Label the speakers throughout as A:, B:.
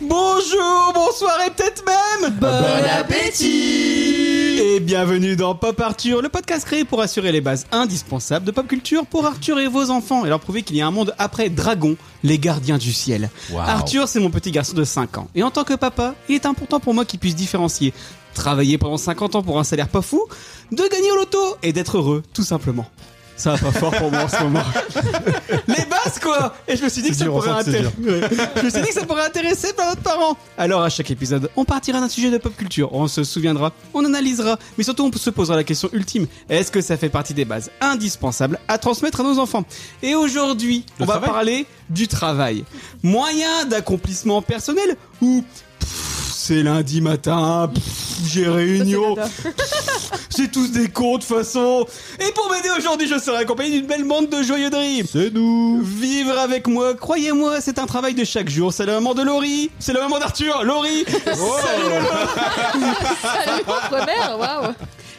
A: Bonjour, bonsoir et peut-être même bon appétit Et bienvenue dans Pop Arthur, le podcast créé pour assurer les bases indispensables de pop culture pour Arthur et vos enfants et leur prouver qu'il y a un monde après Dragon, les gardiens du ciel. Arthur, c'est mon petit garçon de 5 ans. Et en tant que papa, il est important pour moi qu'il puisse différencier travailler pendant 50 ans pour un salaire pas fou, de gagner au loto et d'être heureux, tout simplement. Ça va pas fort pour moi en ce moment. Les bases quoi Et je me suis dit que ça
B: dur, on
A: pourrait
B: sent que c'est
A: intéresser. Je me suis dit que ça pourrait intéresser plein d'autres parents. Alors à chaque épisode, on partira d'un sujet de pop culture, on se souviendra, on analysera, mais surtout on se posera la question ultime est-ce que ça fait partie des bases indispensables à transmettre à nos enfants Et aujourd'hui, on va parler du travail, moyen d'accomplissement personnel ou Pff, c'est lundi matin, pff, j'ai réunion. C'est tous des cons de façon. Et pour m'aider aujourd'hui, je serai accompagné d'une belle bande de joyeux dreams.
B: C'est nous
A: Vivre avec moi, croyez-moi, c'est un travail de chaque jour. C'est la maman de Laurie, c'est la maman d'Arthur, Laurie. Salut Lolo.
C: Salut votre mère, waouh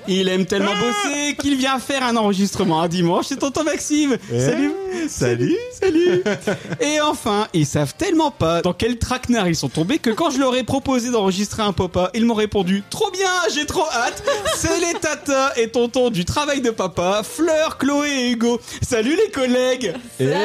A: Il aime tellement bosser qu'il vient faire un enregistrement un dimanche. C'est tonton Maxime.
B: Eh,
A: Salut.
B: Salut
A: Salut. Et enfin, ils savent tellement pas dans quel traquenard ils sont tombés que quand je leur ai proposé d'enregistrer un papa, ils m'ont répondu trop bien, j'ai trop hâte. C'est les tatas et tontons du travail de papa, Fleur, Chloé et Hugo. Salut les collègues.
B: Hello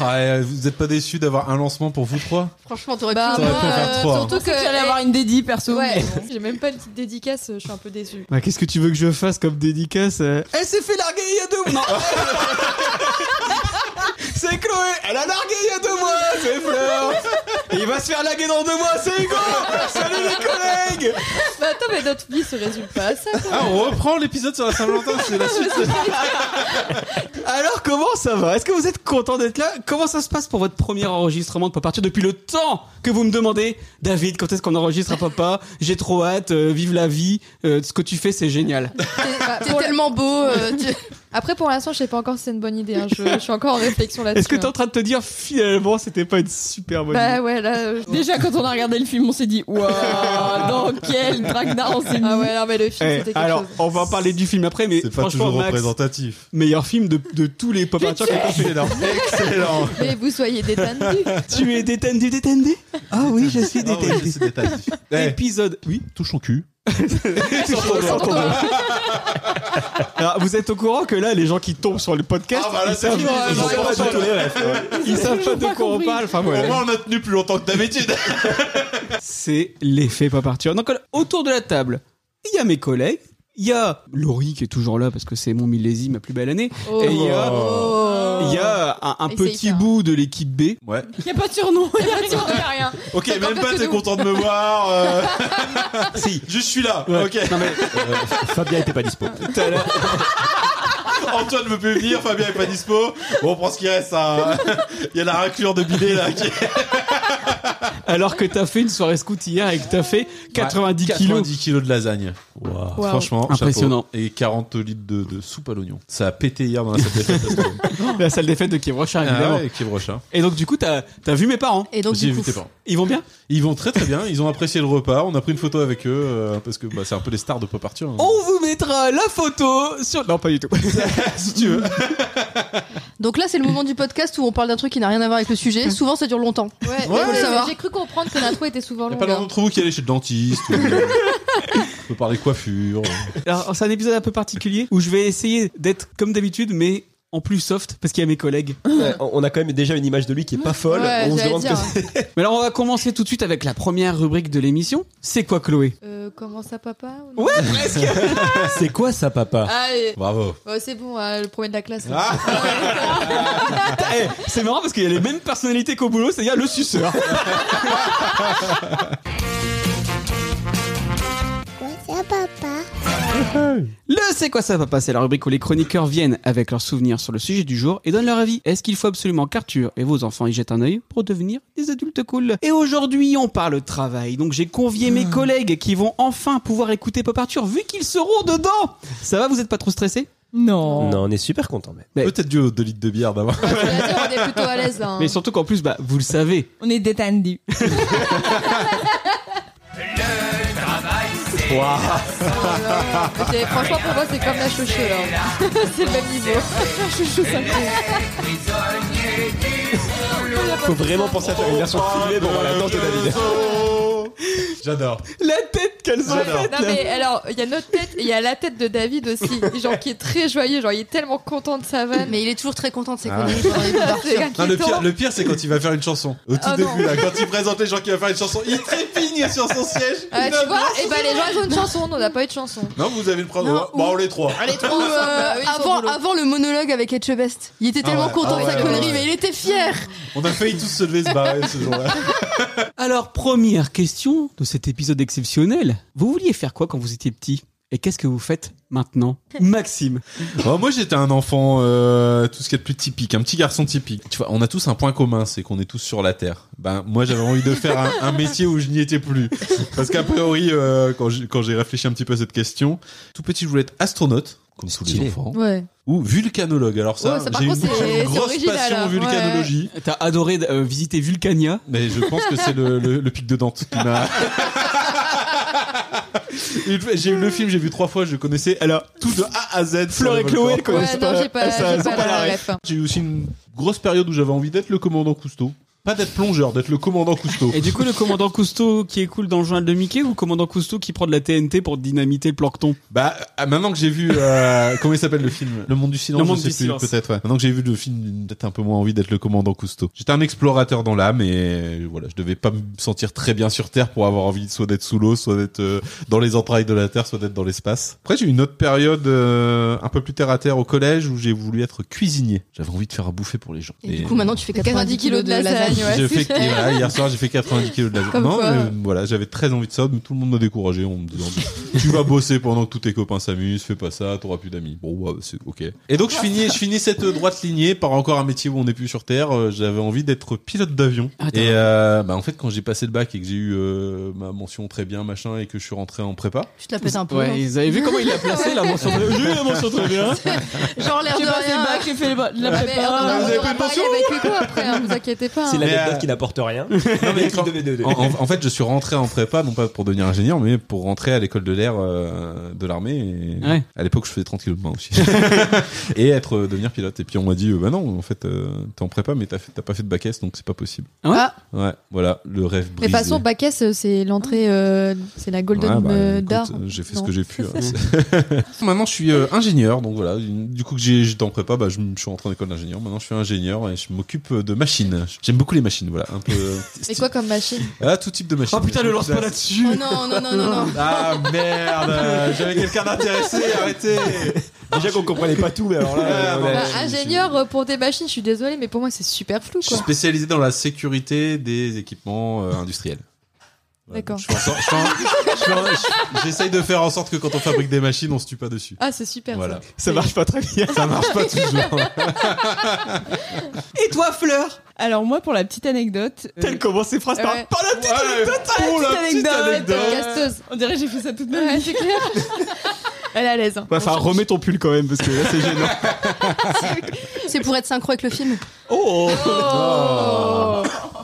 B: Ah, euh, Eh, Vous êtes pas déçus d'avoir un lancement pour vous trois
D: Franchement, t'aurais
C: Bah
D: pu.
B: T'aurais
C: moi,
B: pu faire
C: euh,
B: trois.
C: surtout que...
D: J'allais avoir une dédie perso.
C: Ouais, j'ai même pas une petite dédicace, je suis un peu déçue.
A: Bah, qu'est-ce que tu veux que je fasse comme dédicace euh Elle s'est fait larguer il y a deux mois. Non. c'est Chloé. Elle a largué il y a deux mois. C'est Fleur. Et il va se faire larguer dans deux mois. C'est Hugo. Salut les collègues.
C: Bah attends, mais notre vie se résume pas à ça, quoi.
B: Ah, on reprend l'épisode sur la Saint-Valentin, c'est la suite
A: Alors comment ça va Est-ce que vous êtes content d'être là Comment ça se passe pour votre premier enregistrement de Pop Arthur depuis le temps que vous me demandez David, quand est-ce qu'on enregistre à Papa J'ai trop hâte, euh, vive la vie, euh, ce que tu fais c'est génial.
C: T'es- bah,
D: T'es
C: pour-
D: tellement beau. euh, tu-
C: Après, pour l'instant, je sais pas encore si c'est une bonne idée. hein. Je, je suis encore en réflexion là-dessus.
A: Est-ce que t'es en
C: hein.
A: train de te dire finalement c'était pas une super bonne idée
C: Bah ouais, là. euh,
D: Déjà, quand on a regardé le film, on s'est dit Waouh, dans quel traquenard on s'est mis.
C: Ah ouais, non, mais le film,
A: Eh,
C: c'était quelque
A: alors,
C: chose.
A: on va en parler du film après, mais
B: C'est pas
A: franchement,
B: toujours
A: Max,
B: représentatif.
A: meilleur film de, de tous les Pop Arthur que t'as fait.
B: Excellent Excellent
C: Mais vous soyez détendus.
A: Tu es détendu, détendu Ah oui, je suis
B: Ah oui,
A: détendu.
B: c'est détaillé. Eh,
A: Épisode. Oui.
B: touche ton cul.
A: Alors, vous êtes au courant que là, les gens qui tombent sur le podcast,
B: Ah, bah là,
A: ils
B: c'est
A: savent,
B: fini,
A: ils
B: ils ont
A: savent
B: pas
A: pas
B: du tout les refs,
A: ils savent pas
D: toujours
A: de
D: pas
A: quoi on
D: compris.
A: parle. Enfin,
B: Au
A: voilà.
B: moins, on a tenu plus longtemps que d'habitude
A: C'est l'effet pas partir. Donc alors, autour de la table, il y a mes collègues, il y a Laurie qui est toujours là parce que c'est mon millésime, ma plus belle année.
C: Oh.
A: Et il y a,
C: Oh.
A: il y a un, un
C: Essaye
A: petit
C: ça.
A: bout de l'équipe B.
B: Ouais.
D: Y a pas de surnom, y a
C: Tu vois, y a rien.
B: Ok,
C: T'es
B: même
C: encore
B: pas,
C: que
B: t'es
C: nous.
B: content de me voir euh,
A: Si.
B: Je suis là
A: Ouais.
B: Ok
A: Non mais
E: Fabien était pas dispo.
A: t'as la-
B: Antoine veut plus venir, Fabien est pas dispo. Bon, on prend ce qui reste, hein. Il y a la raclure de bidet, là, qui
A: alors que t'as fait une soirée scout hier et que t'as fait 90 kilos.
B: 90 kilos de lasagne. Wow. Franchement, chapeau.
A: Impressionnant.
B: Et 40 litres de, de soupe à l'oignon. Ça a pété hier dans la salle des fêtes.
E: Ah,
A: La salle des fêtes de Kievrocha,
B: ah
A: évidemment.
B: ouais, Kiev Rocha.
A: Et donc du coup, t'as as vu mes parents.
C: Et donc,
B: J'ai
C: du
B: vu
C: coup,
B: tes parents.
A: Ils vont bien
B: Ils vont très très bien, ils ont apprécié le repas, on a pris une photo avec eux, euh, parce que bah, c'est un peu les stars de Pop Arthur. hein.
A: On vous mettra la photo sur... Non, pas du tout.
B: si tu veux.
D: Donc là, c'est le moment du podcast où on parle d'un truc qui n'a rien à voir avec le sujet. Souvent, ça dure longtemps.
C: ouais,
B: Ouais.
C: mais
D: Ça va.
C: j'ai cru comprendre que l'intro était souvent
B: Y a pas
C: longue.
B: l'un
C: hein.
B: d'entre vous qui allait chez le dentiste. ou- On peut parler coiffure.
A: Alors, c'est un épisode un peu particulier où je vais essayer d'être comme d'habitude, mais en plus soft parce qu'il y a mes collègues.
E: on a quand même déjà une image de lui qui est pas folle.
C: Ouais,
E: on se
C: j'allais
E: demande
C: dire.
E: que c'est.
A: Mais alors, on va commencer tout de suite avec la première rubrique de l'émission. C'est quoi, Chloé
C: Euh, comment ça, papa ou non
A: Ouais, presque
E: C'est quoi ça, papa
C: Allez,
B: Bravo.
C: Bon, c'est bon, hein, le premier de la classe. là.
B: Ah,
A: Eh, C'est marrant parce qu'il y a les mêmes personnalités qu'au boulot, c'est-à-dire le suceur.
F: euh,
G: Quoi papa
A: Le C'est quoi ça, papa C'est la rubrique où les chroniqueurs viennent avec leurs souvenirs sur le sujet du jour et donnent leur avis. Est-ce qu'il faut absolument qu'Arthur et vos enfants y jettent un œil pour devenir des adultes cool Et aujourd'hui, on parle travail. Donc, j'ai convié mes collègues qui vont enfin pouvoir écouter Pop Arthur vu qu'ils seront dedans. Ça va Vous êtes pas trop stressés
D: Non.
E: Non, on est super content, mais.
B: Peut-être dû aux 2 litres de bière d'abord.
C: Ouais, j'allais dire, on est plutôt à l'aise. Hein.
A: Mais surtout qu'en plus, bah, vous le savez,
D: On est détendu.
C: C'est- Franchement, pour moi, c'est comme la hein. chouchou. là. c'est le même niveau.
D: Je suis chaussée.
C: Il y a pas
E: faut vraiment penser à faire une
D: Oh,
E: version filmée pour voir la danse de David.
B: J'adore.
A: La tête qu'elles ont
B: J'adore.
A: faite
C: Non
A: là.
C: mais alors, il y a notre tête et il y a la tête de David aussi, genre qui est très joyeux, genre il est tellement content de sa vanne.
D: Mais il est toujours très content de ses
B: Ah.
D: conneries. genre, il est parti.
C: C'est inquiétant.
B: Non, le pire, le pire c'est quand il va faire une chanson. Au tout
C: Ah, non.
B: début, là, quand il présente les gens qui va faire une chanson, il trépigne sur son siège.
C: Ah,
B: Il
C: tu
B: a-
C: vois, et bah les gens ils ont une chanson, nous on n'a pas eu de chanson.
B: Non, vous avez une preuve.
D: Non,
B: bon, on les trois.
D: Ou, euh,
C: Bah oui, ils sont
D: avant,
C: boulots.
D: avant le monologue avec Etchebest, il était
B: Ah
D: tellement
B: ouais,
D: content
B: ah
D: de sa
B: ouais,
D: connerie,
B: ouais.
D: mais il était fier.
B: On a failli tous se lever se barrer ce jour-là.
A: Alors, première question de cet épisode exceptionnel. Vous vouliez faire quoi quand vous étiez petit Et qu'est-ce que vous faites maintenant Maxime.
B: Oh, moi j'étais un enfant, euh, tout ce qu'il y a de plus typique, un petit garçon typique. Tu vois, on a tous un point commun, c'est qu'on est tous sur la terre. Ben moi j'avais envie de faire un, un métier où je n'y étais plus, parce qu'a priori euh, quand j'ai- quand j'ai réfléchi un petit peu à cette question, tout petit je voulais être astronaute, comme tous les
E: Stylé.
B: enfants,
C: Ouais.
B: ou vulcanologue. Alors ça,
C: Ouais, ça, par
B: j'ai une,
C: contre, c'est-
B: j'ai une
C: c'est
B: grosse
C: original,
B: passion
C: hein.
B: en vulcanologie.
A: T'as adoré euh, visiter Vulcania.
B: Mais je pense que c'est le, le, le pic de Dante qui m'a. Une fois- J'ai eu le film, j'ai vu trois fois, je connaissais. Alors, tout de A à Z. sur
A: Fleur
B: le
A: et Chloé,
B: volcan.
A: elles
C: Ouais,
A: connaissent
C: non, j'ai pas,
A: ça,
C: j'ai
A: elles ont
C: pas,
A: pas
C: la
A: la
C: ref.
B: J'ai eu aussi une grosse période où j'avais envie d'être le commandant Cousteau. Pas d'être plongeur, d'être le commandant Cousteau.
A: Et du coup, le commandant Cousteau qui est cool dans le journal de Mickey ou le commandant Cousteau qui prend de la TNT pour dynamiter le plancton
B: Bah, ah, maintenant que j'ai vu, euh, comment il s'appelle le film Le monde du silence,
A: Le monde
B: je sais
A: du
B: plus,
A: silence.
B: peut-être, ouais. Maintenant que j'ai vu le film, j'ai peut-être un peu moins envie d'être le commandant Cousteau. J'étais un explorateur dans l'âme et voilà, je devais pas me sentir très bien sur Terre pour avoir envie soit d'être sous l'eau, soit d'être euh, dans les entrailles de la Terre, soit d'être dans l'espace. Après, j'ai eu une autre période euh, un peu plus terre à terre au collège où j'ai voulu être cuisinier. J'avais envie de faire à bouffer pour les gens.
D: Et, du coup, maintenant, tu fais 90 kilos de
C: lasagne,
D: lasagne.
C: ouais. c'est
B: J'ai fait,
C: clair.
B: et voilà, hier soir, j'ai fait 90 kilos de lasagne.
C: Comme
B: Non,
C: quoi.
B: mais voilà, j'avais très envie de ça, mais tout le monde m'a découragé en me disant Tu vas bosser pendant que tous tes copains s'amusent, fais pas ça, t'auras plus d'amis. Bon, ouais, c'est ok. Et donc, je finis, je finis cette droite lignée par encore un métier où on n'est plus sur Terre. Euh, J'avais envie d'être pilote d'avion.
A: Ah, t'as
B: et euh, bah, en fait, quand j'ai passé le bac et que j'ai eu euh, ma mention très bien, machin, et que je suis rentré en prépa,
D: Tu te la pètes un peu.
A: Ouais, ils avaient vu comment il a placé la mention très bien. J'ai eu la mention très bien.
D: hein. Genre l'air de rien.
H: j'ai fait la
C: Mais on en a-
B: vous avez
C: on
B: pas
C: aura
B: de
C: parlé avec Hugo après, hein, vous inquiétez pas.
E: C'est
C: hein.
B: la-
E: l'anecdote
B: euh,
E: qui n'apporte rien.
B: mais
E: mais
B: quand-
E: qui devait de- de-
B: En, en- en fait, je suis rentré en prépa, non pas pour devenir ingénieur, mais pour rentrer à l'école de l'air euh, de l'armée. Et
A: Ouais.
B: À l'époque, je faisais 30 kilos de moins aussi. et être euh, devenir pilote. Et puis on m'a dit, euh, bah non, en fait, euh, t'es en prépa, mais t'as fait- t'as pas fait de bac S, donc c'est pas possible.
A: Ah ouais
C: Ah.
B: Ouais, voilà, le rêve
C: Mais de
B: brisé.
C: toute façon, Bac S, c'est l'entrée, euh, c'est la
B: Ouais,
C: Golden
B: bah,
C: euh,
B: écoute,
C: d'art.
B: euh, J'ai fait
C: Non.
B: ce que j'ai pu. hein. C'est- Maintenant, je suis euh, ingénieur, donc voilà. Du coup que j'ai- j'étais en prépa, bah, je me- je suis rentré en école d'ingénieur. Maintenant, je suis ingénieur et je m'occupe euh, de machines. J'aime beaucoup les machines, voilà. Un peu. euh,
C: Mais quoi comme machine
B: Ah, tout type de machines.
A: Oh putain, le lance pas là-dessus.
D: Oh non, non, non, non, non.
B: Ah merde, euh, j'avais quelqu'un d'intéressé, arrêtez.
E: Déjà qu'on comprenait pas tout, mais alors là.
B: Ouais,
D: Ah,
E: on a-
C: Bah,
B: je-
C: Ingénieur euh, pour des machines, je suis désolée, mais pour moi, c'est super flou,
B: Je suis
C: quoi.
B: spécialisé dans la sécurité des équipements euh, industriels. Voilà,
C: D'accord.
B: donc je fais en sorte- je fais en- je fais en- je- J'essaye de faire en sorte que quand on fabrique des machines, on se tue pas dessus.
C: Ah, c'est super.
B: Voilà.
A: Ça marche pas très bien.
B: Ça marche pas toujours.
A: Et toi, Fleur
H: Alors moi, pour la petite anecdote, euh,
A: T'elle commence ses phrases par
C: Ouais.
A: pas la tête.
B: pour la petite anecdote.
C: euh, Casteuse.
H: on dirait que j'ai fait ça toute ma
C: Ouais,
H: vie.
C: c'est clair. Elle est à l'aise. hein.
A: Ouais, Enfin, remets ton pull quand même parce que là, c'est gênant.
D: C'est pour être synchro avec le film.
A: Oh
B: Oh.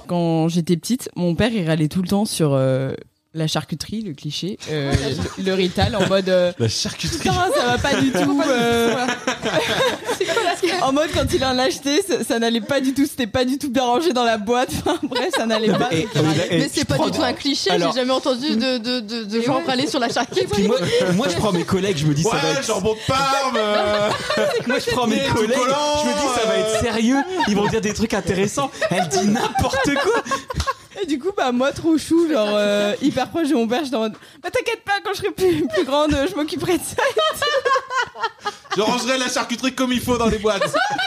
H: Quand j'étais petite, mon père il râlait tout le temps sur euh, la charcuterie, le cliché, euh, le, le rital en mode. euh,
B: La charcuterie.
H: Putain, ça va pas du tout. euh, en mode quand il en achetait, ça, ça n'allait pas du tout, c'était pas du tout bien rangé dans la boîte. Enfin bref, ça n'allait pas.
A: Et- et-
D: mais c'est pas du tout un cliché,
A: Alors-
D: j'ai jamais entendu de, de, de, de gens râler sur la
A: Puis
D: charcuterie.
A: moi, moi, je prends mes collègues, je me dis ça va
B: Ouais,
A: être
B: jambon de Parme. euh,
A: Moi, je prends mes
B: Tout
A: collègues,
B: collant,
A: je me dis ça va être sérieux, ils vont dire des trucs intéressants. Elle dit n'importe quoi.
H: Et du coup, bah moi trop chou, genre euh, hyper proche de mon père, j'étais en mode bah t'inquiète pas, quand je serai plus, plus grande, euh, je m'occuperai de ça.
B: Je rangerai la charcuterie comme il faut dans les boîtes.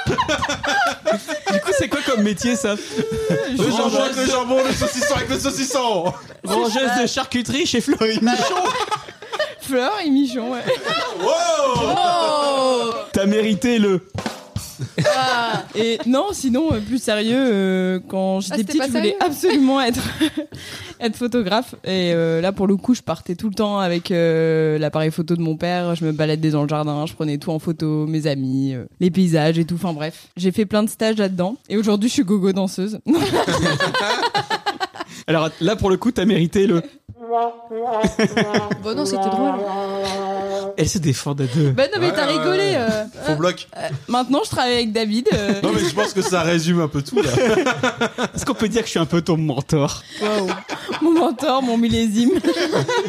A: Du coup, c'est quoi comme métier ça
B: Le jambon avec le jambon, le saucisson avec le saucisson.
A: Rangeuse de charcuterie chez Fleury Michon.
H: Fleur et Michon, ouais.
B: Wow.
A: T'as mérité le.
H: Et non, sinon, euh, plus sérieux, euh, quand
C: Ah,
H: j'étais
C: c'était
H: petite,
C: pas
H: je voulais
C: sérieux
H: absolument être, être photographe. Et euh, là, pour le coup, je partais tout le temps avec euh, l'appareil photo de mon père. Je me baladais dans le jardin, je prenais tout en photo, mes amis, euh, les paysages et tout. Enfin bref, j'ai fait plein de stages là-dedans. Et aujourd'hui, je suis gogo danseuse.
A: Alors là, pour le coup, t'as mérité le.
C: Bon, non, c'était drôle.
A: Elle se défend à deux.
H: Bah non, mais
B: Ouais,
H: t'as
B: ouais,
H: rigolé.
B: ouais.
H: euh.
B: Faux bloc.
H: Maintenant, je travaille avec David. euh.
B: Non, mais je pense que ça résume un peu tout, là.
A: Est-ce qu'on peut dire que je suis un peu ton mentor
H: Waouh. Mon mentor, mon millésime.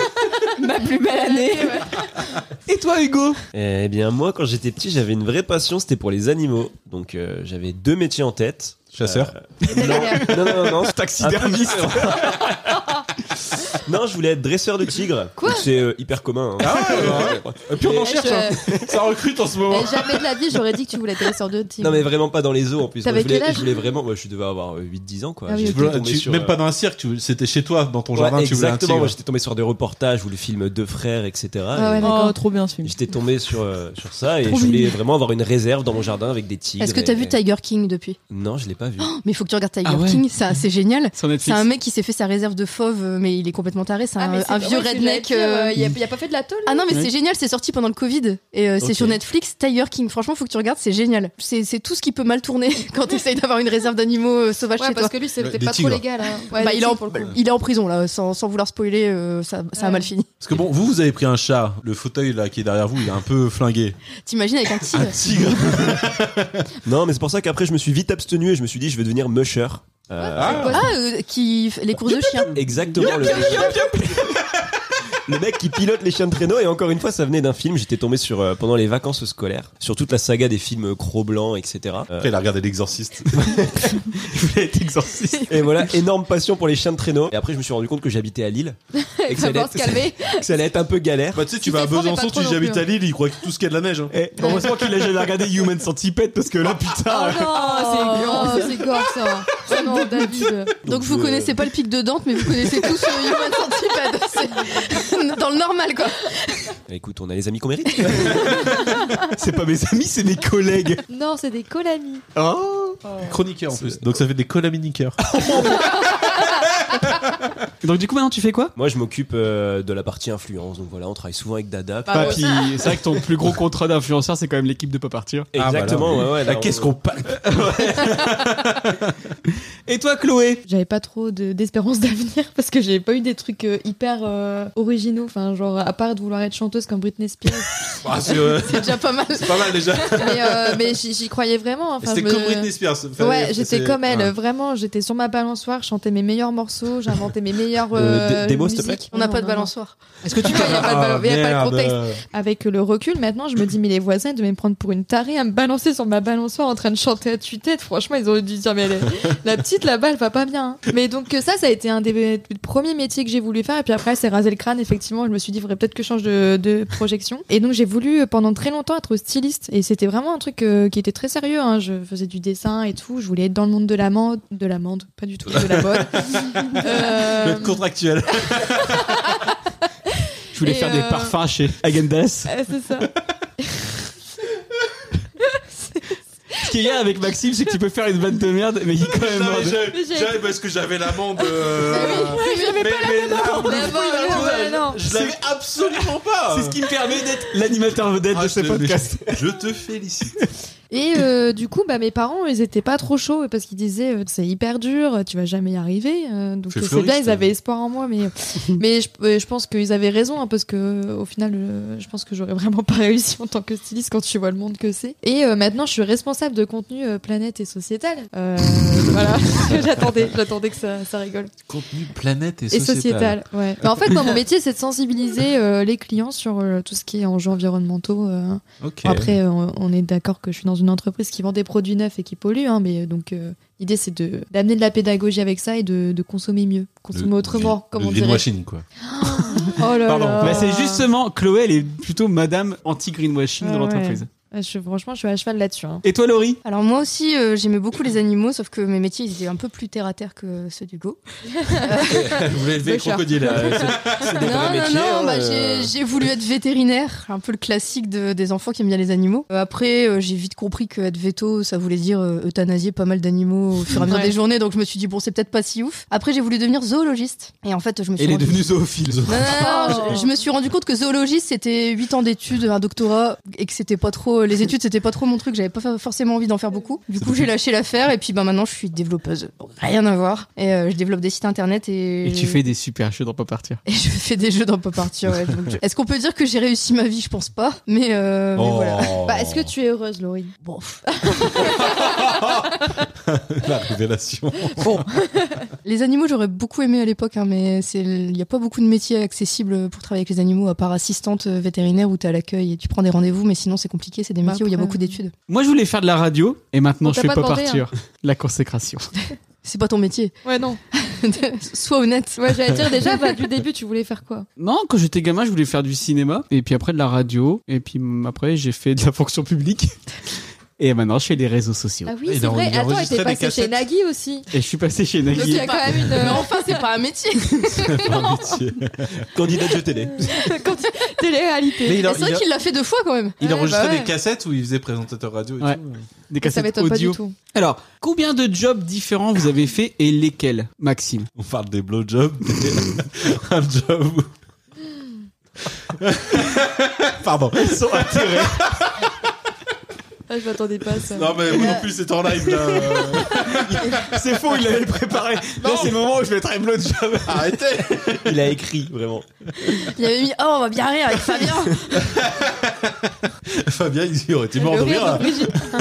H: Ma plus belle année. Oh.
A: Et toi, Hugo
I: Eh bien, moi, quand j'étais petit, j'avais une vraie passion, c'était pour les animaux. Donc, euh, j'avais deux métiers en tête.
B: Chasseur.
I: Euh, non, non, non, non.
A: Taxidermiste
I: Non, je voulais être dresseur de tigre.
D: Quoi Ah
I: C'est euh, hyper commun. hein.
A: Euh,
B: Et puis on en
D: Eh,
B: cherche,
D: je-
C: euh,
B: hein. Ça recrute en ce moment.
D: Eh, jamais de la vie, j'aurais dit que tu voulais être dresseur de tigre.
I: Non, mais vraiment pas dans les eaux en plus.
D: T'avais
I: je, voulais,
D: quel âge
I: je voulais vraiment. Moi, je devais avoir euh, 8-10 ans, quoi.
D: Ah oui,
I: J'étais
B: Tu voulais-
I: tombé
B: tu-
I: sur,
B: même
I: euh,
B: pas dans la cirque, tu voulais- c'était chez toi, dans ton
I: ouais,
B: jardin, tu voulais un
I: Exactement,
B: tigre.
I: moi, j'étais tombé sur des reportages ou le film Deux frères, etc.
D: Ah ouais,
I: Et
D: d'accord.
H: Oh, trop bien ce film.
I: J'étais tombé sur, euh, sur ça et
H: Trop
I: je voulais
H: mignon.
I: vraiment avoir une réserve dans mon jardin avec des tigres.
D: Est-ce que t'as
I: et-
D: vu Oh. Tiger King depuis
I: Non, je l'ai pas vu.
D: Mais faut que tu regardes Tiger
A: Ah ouais.
D: King, ça c'est génial.
A: Sur
D: C'est
A: Netflix.
D: un mec qui s'est fait sa réserve de fauve, euh, mais il est complètement taré. C'est
C: Ah,
D: un,
C: mais
D: un vieux
C: ouais, c'est
D: redneck.
C: ce que j'allais
D: euh,
C: dire, Il, a, il a pas fait de la tôle.
D: Ah non, mais
A: Ouais.
D: c'est génial, c'est sorti pendant le Covid et euh, c'est
I: Ok.
D: sur Netflix. Tiger King, franchement, faut que tu regardes, c'est génial. C'est c'est tout ce qui peut mal tourner quand t'essayes d'avoir une réserve d'animaux euh, sauvages
C: Ouais,
D: chez
C: parce
D: toi.
C: que lui,
B: Le-
C: c'était
B: des
C: pas
B: tigres.
C: trop légal. hein. Ouais,
D: Bah,
C: des
D: il, est en,
C: tigres, pour le coup.
D: il est en prison là, sans, sans vouloir spoiler, euh, ça, ça a
C: Ouais.
D: mal fini.
B: Parce que bon, vous, vous avez pris un chat. Le fauteuil là qui est derrière vous, il est un peu flingué.
D: T'imagines avec un tigre
B: Tigre.
I: Non, mais c'est pour ça qu'après, je me suis vite abstenu et je me suis dit, je vais devenir musher. Euh,
B: Ah,
D: Ah, euh, qui f- les courses de chiens.
I: Exactement. Le, le mec qui pilote les chiens de traîneau et encore une fois ça venait d'un film j'étais tombé sur euh, pendant les vacances scolaires sur toute la saga des films Cro Blanc etc Euh,
B: Après, il a regardé l'exorciste.
A: Je voulais être exorciste.
I: et voilà énorme passion pour les chiens de traîneau et après je me suis rendu compte que j'habitais à Lille et que
C: Ça
I: ça, allait
C: va se
I: être,
C: calmer.
I: que ça allait être un peu galère
B: Bah, tu sais, tu
D: Si
B: vas à
D: t'es fort, mais pas
B: Besançon,
D: trop
B: tu
D: non
B: dis j'habite
D: plus,
B: à Lille, il croit que tout ce qu'il y a de la neige. hein.
A: Eh, heureusement qu'il a jamais regardé Human Centipede parce que là, putain.
C: Oh,
D: Oh,
C: c'est gore ça. Oh non, David.
D: Donc vous
I: euh,
D: connaissez pas le pic de Dante, mais vous connaissez tous euh, Human Centipede. C'est dans le normal quoi.
I: écoute on a les amis qu'on mérite
A: C'est pas mes amis, c'est mes collègues.
C: Non, c'est des colamis.
A: Oh.
B: Chroniqueur en plus. Donc ça fait des colaminiqueurs.
A: Donc, du coup, maintenant, tu fais quoi
I: moi je m'occupe euh, de la partie influence donc voilà on travaille souvent avec Dada
C: Ah,
A: Papy, Bah, c'est vrai que ton plus gros contrat d'influenceur, c'est quand même l'équipe de Pas Partir.
I: exactement
B: Ah, bah, là,
I: ouais, ouais,
B: Ah,
I: là, on-
B: Qu'est-ce qu'on parle
A: Et toi, Chloé
F: J'avais pas trop de- d'espérance d'avenir parce que j'ai pas eu des trucs euh, hyper euh, originaux. Enfin, genre, à part de vouloir être chanteuse comme Britney Spears.
B: Ah, C'est euh,
D: C'est déjà pas mal.
B: c'est pas mal déjà.
F: mais euh, mais j'y j'y croyais vraiment. hein. Enfin,
B: C'était
F: je me-
B: comme Britney Spears. Fallait-
F: Ouais, j'étais
B: c'est-
F: comme elle.
B: Ah.
F: Vraiment, j'étais sur ma balançoire, je chantais mes meilleurs morceaux, j'inventais mes meilleurs.
I: Euh,
F: euh,
I: des- des mots, s'il te
F: musiques.
D: On n'a
F: Non,
D: pas de
F: non, non.
D: balançoire.
A: Est-ce que tu
B: Ah,
F: Il y a pas de ballon- il y a pas
B: Merde.
F: le contexte. Avec le recul, maintenant, je me dis, mais les voisins, ils devaient me prendre pour une tarée à me balancer sur ma balançoire en train de chanter à tue-tête. Franchement, ils auraient dû dire, mais elle est- la petite là-bas, elle va pas bien. hein. Mais donc, euh, ça, ça a été un des premiers métiers que j'ai voulu faire. Et puis après, c'est rasé le crâne, effectivement. Je me suis dit, faudrait peut-être que je change de, de projection. Et donc, j'ai voulu euh, pendant très longtemps être styliste. Et c'était vraiment un truc euh, qui était très sérieux. hein. Je faisais du dessin et tout. Je voulais être dans le monde de la mode. De la mode, pas du tout, de la mode.
B: Le
F: Euh,
B: contractuel.
A: Je voulais
F: Et
A: faire des
F: euh,
A: parfums chez Agendas.
F: euh, c'est ça.
A: Ce qu'il y a avec Maxime, c'est que tu peux faire une vanne de merde, mais il est quand même
B: Non,
A: mort
B: mais
A: de-
B: j'ai-
F: j'ai-
B: J'avais parce que j'avais l'amende. euh,
F: j'avais
B: mais- mais là,
F: D'abord, voilà, non.
B: Je l'avais absolument pas.
A: C'est ce qui me permet d'être l'animateur vedette
B: Ah,
A: de
B: je
A: ce
B: te-
A: podcast.
B: Je te félicite.
F: Et euh, du coup, bah, mes parents, ils étaient pas trop chauds parce qu'ils disaient euh, c'est hyper dur, tu vas jamais y arriver. euh, donc
B: Fais
F: euh, c'est
B: fleuriste,
F: bien, ils
B: hein.
F: avaient espoir en moi, mais mais je, euh, je pense qu'ils avaient raison hein, parce que euh, au final, euh, je pense que j'aurais vraiment pas réussi en tant que styliste quand tu vois le monde que c'est. Et euh, maintenant, je suis responsable de contenu euh, planète et sociétal. Euh, voilà, j'attendais, j'attendais que ça, ça rigole.
B: Contenu planète
F: Et sociétal, ouais. Mais en fait, moi, mon métier, c'est de sensibiliser euh, les clients sur euh, tout ce qui est enjeux environnementaux. euh,
B: Ok.
F: Bon, Après, euh, on- on est d'accord que je suis dans une entreprise qui vend des produits neufs et qui pollue, hein, mais euh, donc euh, l'idée c'est de d'amener de la pédagogie avec ça et de, de consommer mieux, consommer
B: Euh,
F: autrement, comme on dirait.
B: greenwashing quoi.
F: Oh là
B: Pardon.
F: là.
A: Bah, c'est justement, Chloé, elle est plutôt madame anti-greenwashing dans
F: Ah ouais.
A: l'entreprise.
F: Ouais, je- franchement, je suis à cheval là-dessus. hein.
A: Et toi, Laurie
D: Alors moi aussi, euh, j'aimais beaucoup les animaux, sauf que mes métiers ils étaient un peu plus terre à terre que ceux du go.
B: Vous voulez élever le
F: Bouchard.
B: crocodile. euh, c'est-
I: c'est des
D: Non,
I: vrais
D: non,
I: métiers,
D: non,
I: hein,
D: bah,
I: euh.
D: j'ai- j'ai voulu être vétérinaire, un peu le classique de- des enfants qui aiment bien les animaux. Euh, après, euh, j'ai vite compris que être veto, ça voulait dire euh, euthanasier pas mal d'animaux au fur et à mesure
F: Ouais.
D: des journées, donc je me suis dit bon, c'est peut-être pas si ouf. Après, j'ai voulu devenir zoologiste, et en fait, je me suis
A: Elle est
D: rendu-
A: devenue zoophile.
D: Non, non, non,
F: Oh.
D: je, je me suis rendu compte que zoologiste, c'était 8 ans d'études, un doctorat, et que c'était pas trop euh, les études, c'était pas trop mon truc, j'avais pas fa- forcément envie d'en faire beaucoup. Du coup, j'ai lâché l'affaire et puis bah, maintenant, je suis développeuse. Rien à voir. Et euh, je développe des sites internet et.
A: Et tu fais des super jeux dans Pas Partir.
D: Et je fais des jeux dans Pop Arthur. ouais, donc je- Est-ce qu'on peut dire que j'ai réussi ma vie Je pense pas. Mais, euh, mais
B: Oh.
D: voilà.
F: Bah, est-ce que tu es heureuse, Laurie
D: Bon, pff.
B: La Oh, révélation.
D: Les animaux, j'aurais beaucoup aimé à l'époque, hein, mais c'est- il n'y a pas beaucoup de métiers accessibles pour travailler avec les animaux, à part assistante euh, vétérinaire où tu à l'accueil et tu prends des rendez-vous, mais sinon c'est compliqué, c'est des
F: Bah,
D: métiers où il y a
F: après,
D: beaucoup d'études.
A: Moi, je voulais faire de la radio et maintenant
F: On
A: je
F: t'a
A: fais
F: pas
A: Pop
F: demandé, hein.
A: Arthur. La consécration.
D: C'est pas ton métier.
F: Ouais, non.
D: Sois honnête.
F: Ouais, j'allais dire déjà, bah, du début, tu voulais faire quoi
A: Non, quand j'étais gamin, je voulais faire du cinéma et puis après de la radio et puis mm, après j'ai fait de la fonction publique. Et maintenant, je fais des réseaux sociaux.
F: Ah
B: Il
F: oui,
B: a-
F: c'est vrai.
B: il a
F: Attends,
B: enregistré
F: était
B: des
F: passé chez
B: cassettes.
F: Nagui aussi.
A: Et je suis passé chez
F: Donc il y
A: Nagui.
F: a quand même une. euh,
D: Mais enfin, c'est pas un métier.
B: Un métier.
I: Candidat de jeu télé.
F: Télé-réalité.
B: Mais il, a-
D: C'est vrai
B: il a-
D: qu'il l'a fait deux fois quand même.
B: il
F: Ouais,
B: enregistrait
F: bah ouais.
B: des cassettes où il faisait présentateur radio et
A: Ouais.
B: tout.
A: Des
F: Ça
A: cassettes
F: m'étonne pas du
A: audio.
F: tout.
A: Alors, combien de jobs différents vous avez fait et lesquels, Maxime
B: On parle des blowjobs. des- un job où... Pardon.
F: Ah, je m'attendais pas à ça.
B: Non mais moi non plus c'est en live là.
A: C'est faux, il l'avait préparé. Là, c'est le moment où je mettrai blowjob.
B: Arrêtez.
I: Il a écrit, vraiment.
D: Il avait mis Oh, on va bien rire avec Fabien.
B: Fabien il aurait été mort de rire. Bah,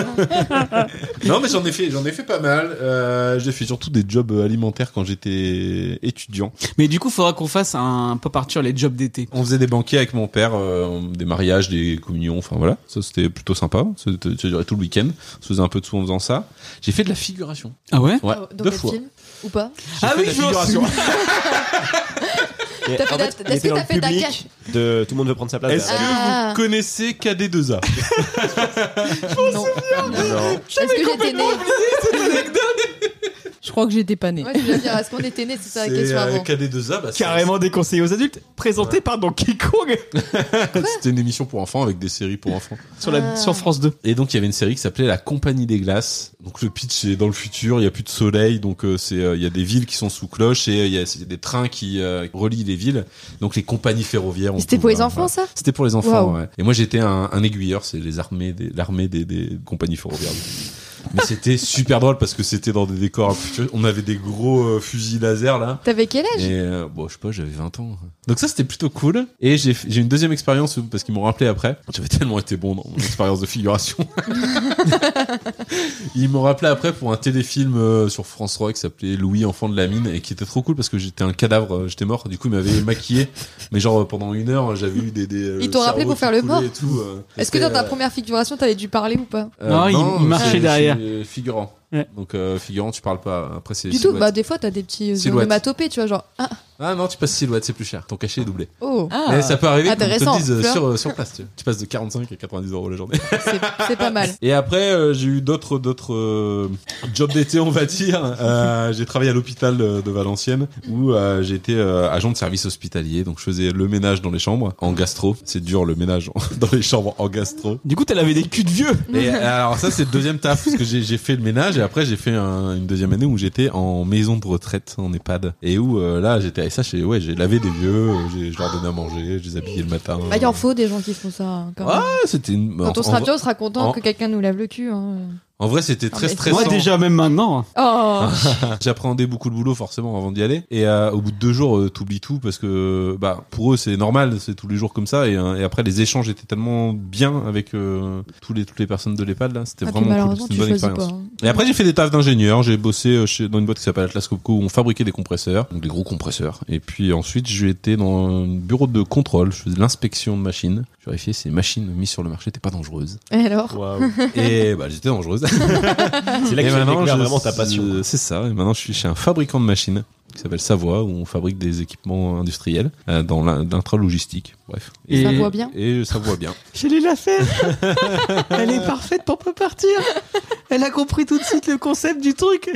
B: là. Non, mais j'en ai fait, j'en ai fait pas mal. Euh, j'ai fait surtout des jobs euh, alimentaires quand j'étais étudiant.
A: Mais du coup, faudra qu'on fasse un Pop Arthur les jobs d'été.
B: On faisait des banquets avec mon père, euh, des mariages, des communions, enfin voilà. Ça c'était plutôt sympa. Ça, ça durait tout le week-end. On se faisait un peu de sous en faisant ça. J'ai fait de la figuration.
A: Ah ouais
B: Ouais,
F: Dans
B: deux
F: quel
B: fois.
F: film Ou pas
A: Ah
B: fait
A: oui,
B: de la
A: je m'en
B: figuration.
A: souviens.
F: T'as Ah, fait
I: En
F: la-
I: fait, il
F: est-ce que
I: était dans
F: t'as
I: le
F: fait de la
I: public de tout le monde veut prendre sa place.
B: Est-ce
I: derrière.
F: Ah.
B: que vous connaissez KD2A Oh,
I: Non.
F: Est-ce que j'étais née
H: Je crois que j'étais pas née.
F: Ouais, je voulais dire, est-ce qu'on était nés C'est ça la question
B: euh,
F: avant.
B: KD2A, bah, c'est-
A: Carrément déconseillé aux adultes, présenté par Donkey Kong
B: c'était une émission pour enfants avec des séries pour enfants.
A: sur, la,
F: Ah.
A: sur France 2.
B: Et donc il y avait une série qui s'appelait La Compagnie des Glaces. Donc le pitch c'est dans le futur, il y a plus de soleil, donc euh, c'est euh, il y a des villes qui sont sous cloche et euh, il y a c'est des trains qui euh, relient les villes. Donc les compagnies ferroviaires. on
F: C'était pour
B: pouvait,
F: les
B: hein,
F: enfants,
B: voilà.
F: ça
B: C'était pour les enfants.
F: Waouh.
B: Ouais. Et moi j'étais un, un aiguilleur, c'est les armées, des- l'armée des, des compagnies ferroviaires. Mais c'était super drôle parce que c'était dans des décors un peu futuristes. On avait des gros euh, fusils laser là.
F: T'avais quel âge
B: Et euh, bon, je sais pas, j'avais 20 ans. hein. Donc ça, c'était plutôt cool. Et j'ai j'ai une deuxième expérience parce qu'ils m'ont rappelé après. J'avais tellement été bon dans mon expérience de figuration. Ils m'ont rappelé après pour un téléfilm euh, sur France 3 qui s'appelait Louis enfant de la mine et qui était trop cool parce que j'étais un cadavre, euh, j'étais mort. Du coup, ils m'avaient maquillé, mais genre euh, pendant une heure, j'avais eu des. des euh,
F: Ils t'ont
B: le
F: rappelé
B: cerveau
F: pour faire
B: qui
F: le
B: coulait
F: mort
B: et tout, euh.
F: Est-ce que
B: C'était,
F: dans ta
B: euh,
F: première figuration, t'avais dû parler ou pas
B: euh,
A: Non, il- il
B: euh,
A: marchait
B: c'est-
A: derrière.
B: c'est Figurant.
A: Ouais.
B: Donc euh, figurant, tu parles pas. Après, c'est.
F: Du tout,
B: silhouette.
F: bah des fois t'as des petits euh,
B: Silhouette.
F: onomatopées, tu vois, genre ah,
B: Ah non, tu passes silhouette, c'est plus cher. Ton cachet est doublé.
F: oh,
H: Ah.
B: Mais ça peut arriver qu'on te
F: Intéressant,
B: le dise euh,
F: Fleur.
B: sur, euh, sur place. Tu, vois. Tu passes de 45 à 90 euros la journée.
F: c'est c'est pas mal.
B: Et après, euh, j'ai eu d'autres d'autres euh, jobs d'été, on va dire. Euh, j'ai travaillé à l'hôpital de, de Valenciennes où euh, j'étais euh, agent de service hospitalier. Donc, je faisais le ménage dans les chambres en gastro. C'est dur le ménage en- dans les chambres en gastro.
A: Du coup, t'as lavé des culs de vieux
B: Et euh, alors ça c'est le deuxième taf parce que j'ai j'ai fait le ménage et après j'ai fait un- une deuxième année où j'étais en maison de retraite en EHPAD et où euh, là j'étais à SH et ouais j'ai lavé des vieux, euh, j'ai- je leur donnais à manger, je les habillais le matin.
F: Bah il en faut des gens qui font ça. hein, quand
B: Ah,
F: même.
B: c'était une...
F: Quand
B: en-
F: on sera
B: en-
F: bien, on sera content
B: en-
F: que quelqu'un nous lave le cul. hein.
B: En vrai, c'était
F: Ah,
B: très
F: mais-
B: stressant. hein.
A: Ouais, déjà, même maintenant. hein.
F: Oh,
B: J'appréhendais beaucoup le boulot forcément avant d'y aller. Et euh, au bout de deux jours, euh, t'oublies tout parce que bah pour eux c'est normal, c'est tous les jours comme ça. Et, euh, et après les échanges étaient tellement bien avec euh, tous les toutes les personnes de l'EHPAD là, c'était
F: Ah, puis
B: vraiment cool,
F: malheureusement,
B: c'était
F: tu
B: une bonne
F: choisis
B: expérience.
F: pas. hein.
B: Et après j'ai fait des tafs d'ingénieur, j'ai bossé euh, chez, dans une boîte qui s'appelle Atlas Copco où on fabriquait des compresseurs, donc des gros compresseurs. Et puis ensuite j'ai été dans un bureau de contrôle, je faisais de l'inspection de machines, je vérifiais si les machines mises sur le marché n'étaient pas dangereuses.
F: Et alors
B: Et bah j'étais dangereuse.
I: C'est là que
B: Et
I: tu
B: maintenant,
I: découvert
B: je-
I: vraiment ta passion.
B: euh, C'est ça. Et maintenant, je suis chez un fabricant de machines qui s'appelle Savoie, où on fabrique des équipements industriels euh, dans l'in- l'intralogistique. Bref.
A: Et-
F: Ça voit bien.
B: Et ça voit bien.
A: J'allais la faire. Elle est parfaite pour pas partir. Elle a compris tout de suite le concept du truc.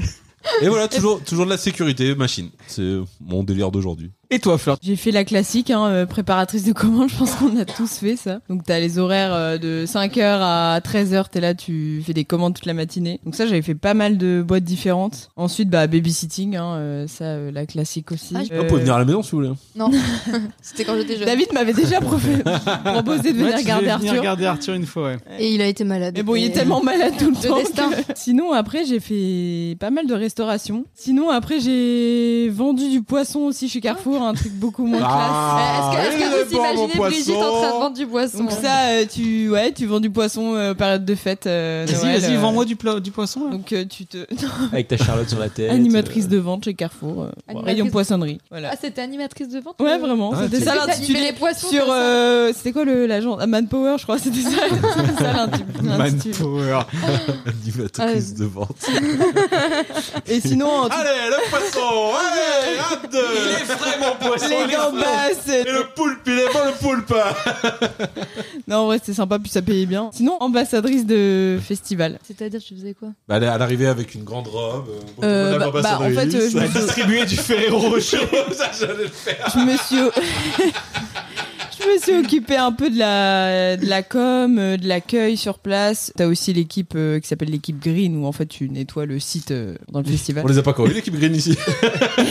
B: Et voilà, toujours, toujours de la sécurité, machine. C'est mon délire d'aujourd'hui.
A: Et toi, Fleur
H: J'ai fait la classique, hein, euh, préparatrice de commandes, je pense qu'on a tous fait ça. Donc t'as les horaires euh, de 5h à 13h, t'es là, tu fais des commandes toute la matinée. Donc ça, j'avais fait pas mal de boîtes différentes. Ensuite, bah babysitting, hein, euh, ça, euh, la classique aussi.
D: Ah, je-
B: Vous pouvez venir à la maison si vous voulez.
F: C'était quand j'étais
H: Euh,
F: jeune.
H: David m'avait déjà pro- proposé de venir
A: Ouais, tu
H: garder
A: devais venir
H: Arthur.
A: garder Arthur une fois, ouais.
F: Euh,
D: Et il a été malade.
H: Mais bon, il est
D: Et-
H: tellement malade tout le
F: Le
H: temps.
F: destin.
H: que- Sinon, après, j'ai fait pas mal de restauration. Sinon, après, j'ai vendu du poisson aussi chez Carrefour, un truc beaucoup moins classe.
B: Ah,
F: Est-ce que, est-ce
B: il
F: que
B: est
F: vous
B: bon, mon
F: imaginez Brigitte
B: poisson.
F: en train de vendre du poisson
H: Donc ça, euh, tu ouais, tu vends du poisson euh, période de fête. euh,
A: Vas-y,
H: Noël,
A: vas-y,
H: euh,
A: vends-moi du, pla- du poisson, là.
H: Donc euh, tu te
I: Avec ta Charlotte sur la tête.
H: animatrice de vente chez Carrefour, euh,
F: Animatrice-
H: rayon poissonnerie. Voilà.
F: Ah, c'était animatrice de vente
H: Ouais,
F: euh,
H: vraiment.
B: Ah,
H: c'était
B: t'es-
H: ça
F: t'es- t'es-
H: l'intitulé
F: les poissons
H: sur
F: comme ça.
H: euh, c'était quoi le l'agent ah, Manpower, je crois, c'était ça. c'était ça l'intitu- l'intitulé.
A: Manpower.
B: Animatrice de vente.
H: Et sinon, en tout-
B: Allez, le poisson Allez, hâte de... Il est vraiment poisson
H: les gambasses.
B: Et le poulpe, il est bon le poulpe
H: Non, en vrai, c'était sympa, puis ça payait bien. Sinon, ambassadrice de festival.
F: C'est-à-dire, tu faisais quoi
B: Bah, Elle est à l'arrivée avec une grande robe.
H: Euh, bah- bah, en fait, euh, je me suis-
B: distribué du Ferrero Rocher. Ça, j'allais le faire.
H: je me suis je me suis occupée un peu de la de la com euh, de l'accueil sur place t'as aussi l'équipe euh, qui s'appelle l'équipe green où en fait tu nettoies le site euh, dans le festival
B: On les a pas encore eu, l'équipe Green ici.
H: Ah,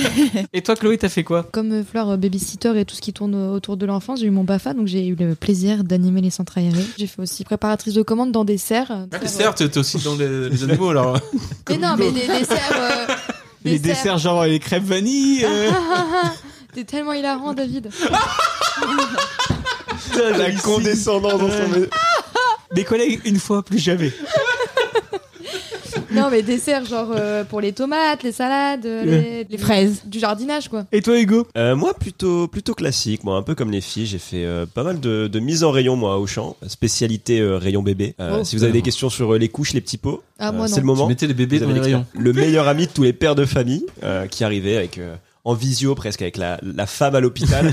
A: Et toi, Chloé, t'as fait quoi
F: Comme euh, Fleur, euh, babysitter et tout ce qui tourne euh, autour de l'enfance, j'ai eu mon BAFA, donc j'ai eu le plaisir d'animer les centres aérés. J'ai fait aussi préparatrice de commandes dans des serres.
I: Ah,
F: euh, serres,
B: Certes, t'es aussi dans les, les animaux alors.
F: euh, Mais non, mais les les serres. euh,
A: Les
F: des serres.
A: desserts, genre les crêpes vanille. euh,
F: Ah, ah, ah, T'es tellement hilarant, David.
I: Euh,
E: La condescendance dans son.
A: Mes collègues, une fois, plus jamais.
F: Non, mais des serres, genre euh, pour les tomates, les salades, euh, les, les
H: fraises.
F: Du jardinage, quoi.
A: Et toi, Hugo
I: Euh, moi, plutôt, plutôt classique. Moi, un peu comme les filles, j'ai fait euh, pas mal de, de mise en rayon, moi, au champ. Spécialité euh, rayon bébé. Euh,
B: Oh.
I: si vous avez des questions sur euh, les couches, les petits pots,
F: Ah,
I: euh,
F: moi, non.
I: c'est le moment.
B: mettais les bébés
I: Vous avez l'expert. Le meilleur ami de tous les pères de famille euh, qui arrivait avec, euh, en visio presque avec la, la femme à l'hôpital,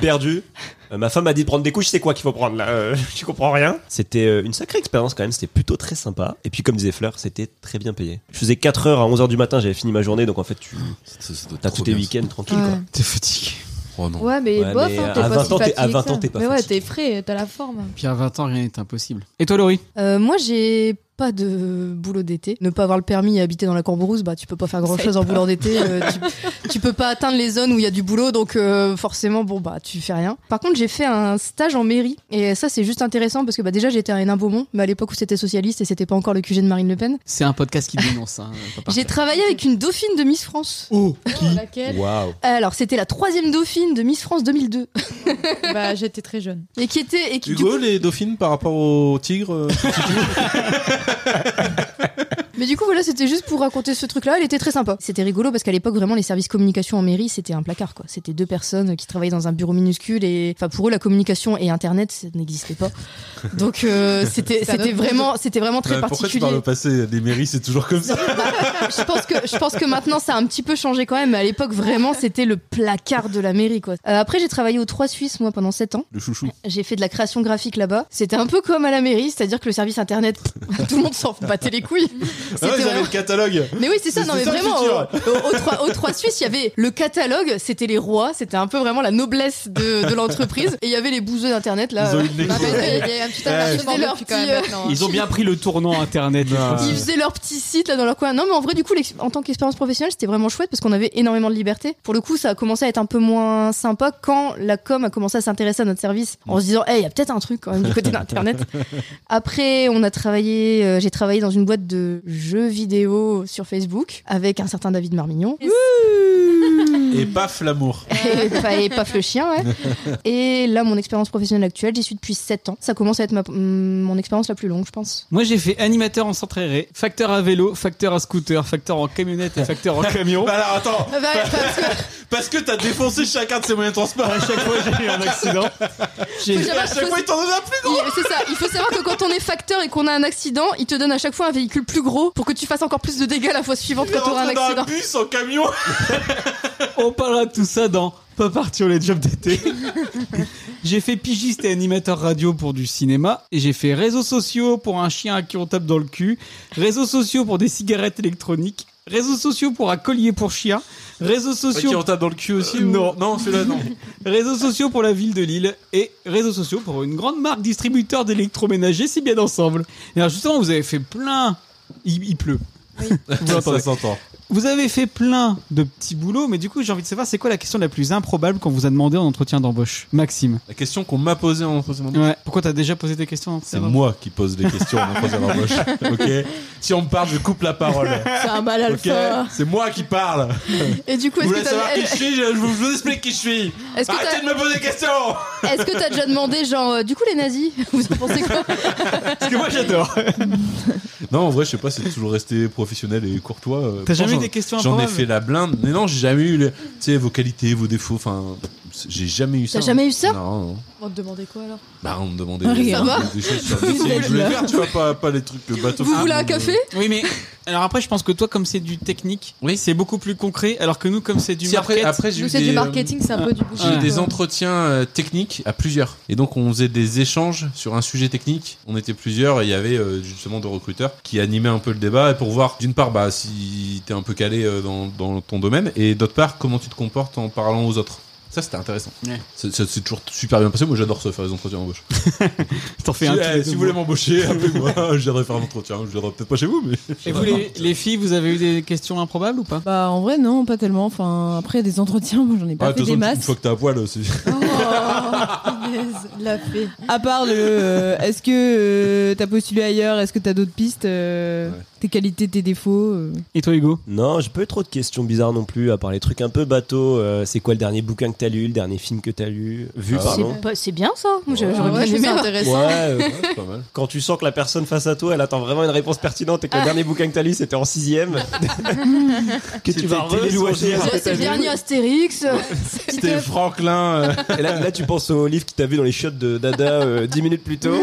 I: perdue. Euh, ma femme a dit de prendre des couches, c'est quoi qu'il faut prendre là Euh, Je comprends rien. C'était euh, une sacrée expérience quand même, c'était plutôt très sympa. Et puis comme disait Fleur, c'était très bien payé. Je faisais 4 heures à 11h du matin, j'avais fini ma journée, donc en fait tu as tous tes week-ends tranquille.
F: Ouais.
I: Quoi.
B: T'es fatigué. Oh non.
F: Ouais, mais
I: Ouais,
F: bof,
I: mais
F: hein,
I: à
F: t'es pas
I: 20
F: si
I: ans, t'es- à
F: fatigué que
I: 20 ans,
F: ça.
I: t'es pas
F: Mais ouais,
I: fatigué.
F: t'es frais, t'as la forme.
A: Puis à 20 ans, rien n'est impossible. Et toi, Laurie
D: Euh, moi, j'ai pas de boulot d'été. Ne pas avoir le permis et habiter dans la Cambrousse, bah, tu peux pas faire grand chose en boulot d'été. euh, tu, tu peux pas atteindre les zones où il y a du boulot, donc euh, forcément, bon, bah, tu fais rien. Par contre, j'ai fait un stage en mairie, et ça, c'est juste intéressant parce que bah, déjà, j'étais à Hénin Beaumont, mais à l'époque où c'était socialiste et c'était pas encore le QG de Marine Le Pen.
A: C'est un podcast qui dénonce. Hein,
D: J'ai travaillé avec une dauphine de Miss France.
A: Oh
F: Laquelle
I: Waouh.
D: Alors, c'était la troisième dauphine de Miss France 2002,
F: Bah, j'étais très jeune.
D: et qui était. Et qui, du
B: Hugo, les dauphines par rapport aux tigres euh,
D: Mais du coup, voilà, c'était juste pour raconter ce truc-là. Elle était très sympa. C'était rigolo parce qu'à l'époque, vraiment, les services communication en mairie, c'était un placard, quoi. C'était deux personnes qui travaillaient dans un bureau minuscule et, enfin, pour eux, la communication et Internet, ça n'existait pas. Donc, euh, c'était,
F: C'est un
D: c'était
F: autre
D: vraiment, c'était vraiment très
B: bah, Pourquoi tu
D: particulier.
B: parles au passé Les mairies, c'est toujours comme ça.
D: je pense que, je pense que maintenant, ça a un petit peu changé quand même. Mais à l'époque, vraiment, c'était le placard de la mairie, quoi. Euh, après, j'ai travaillé aux Trois Suisses, moi, pendant sept ans.
B: Le chouchou.
D: J'ai fait de la création graphique là-bas. C'était un peu comme à la mairie, c'est-à-dire que le service Internet, tout le monde s'en battait les couilles.
B: Ah
D: C'était
B: ouais,
D: vraiment-
B: j'avais le catalogue.
D: mais oui, c'est ça,
B: C'est
D: non, mais
B: ça le
D: vraiment, euh,
B: futur.
D: au- au- aux trois, aux trois Suisses, il y avait le catalogue, c'était les rois, c'était un peu vraiment la noblesse de, de l'entreprise, et il y avait les bouseux d'Internet, là.
B: Ils ont
D: euh,
B: une nexo.
D: bah, mais, euh,
F: Il y a un petit
D: Ouais.
F: avertissement
D: Ils faisaient
F: depuis
D: leur
F: quand même
D: petit,
F: maintenant. hein.
A: Ils ont bien pris le tournant internet. les
B: Non.
A: Français.
D: Ils faisaient leur petit site là dans leur coin. Non, mais en vrai, du coup, l'ex- en tant qu'expérience professionnelle, c'était vraiment chouette parce qu'on avait énormément de liberté. Pour le coup, ça a commencé à être un peu moins sympa quand la com a commencé à s'intéresser à notre service en se disant, hey, il y a peut-être un truc quand même du côté d'Internet. Après, on a travaillé, euh, j'ai travaillé dans une boîte de jeux vidéo sur Facebook avec un certain David Marmignon.
B: Et paf, l'amour.
D: et, pa- et paf le chien, ouais. Et là, mon expérience professionnelle actuelle, j'y suis depuis 7 ans. Ça commence à être ma, mm, mon expérience la plus longue, je pense.
A: Moi, j'ai fait animateur en centre aéré, facteur à vélo, facteur à scooter, facteur en camionnette et facteur en camion.
B: Bah alors attends,
D: parce que
B: parce que t'as défoncé chacun de ces moyens de transport.
A: À chaque fois, j'ai eu un accident. J'ai-
D: Faut
B: Et à chaque fois, ils t'en donnent un plus.
D: Il- C'est ça, il faut savoir que quand on est facteur et qu'on a un accident, ils te donnent à chaque fois un véhicule plus gros pour que tu fasses encore plus de dégâts la fois suivante
B: T'es
D: quand tu auras un
B: rentré dans
D: accident.
B: un bus, en camion.
A: On parlera de tout ça dans Pas partir les jobs d'été. j'ai fait pigiste et animateur radio pour du cinéma. Et j'ai fait réseaux sociaux pour un chien à qui on tape dans le cul. Réseaux sociaux pour des cigarettes électroniques. Réseaux sociaux pour un collier pour chien. Réseaux sociaux.
B: Qui on tape dans le cul aussi ou-
A: non.
B: Euh, non, celui-là non.
A: Réseaux sociaux pour la ville de Lille et réseaux sociaux pour une grande marque distributeur d'électroménagers, si bien ensemble. Et alors justement, vous avez fait plein. Il, il pleut. Vous l'entendez.
B: ça s'entend.
A: Vous avez fait plein de petits boulots, mais du coup, j'ai envie de savoir, c'est quoi la question la plus improbable qu'on vous a demandé en entretien d'embauche, Maxime
B: La question qu'on m'a posée en entretien d'embauche,
A: Ouais. Pourquoi t'as déjà posé tes questions en
B: c'est
A: entretien d'embauche
B: moi qui pose les questions en entretien d'embauche. Ok. Si on me parle, je coupe la parole.
D: C'est un mal
B: Ok.
D: alpha.
B: C'est moi qui parle.
D: Et du coup,
B: Vous
D: est-ce que
B: voulez savoir
D: t'as
B: qui je suis je, je vous, je vous explique qui je suis.
D: est-ce que
B: Arrêtez
D: t'as-
B: de me poser des questions.
D: est-ce que t'as déjà demandé, genre, euh, du coup, les nazis, vous en pensez quoi
A: Parce que moi, j'adore.
B: Non, en vrai, je sais pas, c'est toujours resté professionnel et courtois. euh,
A: T'as jamais eu
B: j'en-
A: des questions
B: J'en ai
A: improbables
B: fait la blinde. Mais non, j'ai jamais eu les, tu sais, vos qualités, vos défauts. Enfin, j'ai jamais eu ça.
D: T'as jamais eu ça
B: Non, non.
D: On va te demander quoi alors
B: Bah, on me demandait
H: Rien.
B: des,
H: Ça
D: va
B: des choses sur le métier. Je voulais faire, tu vois, pas, pas les trucs le bateau. Ah,
D: Vous voulez
I: euh,
D: un café
I: ah,
A: Oui, mais alors après, je pense que toi, comme c'est du technique,
B: Oui.
A: c'est beaucoup plus concret, alors que nous, comme c'est du
B: Si, après,
A: market,
B: après j'ai eu
F: Nous, c'est
B: des,
F: du
B: euh,
F: marketing, c'est un peu du bouche
B: J'ai eu
A: Ouais.
B: des entretiens euh, techniques à plusieurs. Et donc, on faisait des échanges sur un sujet technique. On était plusieurs et il y avait euh, justement deux recruteurs qui animaient un peu le débat et pour voir, d'une part, bah, si t'es un peu calé euh, dans, dans ton domaine et d'autre part, comment tu te comportes en parlant aux autres. Ça, c'était intéressant.
A: Ouais.
B: C'est- C'est c'est toujours super bien passé. Moi, j'adore ça, faire les entretiens embauche.
A: t'en fais un
B: si
A: tous
B: eh,
A: les
B: si
A: deux
B: vous voulez
A: mois.
B: m'embaucher, appelez-moi. Je viendrai faire un entretien. Je viendrai peut-être pas chez vous, mais.
A: Et vous, les, les filles, vous avez eu des questions improbables ou pas
H: Bah en vrai non, pas tellement. Enfin après des entretiens, moi, j'en ai pas
B: Ah, de
H: fait
B: toute
H: des
B: façon, une
H: masses.
B: fois que t'as à poil, c'est.
D: La fée.
H: À part le, euh, est-ce que euh, t'as postulé ailleurs, est-ce que t'as d'autres pistes, euh,
B: Ouais.
H: tes qualités, tes défauts. euh.
A: Et toi, Hugo
I: Non, j'ai pas eu trop de questions bizarres non plus, à part les trucs un peu bateaux. euh, c'est quoi le dernier bouquin que t'as lu, le dernier film que t'as lu Vu,
B: Ah.
I: pardon.
D: C'est, pas- c'est bien ça.
B: Ouais,
D: Moi, j'ai- j'aurais
F: ouais,
D: bien
F: je trouve
D: aimé
F: ça
D: avoir-
F: intéressant.
B: Ouais, euh, ouais, c'est pas mal.
I: Quand tu sens que la personne face à toi, elle attend vraiment une réponse pertinente
F: Ah.
I: et que le dernier bouquin que t'as lu, c'était en sixième, que tu vas
B: C'était les
I: re-songer à ce
D: Ouais,
I: que
D: c'est
I: t'as
D: le
I: vu.
D: dernier Astérix.
B: C'était Franklin. euh,
I: Et là, là, tu penses au livre que t'as vu dans les chiottes de Dada euh, dix minutes plus tôt.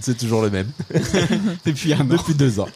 B: c'est toujours le même.
A: Depuis un an.
B: Depuis deux ans.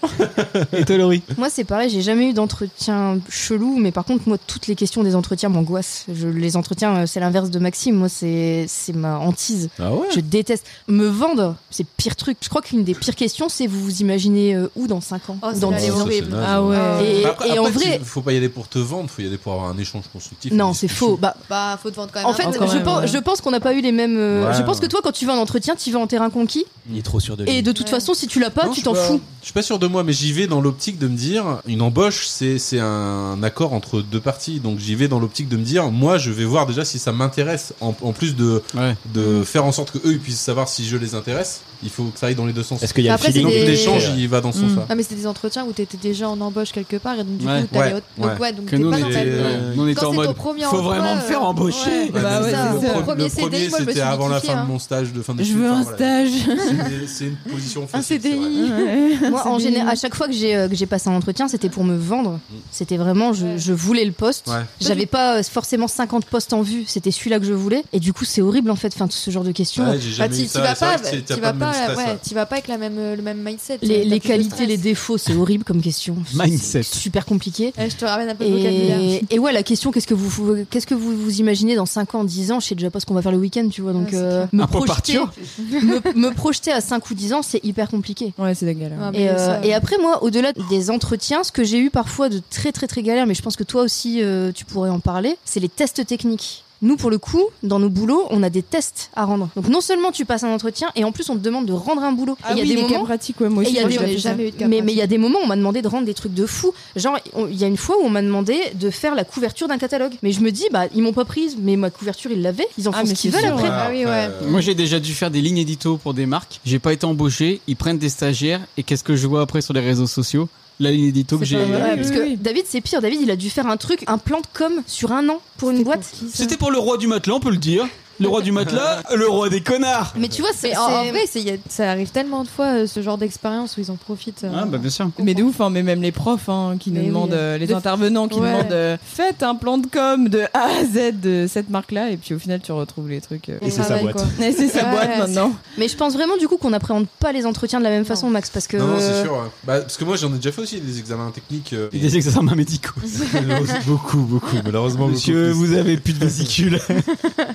A: Et toi, Laurie
D: Moi, c'est pareil, j'ai jamais eu d'entretien chelou, mais par contre, moi, toutes les questions des entretiens m'angoissent. Je, les entretiens, euh, c'est l'inverse de Maxime. Moi, c'est, c'est ma hantise.
B: Ah ouais.
D: Je déteste. Me vendre, c'est le pire truc. Je crois qu'une des pires questions, c'est vous vous imaginez euh, où dans 5 ans
F: Oh,
D: ou dans
F: celle-là,
B: Ouais,
F: elle est
D: 10 ans.
F: horrible.
B: naze,
H: Ah
B: ouais.
H: ouais.
D: Et,
B: Après-
D: et en
B: après,
D: vrai,
B: tu- faut pas y aller pour te vendre, faut y aller pour avoir un échange constructif.
D: non,
B: Une
D: c'est
B: discussion.
D: faux. Bah,
F: Bah, faut te vendre quand même.
D: en fait,
F: un
D: je,
F: peu.
H: quand même,
D: pense,
H: ouais.
D: je pense qu'on n'a pas eu les mêmes. euh,
B: Ouais,
D: je pense
B: ouais.
D: que toi, quand tu vas en entretien, tu vas en terrain conquis.
I: Il est trop sûr de lui.
D: Et de toute
F: Ouais.
D: façon, si tu l'as pas,
B: Non,
D: tu
B: je
D: t'en
B: suis pas-
D: fous.
B: Je suis pas sûr de moi, mais j'y vais dans l'optique de me dire, une embauche, c'est c'est un accord entre deux parties. Donc j'y vais dans l'optique de me dire, moi, je vais voir déjà si ça m'intéresse. En, en plus de
A: Ouais.
B: de faire en sorte que eux ils puissent savoir si je les intéresse, il faut que ça aille dans les deux sens.
I: Est-ce qu'il y a
F: Après,
I: le
F: c'est
B: Donc
I: feeling
F: des-
B: l'échange, il va dans ce
H: Mm.
B: sens-là.
F: Non, mais c'est des entretiens où t'étais déjà en embauche quelque part et donc du
A: Ouais.
F: coup, t'allais
B: Ouais.
F: au- donc,
B: Ouais.
F: ouais, donc
A: Que
F: t'es
A: nous,
F: pas
A: on
F: dans ta
B: était-
F: vie.
B: euh,
A: on était
F: Quand
A: en
F: c'est
A: mode.
F: ton premier
A: Faut
F: emploi,
A: vraiment me faire
F: euh,
A: embaucher.
F: ouais.
H: Bah
B: mais
H: ouais,
B: c'est
H: c'est
B: ça.
F: ça.
B: le,
F: Mon premier
B: le
F: CDI,
B: premier,
F: moi, je me
B: c'était
F: suis
B: avant la
F: notifiée,
B: fin
F: hein.
B: de mon stage de fin de
H: Je veux un stage.
B: C'est c'est une position
F: Un
B: facile, c'est vrai.
F: CDI.
D: Moi, en général, à chaque fois que j'ai euh, que j'ai passé un entretien, c'était pour me vendre. C'était vraiment, je,
F: Ouais.
D: je voulais le poste.
B: Mm. Ouais.
D: J'avais pas euh, forcément 50 postes en vue. C'était celui-là que je voulais. Et du coup, c'est horrible en fait, enfin, ce genre de questions.
B: Ouais, j'ai
F: Bah,
B: jamais
F: tu
B: eu
F: tu
B: ça.
F: vas
B: C'est vrai
F: pas,
B: que c'est-
F: tu
B: t'as
F: vas
B: le même
F: pas,
B: stress, là.
F: ouais, tu vas pas avec la même, le même mindset.
D: les
F: t'as
D: les
F: plus de
D: qualités,
F: stress.
D: les défauts, c'est horrible comme question.
A: Mindset.
D: C'est Super compliqué.
F: Eh, Je te ramène un peu le vocabulaire.
D: Et, et ouais, la question, qu'est-ce que vous, qu'est-ce que vous vous imaginez dans 5 ans, 10 ans Je sais déjà pas ce qu'on va faire le week-end, tu vois. Donc,
F: Ouais, Ah, c'est
D: euh,
F: clair.
D: me,
A: Un peu
D: projeter,
A: partout.
D: me, me projeter à 5 ou 10 ans, c'est hyper compliqué.
H: Ouais, c'est la galère.
F: Ah, mais
D: Et, euh,
F: ça,
D: et après, moi, au-delà des entretiens, ce que j'ai eu parfois de très très très galère, mais je pense que toi aussi euh, tu pourrais en parler, c'est les tests techniques. Nous, pour le coup, dans nos boulots, on a des tests à rendre. Donc non seulement tu passes un entretien, et en plus on te demande de rendre un boulot.
F: Ah
D: Et
H: Ah oui,
D: il y a des
H: les cas
D: moments.
H: pratiques, ouais, moi
D: Et
H: aussi.
D: il y a
H: moi,
D: des-
H: je l'ai
F: j'avais
H: fait ça.
F: jamais eu de cas
D: Mais mais il y
F: pratique.
D: a des moments où on m'a demandé de rendre des trucs de fou. Genre, on- il y a une fois où on m'a demandé de faire la couverture d'un catalogue. Mais je me dis, bah, ils m'ont pas prise, mais ma couverture, ils l'avaient. Ils en
H: Ah,
D: font ce
H: mais
D: qu'ils
H: c'est
D: veulent
H: sûr,
D: après.
F: ouais. Ah oui, ouais.
B: euh,
A: Moi, j'ai déjà dû faire des lignes édito pour des marques. J'ai pas été embauché. Ils prennent des stagiaires. Et qu'est-ce que je vois après sur les réseaux sociaux La ligne édito que
H: C'est pas
A: j'ai.
H: vrai.
D: Ouais,
H: Oui,
D: parce
H: oui,
D: que
H: oui.
D: David, c'est pire. David, il a dû faire un truc, un plan de com sur un an pour une boîte.
A: C'était pour le roi du matelas, on peut le dire. Le roi du matelas, le roi des connards.
D: Mais tu vois, c'est
F: Mais en, en
D: c'est-
F: vrai, c'est- y a- ça arrive tellement de fois euh, ce genre d'expérience où ils en profitent. euh,
A: Ah, bah, bien sûr.
H: Mais de ouf, hein, mais même les profs hein, qui nous
F: Mais oui,
H: demandent,
F: hein.
H: euh, les
F: De-
H: intervenants qui
F: Ouais.
H: nous demandent, euh, faites un plan de com de A à Z de cette marque-là, et puis au final tu retrouves les trucs. euh.
F: au
I: Et c'est sa
F: travail,
I: boîte.
F: quoi.
H: Et c'est sa
F: Ouais,
H: boîte
F: c'est-
H: maintenant.
D: Mais je pense vraiment du coup qu'on n'appréhende pas les entretiens de la même façon, Max, parce que.
B: Non, non, c'est sûr. ouais. Bah, parce que moi, j'en ai déjà fait aussi des examens techniques. euh,
A: Et des examens médicaux.
B: et- beaucoup, beaucoup, malheureusement. beaucoup
A: Monsieur,
B: plus.
A: vous avez plus de vésicule.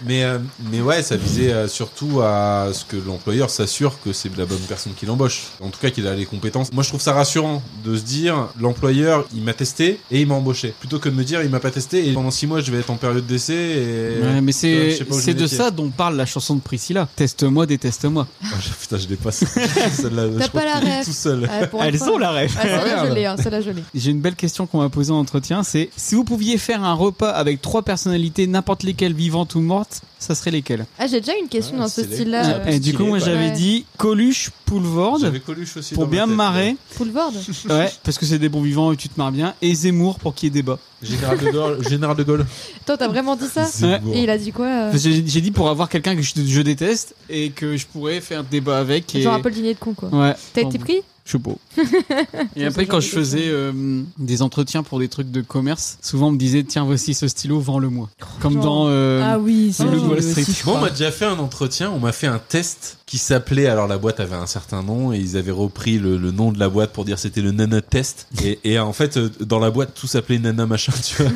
B: Mais euh, Mais ouais, ça visait euh, surtout à ce que l'employeur s'assure que c'est la bonne personne qui l'embauche. En tout cas, qu'il a les compétences. Moi, je trouve ça rassurant de se dire, l'employeur, il m'a testé et il m'a embauché. Plutôt que de me dire, il m'a pas testé et pendant six mois, je vais être en période d'essai et...
A: Ouais, mais
B: Euh, je
A: c'est
B: sais pas où je
A: c'est
B: vais
A: de
B: les
A: ça dont parle la chanson de Priscilla. Teste-moi, déteste-moi.
B: Ah, je- putain, je dépasse. Celle-là, je
F: T'as
B: crois
F: pas la
B: que je l'ai
F: ref.
B: tout seul.
F: Ah, pour une
A: Elles
F: fois.
A: ont la ref.
F: Ah, celle-là, je
A: Merde.
F: l'ai, hein, celle-là, je l'ai.
A: J'ai une belle question qu'on m'a posée en entretien, c'est si vous pouviez faire un repas avec trois personnalités, n'importe lesquelles vivantes ou mortes, ça serait lesquelles
F: Ah, j'ai déjà une question
B: Ah,
F: dans ce
B: c'est les-
F: style-là.
A: Et
F: euh,
A: Du coup, moi
F: quoi.
A: j'avais
F: Ouais.
A: dit Coluche, Poulvorde,
B: J'avais Coluche aussi.
A: pour
B: dans ma
A: bien me
B: tête,
A: marrer,
F: Boulevard.
A: ouais, parce que c'est des bons vivants et tu te marres bien, et Zemmour pour qu'il y ait débat.
B: ouais. Général de Gaulle. Général de Gaulle.
F: Toi, t'as vraiment dit ça
B: Zemmour.
F: Et il a dit quoi euh,
A: Parce que J'ai j'ai dit pour avoir quelqu'un que je, je déteste et que je pourrais faire débat avec. Et...
F: Genre un peu le dîner de con, quoi.
A: Ouais.
F: T'as été pris
A: Je sais pas. Et après, quand je faisais euh, des entretiens pour des trucs de commerce, souvent on me disait tiens, voici ce stylo, vends-le-moi.
F: Oh,
A: Comme
H: Genre.
A: dans. euh,
H: Ah oui, c'est
A: le
H: le
A: Wall Street.
B: Moi, on m'a déjà fait un entretien, on m'a fait un test qui s'appelait, alors la boîte avait un certain nom et ils avaient repris le, le nom de la boîte pour dire c'était le Nana Test. Et, et en fait, euh, dans la boîte, tout s'appelait Nana machin, tu vois.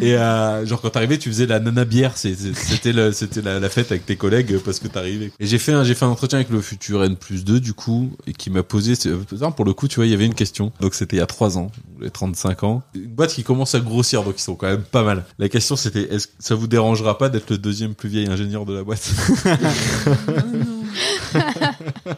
B: Et euh, genre quand t'arrivais, tu faisais la Nana bière, c'est- c'est- c'était le- c'était la, la fête avec tes collègues parce que t'arrivais. Et j'ai fait un j'ai fait un entretien avec le futur N plus 2 du coup et qui m'a posé c'est- putain, pour le coup, tu vois, il y avait une question. Donc c'était il y a 3 ans, les 35 ans. Une boîte qui commence à grossir donc ils sont quand même pas mal. La question c'était est-ce que ça vous dérangera pas d'être le deuxième plus vieil ingénieur de la boîte
D: Oh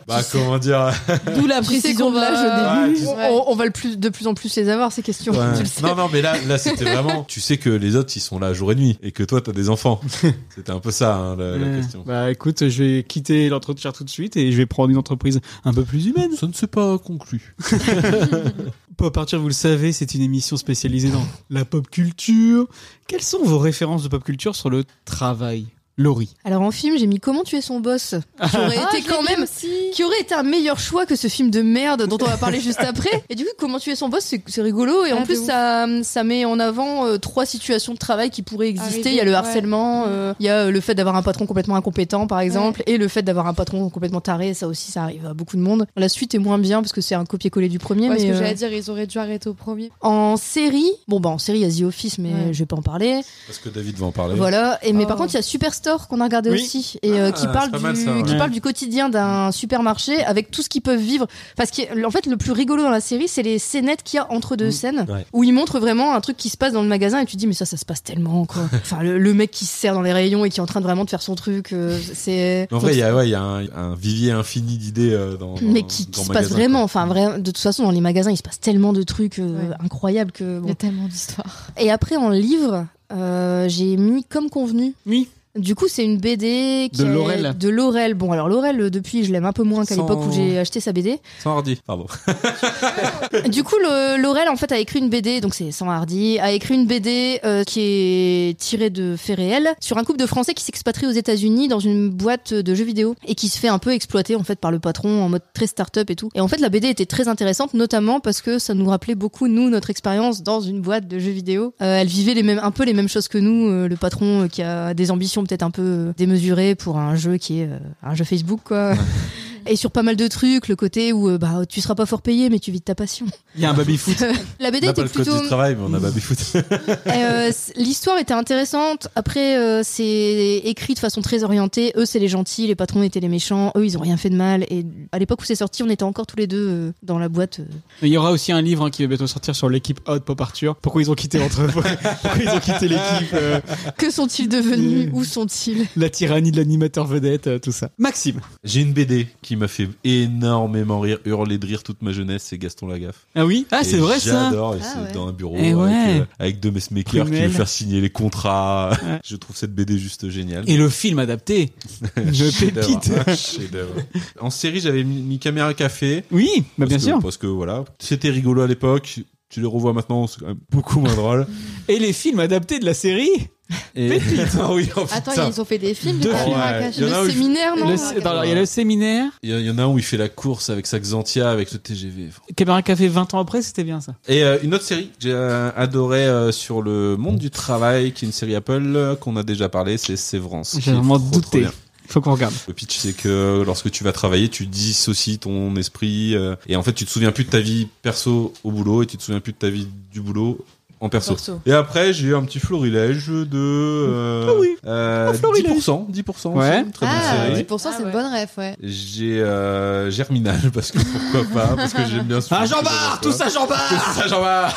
B: Bah comment dire
H: D'où la
D: Tu sais
H: précision
D: qu'on
H: de l'âge
D: va,
B: Ouais,
H: au
B: tu
H: début.
B: sais.
D: on, on va le plus, de plus en plus les avoir ces questions.
B: Ouais.
D: Tu Ah le sais.
B: Non, non, mais là, là c'était vraiment. Tu sais que les autres, ils sont là jour et nuit, et que toi, t'as des enfants. C'était un peu ça, hein, la, la
A: euh,
B: question.
A: Bah écoute, je vais quitter l'entretien tout de suite et je vais prendre une entreprise un peu plus humaine.
B: Ça ne s'est pas conclu.
A: Pour partir, vous le savez, c'est une émission spécialisée dans la pop culture. Quelles sont vos références de pop culture sur le travail Laurie.
D: Alors en film, j'ai mis Comment tuer son boss Qui aurait
F: Ah,
D: été
F: je
D: quand
F: l'ai mis
D: même.
F: aussi.
D: Qui aurait été un meilleur choix que ce film de merde dont on va parler juste après. Et du coup, Comment tuer son boss, c'est c'est rigolo. Et
F: Ah,
D: en
F: de
D: plus,
F: ouf.
D: ça, ça met en avant euh, trois situations de travail qui pourraient exister. Il y a le
F: Arriver,
D: harcèlement,
F: ouais. Mm.
D: euh, il y a euh, le fait d'avoir un patron complètement incompétent, par exemple, et le fait d'avoir un patron complètement taré. Ça aussi, ça arrive à beaucoup de monde. La suite est moins bien parce que c'est un copier-coller du premier.
F: Ouais, ce
D: mais,
F: que
D: euh,
F: j'allais dire, ils auraient dû arrêter au premier.
D: En série, bon bah en série il y a The Office mais
F: Ouais.
D: je vais pas en parler.
B: Parce que David va en parler.
D: Voilà. Et mais par
F: Oh.
D: contre il y a Superstore qu'on a regardé
A: Oui.
D: aussi et euh,
B: Ah,
D: qui
B: c'est
D: parle
B: pas
D: du
B: mal, ça, ouais. Mm.
D: qui
A: Ouais.
D: parle du quotidien d'un supermarché avec tout ce qu'ils peuvent vivre. Parce que en fait le plus rigolo dans la série c'est les scénettes qu'il y a entre deux
A: Mm.
D: scènes
I: Ouais.
D: où ils montrent vraiment un truc qui se passe dans le magasin et tu te dis mais ça ça se passe tellement quoi. enfin le, le mec qui se sert dans les rayons et qui est en train de vraiment de faire son truc euh, c'est.
B: Mais En vrai, il y a, ouais, il y a un, un vivier infini d'idées euh, dans.
D: mais
B: dans-
D: qui, qui
B: dans
D: se
B: magasin,
D: passe vraiment,
B: quoi.
D: enfin vrai, de toute façon dans les magasins il se passe tellement de trucs euh,
F: Ouais.
D: incroyables que
F: Il
D: bon.
F: y a tellement d'histoires.
D: Et après, en livre, euh, j'ai mis comme convenu.
A: Oui.
D: Du coup, c'est une BD qui
A: De
D: est-
A: Laurel.
D: De Laurel. Bon, alors Laurel, euh, depuis, je l'aime un peu moins qu'à
B: Sans-
D: l'époque où j'ai acheté sa BD.
B: Sans Hardy, pardon.
D: du coup, le- Laurel, en fait, a écrit une BD, donc c'est Sans Hardy, a écrit une BD euh, qui est tirée de faits réels sur un couple de Français qui s'expatrie aux États-Unis dans une boîte de jeux vidéo et qui se fait un peu exploiter en fait par le patron en mode très start-up et tout. Et en fait, la BD était très intéressante, notamment parce que ça nous rappelait beaucoup nous notre expérience dans une boîte de jeux vidéo. Euh, elle vivait les mêmes, un peu les mêmes choses que nous. euh, le patron euh, qui a des ambitions peut-être un peu euh, démesurées pour un jeu qui est euh, un jeu Facebook quoi. Et sur pas mal de trucs, le côté où euh, bah tu seras pas fort payé mais tu vis de ta passion.
A: Il y a un baby-foot.
B: On
D: La BD
B: n'a pas
D: était
B: le code
D: plutôt.
B: du travail, mais on a Babyfoot.
D: Euh, c- L'histoire était intéressante. Après, euh, c'est écrit de façon très orientée. Eux, c'est les gentils, les patrons étaient les méchants. Eux, ils ont rien fait de mal. Et à l'époque où c'est sorti, on était encore tous les deux euh, dans la boîte. euh.
A: Il y aura aussi un livre hein, qui va bientôt sortir sur l'équipe Hot Pop Arthur. Pourquoi ils ont quitté l'entrepôt Pourquoi ils ont quitté l'équipe euh,
D: Que sont-ils devenus
A: Mm.
D: Où sont-ils
A: La tyrannie de l'animateur vedette, euh, tout ça. Maxime.
B: J'ai une BD qui m'a fait énormément rire, hurler de rire toute ma jeunesse, c'est Gaston Lagaffe.
A: Ah oui Ah,
B: Et
A: c'est vrai ça
B: J'adore, et
D: Ah
B: c'est
D: ouais.
B: dans un bureau
A: Eh
B: avec,
A: ouais.
B: euh, avec deux messmakers qui veulent
A: Prunelle.
B: faire signer les contrats.
A: Ouais.
B: Je trouve cette BD juste géniale.
A: Et le film adapté Je
B: Chef-d'œuvre,
A: pépite
B: hein, chef-d'œuvre. En série, j'avais mis, mis Caméra Café.
A: Oui, bah
B: parce
A: bien
B: que-
A: sûr.
B: Parce que voilà, c'était rigolo à l'époque. Tu les revois maintenant, c'est quand même beaucoup moins drôle.
A: Et les films adaptés de la série
B: Et... Ah oui, oh,
F: Attends,
B: putain.
F: ils ont fait des films,
A: Deux
F: les
B: films.
F: caméras
B: Ouais.
F: cachées.
B: Il y en a un où
D: Le
B: je-
D: séminaire, non
A: Le sé-
F: d'accord.
A: alors, Il y a le séminaire.
B: il y, a- il y en a un où il fait la course avec sa Xantia, avec le TGV.
A: Cabaret Café 20 ans après, c'était bien ça.
B: Et euh, une autre série que j'ai euh, adoré euh, sur le monde du travail, qui est une série Apple euh, qu'on a déjà parlé, c'est Sévrance. qui
A: J'ai
B: est
A: vraiment
B: trop, trop
A: douté.
B: bien.
A: Faut qu'on regarde.
B: Le pitch, c'est que lorsque tu vas travailler, tu dissocies ton esprit euh, et en fait, tu te souviens plus de ta vie perso au boulot et tu te souviens plus de ta vie du boulot en perso.
H: Perso.
B: Et après, j'ai eu un petit florilège de euh,
A: Ah
B: euh, 10%, 10% aussi,
A: Ouais.
B: une très bonne
F: Ah,
B: série.
F: 10%
H: Ah
F: c'est
H: ouais.
F: une bonne ref, ouais.
B: J'ai euh, Germinal parce que pourquoi pas parce que j'aime bien ce
A: Ah,
B: film.
A: Jean Bart Tout ça, Jean
B: Tout
A: Bart
B: ça, j'en bats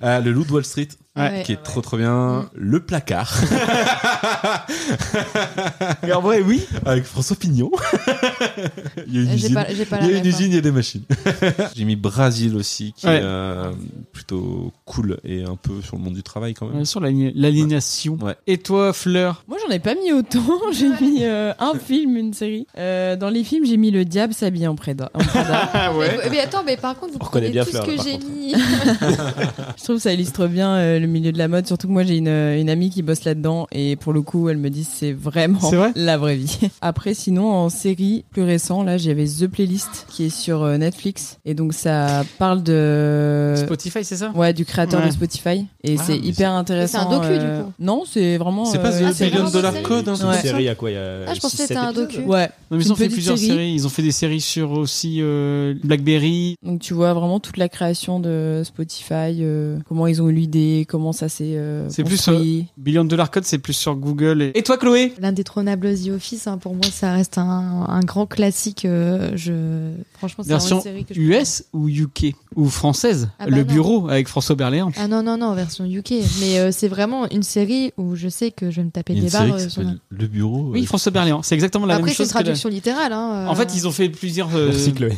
B: Ah, Le loup de Wall Street
A: Ouais.
F: Ouais.
B: Ah,
F: Mm.
B: qui est trop trop bien. Le placard
A: Et En vrai, oui.
B: avec François Pignon. Il y a une
F: Euh, J'ai
B: usine.
F: pas, j'ai pas la hein.
B: Il y a une
F: ref, hein.
B: usine, il y a des machines. J'ai mis Brasil aussi, qui
A: Ouais.
B: est euh, plutôt cool et un peu sur le monde du travail quand même.
A: Euh, Sur l'ali- l'alignation.
B: Ouais.
A: Et toi, Fleur
H: Moi, j'en ai pas mis autant. J'ai mis euh, un film, une série. Euh, dans les films, j'ai mis Le Diable s'habille en Prada. en Prada.
A: Ah
F: Mais, vous- mais attends, mais par contre, vous
I: On
F: prenez
I: reconnaît bien
F: tout
I: Fleur,
F: ce que
I: par
F: j'ai
I: contre.
F: mis. Ah,
H: Je trouve que ça illustre bien euh, le milieu de la mode. Surtout que moi, j'ai une, euh, une amie qui bosse là-dedans et pour le coup, elle me dit c'est vraiment
A: C'est vrai
H: la vraie vie. Après, sinon, en série plus récent, là, j'avais The Playlist qui est sur euh, Netflix et donc ça parle de
F: Euh,
A: Spotify, c'est ça
H: Ouais, du créateur
A: Ouais.
H: de Spotify. Et
A: Ah,
H: c'est
B: mais
H: hyper intéressant.
F: c'est un docu, du
H: euh,
F: coup.
H: Non, c'est vraiment.
B: C'est pas
H: euh,
B: The
F: Ah, c'est
B: Million
F: vraiment
B: Dollar
F: une série
B: Code hein,
I: C'est
H: Ouais.
I: une série à quoi il y a
F: Ah, je
I: six,
F: pensais que
I: sept
F: c'était un
I: épisodes
F: docu.
H: Ouais.
A: Non, mais ils ont
H: Une
A: fait
H: petite
A: plusieurs
H: série.
A: séries. Ils ont fait des séries sur aussi euh, Blackberry.
H: Donc tu vois vraiment toute la création de Spotify, euh, comment ils ont eu l'idée, comment ça s'est. euh,
A: C'est plus,
H: construit.
A: Billion Dollar Code, c'est plus sur Google. Et, et toi, Chloé
F: L'indétrônable The Office, hein, pour moi, ça reste un, un grand classique. euh, je... Franchement, c'est
A: Version
F: une série que je
A: US ou UK Ou française
F: Ah bah
A: Le
F: non.
A: bureau avec François Berléand.
F: Ah non, non, non, version UK. Mais euh, c'est vraiment une série où je sais que je vais me taper
B: Il y a
F: des
B: une série
F: barres.
B: qui
F: euh, sur la-
B: s'appelle Le Bureau.
A: Oui,
B: euh,
A: François Berléand. C'est exactement la
F: Après,
A: même
F: c'est une
A: chose. que la-
F: traduction littérale. hein,
A: En
F: euh,
A: fait, ils ont fait plusieurs. euh,
I: Merci Chloé.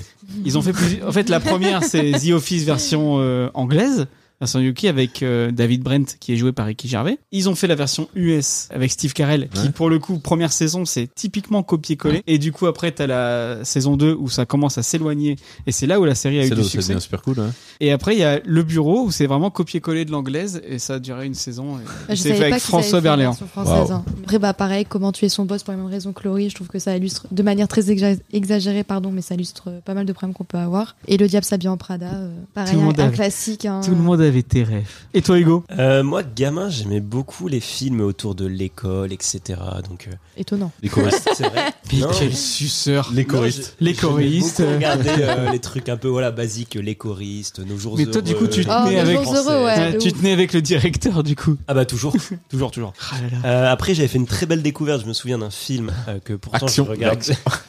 A: Ils ont fait plus... En fait, la première, c'est The Office version euh, anglaise, version UK avec euh, David Brent qui est joué par Ricky Gervais. Ils ont fait la version US avec Steve Carell qui,
B: Ouais.
A: pour le coup, première saison, c'est typiquement copier-coller. Et du coup, après, t'as la saison 2 où ça commence à s'éloigner. Et c'est là où la série a eu
B: Celle-là,
A: du
B: ça
A: succès.
B: devient super cool. hein.
A: Et après, il y a Le Bureau où c'est vraiment copier-coller de l'anglaise et ça a duré une saison.
F: Ah, Je
A: Et... C'est
F: savais
A: fait avec
F: pas qu'ils avaient
A: François
F: fait la
A: Berléand.
F: version française, hein. Après, bah, pareil, comment tuer son boss pour les mêmes raisons que Laurie, je trouve que ça illustre de manière très exa- exagérée, pardon, mais ça illustre euh, pas mal de problèmes qu'on peut avoir. Et le diable s'habille en Prada, euh, pareil,
A: Tout le monde
F: un, un
A: a-
F: classique. hein.
A: Tout le monde avait tes rêves. Et toi, Hugo
I: Euh, moi, gamin, j'aimais beaucoup les films autour de l'école, etc. Donc, euh,
F: Étonnant.
B: Les choristes.
I: c'est vrai.
A: Mais
I: Non.
A: quel suceur
B: Les
I: Non,
B: choristes.
I: j'ai-
A: Les
I: j'aimais
A: choristes.
I: beaucoup Regarder euh, les trucs un peu voilà basiques, les choristes, nos jours
A: Mais
I: heureux.
A: toi, du coup, tu te
F: Oh,
A: mets
F: les
A: avec-
F: jours heureux, ouais.
A: Ouais,
F: de
A: Tu
F: ouf.
A: tenais avec le directeur, du coup.
I: Ah bah toujours, toujours, toujours.
A: Ah là là.
I: Euh, après, j'avais fait une très belle découverte. Je me souviens d'un film euh, que pourtant
B: Action,
I: je regarde.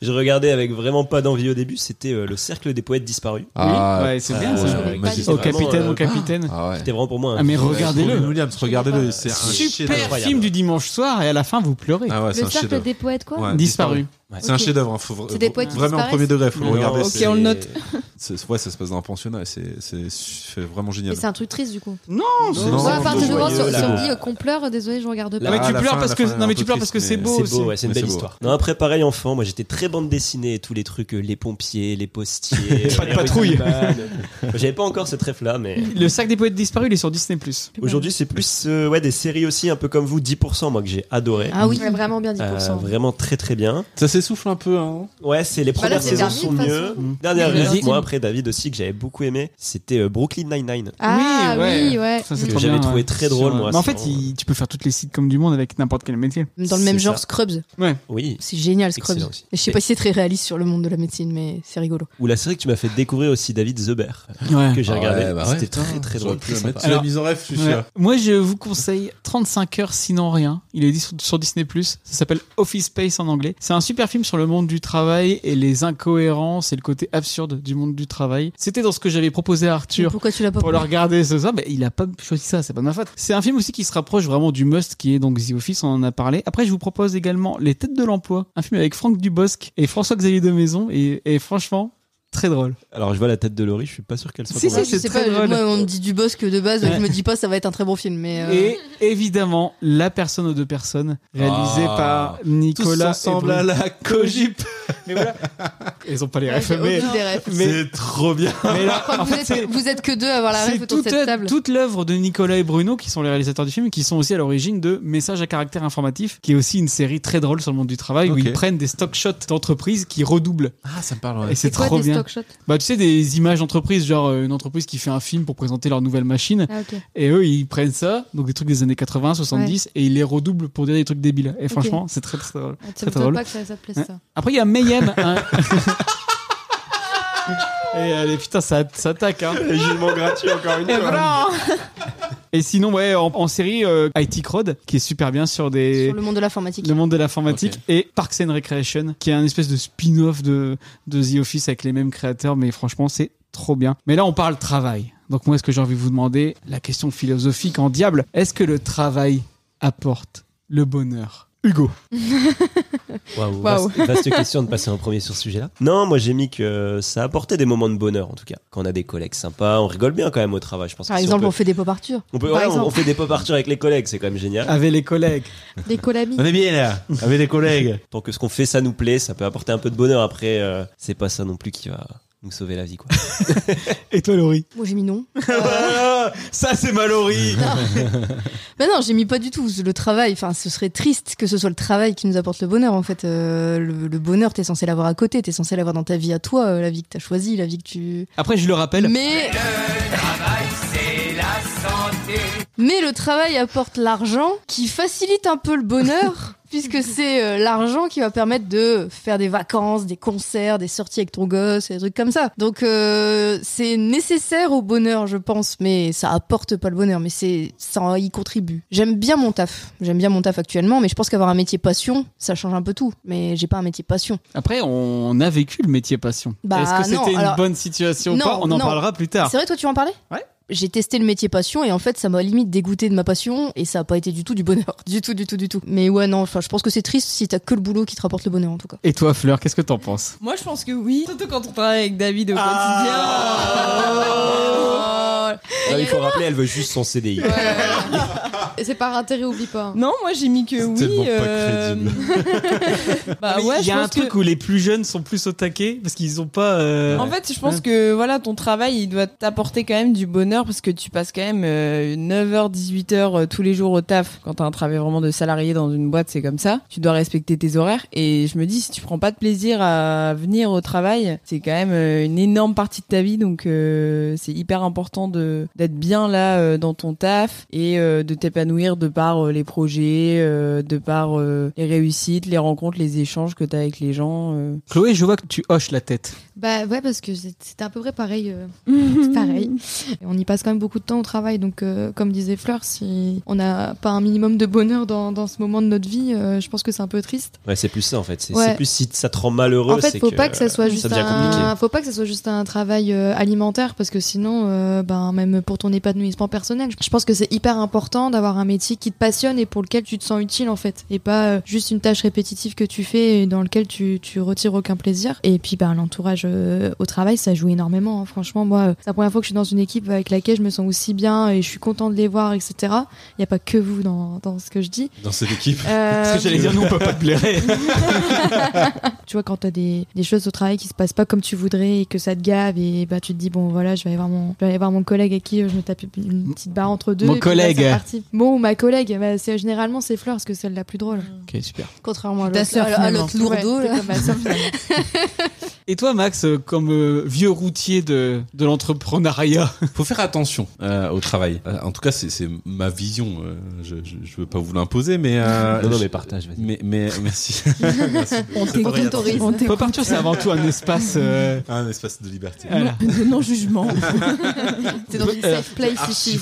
I: je regardais avec vraiment pas d'envie au début. C'était euh, le cercle des poètes disparus.
B: Ah,
A: ouais, c'est bien,
I: euh,
A: ça.
I: avec qui
F: Pas
I: c'était
F: du tout.
A: Au
I: vraiment,
A: capitaine,
I: euh,
A: au capitaine.
B: Ah ouais.
I: C'était vraiment pour moi. un
A: Ah, mais
I: film, euh,
A: regardez-le.
B: Williams, regardez-le. C'est un
A: Super
B: chef-d'œuvre.
I: incroyable.
A: film du dimanche soir et à la fin vous pleurez.
B: Ah ouais, c'est
F: Le
B: un
F: cercle
B: chef-d'œuvre.
F: des poètes, quoi
B: Ouais,
A: Disparu.
B: C'est un
F: Ok.
B: chef-d'œuvre. hein, faut vra-
F: C'est des poètes qui
B: Vraiment en
F: disparaissent
B: premier degré, faut le
I: Non,
B: regarder.
I: ok,
B: c'est-
H: on le note.
B: c'est- Ouais, ça se passe dans un pensionnat et c'est- c'est c'est vraiment
F: Et
B: génial.
F: c'est un truc triste, du coup.
B: Non,
F: Moi, à
B: non,
F: partir
B: non,
F: du moment
B: non,
F: sur-
B: non,
F: si on
B: non.
F: dit euh, qu'on pleure, désolé, je regarde
B: La-
F: pas.
A: mais tu
B: la
A: pleures
B: fin-
A: parce
B: la
A: que
B: fin est
A: non mais
B: un
A: tu
B: peu
A: pleures parce que
B: triste,
A: c'est
B: mais
A: beau
I: C'est
A: aussi.
I: beau, ouais, c'est une
B: Mais
I: belle
B: c'est beau.
I: histoire. Non, après, pareil, enfant, moi j'étais très bande dessinée et tous les trucs, euh, les pompiers, les postiers.
A: Pas de
I: les
A: patrouille.
I: rugbyman. J'avais pas encore cette ref là, mais.
A: Le sac des poètes disparus, il est sur Disney+.
I: Aujourd'hui, c'est plus euh, ouais, des séries aussi, un peu comme vous, 10%, moi que j'ai adoré.
F: Ah oui, mais vraiment bien 10%.
I: Euh, vraiment très très bien.
B: Ça s'essouffle un peu. hein.
I: Ouais, c'est les
F: Bah
I: premières
F: là, c'est
I: saisons
F: terminé,
I: sont
F: de toute
I: mieux.
F: façon.
A: Mm.
I: Dernière
H: Vas-y,
I: ref,
H: dis-moi.
I: moi après David aussi que j'avais beaucoup aimé, c'était euh, Brooklyn Nine-Nine.
F: Ah oui, ouais.
A: Ça, c'est
I: Que
A: trop
I: j'avais
A: bien,
I: trouvé
A: ouais.
I: très drôle,
A: Sur-
I: moi,
A: Mais en
I: c'est
A: fait,
I: vraiment-
A: il- tu peux faire toutes les sitcoms du monde avec n'importe quel métier.
D: Dans le même
I: C'est
D: genre,
I: ça.
D: Scrubs.
I: Oui,
D: C'est génial, Scrubs.
I: Excellent aussi.
D: Je sais pas si c'est très réaliste sur le monde de la médecine, mais c'est rigolo.
I: ou la série que tu m'as fait découvrir aussi, David The Bear, que
A: Ouais.
I: j'ai
B: Ah
I: regardé.
B: ouais, bah ouais,
I: c'était
B: putain,
I: très très
B: j'aurais
I: drôle.
B: pu
I: très
B: la mettre.
I: sympa.
B: Tu l'as mise en rêve, je suis
A: Ouais.
B: sûr.
A: Moi, je vous conseille 35 heures sinon rien. Il est sur, sur Disney+. Ça s'appelle Office Space en anglais. C'est un super film sur le monde du travail et les incohérences et le côté absurde du monde du travail. C'était dans ce que j'avais proposé à Arthur
D: Pourquoi tu l'as pas
A: pour le regarder ce soir, mais il a pas choisi ça, c'est pas de ma faute. C'est un film aussi qui se rapproche vraiment du must qui est donc The Office, on en a parlé. Après, je vous propose également Les Têtes de l'Emploi, un film avec Franck Dubosc et François-Xavier de Maison, et, et franchement, très drôle.
I: Alors je vois la tête de Laurie, je suis pas sûr qu'elle soit
A: Si,
I: convaincue.
A: si, c'est très drôle.
D: Moi, on me dit du boss que de base,
A: Ouais.
D: je me dis pas, ça va être un très bon film, mais. euh,
A: Et évidemment, La personne aux deux personnes, réalisé
B: Ah.
A: par
B: Tous
A: Nicolas
B: ensemble à
A: Hébreu.
B: la cogip.
A: Mais voilà. Ils ont pas les
D: ouais, j'ai
A: refs, mais,
D: aucune des refs.
A: mais,
B: C'est trop bien.
A: mais là,
D: Je crois que
A: Ah, en
D: vous
A: fait, c'est-
D: êtes- vous êtes que deux à avoir la
A: C'est
D: rêve autour de
A: toute
D: cette
A: la-
D: table.
A: toute l'œuvre de Nicolas et Bruno, qui sont les réalisateurs du film, et qui sont aussi à l'origine de Messages à caractère informatif, qui est aussi une série très drôle sur le monde du travail, où
B: Ok.
A: ils prennent des stock shots d'entreprises qui redoublent.
B: Ah, ça me parle.
A: Et c'est
F: quoi
A: trop
F: des
A: bien.
F: stock shots
A: Bah, tu sais, des images d'entreprises, genre euh, une entreprise qui fait un film pour présenter leur nouvelle machine,
F: Ah, ok.
A: et eux, ils prennent ça, donc des trucs des années 80, 70, et ils les redoublent pour dire des trucs débiles. Et franchement, c'est très très drôle.
F: Ah,
A: Très
F: Tu m'étonnes
A: drôle. hein.
F: pas que ça, ça te plaise,
A: Ouais.
F: ça.
A: Après, il y a Mayhem. un- Et allez, putain, ça, ça attaque, hein.
I: Les jugements gratuits, encore une fois.
A: Et sinon, ouais, en, en série, euh, IT Crowd, qui est super bien sur des.
D: Sur le monde de l'informatique.
A: le monde de l'informatique et Parks and Recreation qui est un espèce de spin-off de, de The Office avec les mêmes créateurs mais franchement c'est trop bien mais là on parle travail donc moi ce que j'ai envie de vous demander la question philosophique en diable est-ce que le travail apporte le bonheur Hugo
I: Waouh,
C: Waouh.
I: vaste, vaste question de passer en premier sur ce sujet-là. Non, moi j'ai mis que ça apportait des moments de bonheur en tout cas. Quand on a des collègues sympas, on rigole bien quand même au travail. Je pense.
D: Par
I: que si
D: exemple,
I: on
D: on,
I: peut-
D: fait des pop Arthur.
I: on, peut-
D: par
I: ouais, on-
D: exemple.
I: on fait des pop artures avec les collègues, c'est quand même génial.
A: avec les collègues
F: Des colamis.
B: est bien là, avec les collègues.
I: Tant que ce qu'on fait, ça nous plaît, ça peut apporter un peu de bonheur. Après, euh, c'est pas ça non plus qui va nous sauver la vie quoi.
A: et toi Laurie
D: Moi, j'ai mis non.
A: ça c'est Mallory
D: Bah non, j'ai mis pas du tout le travail. Enfin, ce serait triste que ce soit le travail qui nous apporte le bonheur. En fait, Euh, le, le bonheur, t'es censé l'avoir à côté, t'es censé l'avoir dans ta vie à toi, euh, la vie que t'as choisie, la vie que tu.
A: après je le rappelle
D: Mais. Mais le travail apporte l'argent qui facilite un peu le bonheur. Puisque c'est euh, l'argent qui va permettre de faire des vacances, des concerts, des sorties avec ton gosse, des trucs comme ça. Donc euh, c'est nécessaire au bonheur, je pense, mais ça apporte pas le bonheur, mais c'est ça y contribue. J'aime bien mon taf, j'aime bien mon taf actuellement, mais je pense qu'avoir un métier passion, ça change un peu tout. Mais j'ai pas un métier passion.
A: après on a vécu le métier passion
D: Bah,
A: est-ce que
D: non,
A: c'était une
D: alors-
A: bonne situation ou
D: Non,
A: pas on en
D: non.
A: parlera plus tard
D: C'est vrai, toi, tu veux en parlais
A: Ouais.
D: J'ai testé le métier passion et en fait, ça m'a limite dégoûté de ma passion et ça a pas été du tout du bonheur. Du tout, du tout, du tout. Mais ouais, non, enfin, je pense que c'est triste si t'as que le boulot qui te rapporte le bonheur en tout cas.
A: et toi Fleur qu'est-ce que t'en penses
H: Moi, je pense que oui. Surtout quand on travaille avec David au quotidien.
I: Ah, il faut rappeler, elle veut juste son CDI.
F: Et C'est par intérêt, oublie pas. hein.
H: Non, moi, j'ai mis que oui.
B: tellement pas
H: euh, bah
A: Mais
H: ouais,
A: il y
H: je
A: a
H: pense
A: un truc
H: que...
A: où les plus jeunes sont plus au taquet parce qu'ils ont pas. euh,
H: En fait, je pense que voilà, ton travail, il doit t'apporter quand même du bonheur parce que tu passes quand même euh, 9h, 18h euh, tous les jours au taf. Quand t'as un travail vraiment de salarié dans une boîte, c'est comme ça. Tu dois respecter tes horaires. Et je me dis, si tu prends pas de plaisir à venir au travail, c'est quand même euh, une énorme partie de ta vie. Donc, euh, c'est hyper important de d'être bien là euh, dans ton taf et euh, de t'épanouir de par euh, les projets, euh, de par euh, les réussites, les rencontres, les échanges que t'as avec les gens. euh.
A: Chloé, je vois que tu hoches la tête.
F: Bah ouais, parce que c'est- c'était à peu près pareil. euh, c'est pareil. Et on y passe quand même beaucoup de temps au travail, donc euh, comme disait Fleur, si on n'a pas un minimum de bonheur dans, dans ce moment de notre vie, euh, je pense que c'est un peu triste.
I: Ouais, c'est plus ça en fait. C'est
F: Ouais.
I: c'est plus si ça te rend malheureux.
F: en fait,
I: c'est
F: faut pas que ça soit juste
I: devient compliqué.
F: un, faut pas que ça soit juste un travail euh, alimentaire, parce que sinon, euh, ben même pour ton épanouissement personnel, je pense que c'est hyper important d'avoir un métier qui te passionne et pour lequel tu te sens utile en fait, et pas euh, juste une tâche répétitive que tu fais et dans lequel tu tu retires aucun plaisir. Et puis, ben l'entourage euh, au travail, ça joue énormément. hein. Franchement, moi, euh, c'est la première fois que je suis dans une équipe avec laquelle je me sens aussi bien et je suis content de les voir, etc. Il y a pas que vous dans dans ce que je dis.
B: Dans cette équipe.
F: Euh,
A: Parce que j'allais dire, nous, on peut pas te blairer.
F: tu vois, quand t'as des, des choses au travail qui se passent pas comme tu voudrais et que ça te gave, et bah tu te dis, bon voilà, je vais aller voir mon, je vais aller voir mon collègue à qui euh, je me tape une petite barre entre deux.
A: Mon
F: et puis là, c'est
A: collègue.
F: parti. Bon, ou ma collègue, bah, c'est, généralement c'est Fleur, parce que c'est celle la plus drôle.
A: ok, super.
D: Contrairement à
H: Ta
D: l'autre-
H: sœur,
D: à- à l'autre
F: Ouais,
D: lourdeau,
F: c'est
D: là.
F: comme ma sœur, finalement.
A: Et toi, Max, euh, comme euh, vieux routier de, de l'entrepreneuriat,
B: faut faire attention euh, au travail. Euh, en tout cas, c'est c'est ma vision. euh, je, je, je veux pas vous l'imposer, mais euh,
I: Non, non,
B: je-
I: mais partage, vas-y.
B: Mais, mais merci.
H: On t'autorise. On
A: Pop Arthur, c'est avant tout un espace. euh,
B: Un espace de liberté.
A: voilà.
H: de non-jugement.
D: T'es dans une
B: Euh,
D: safe place ici.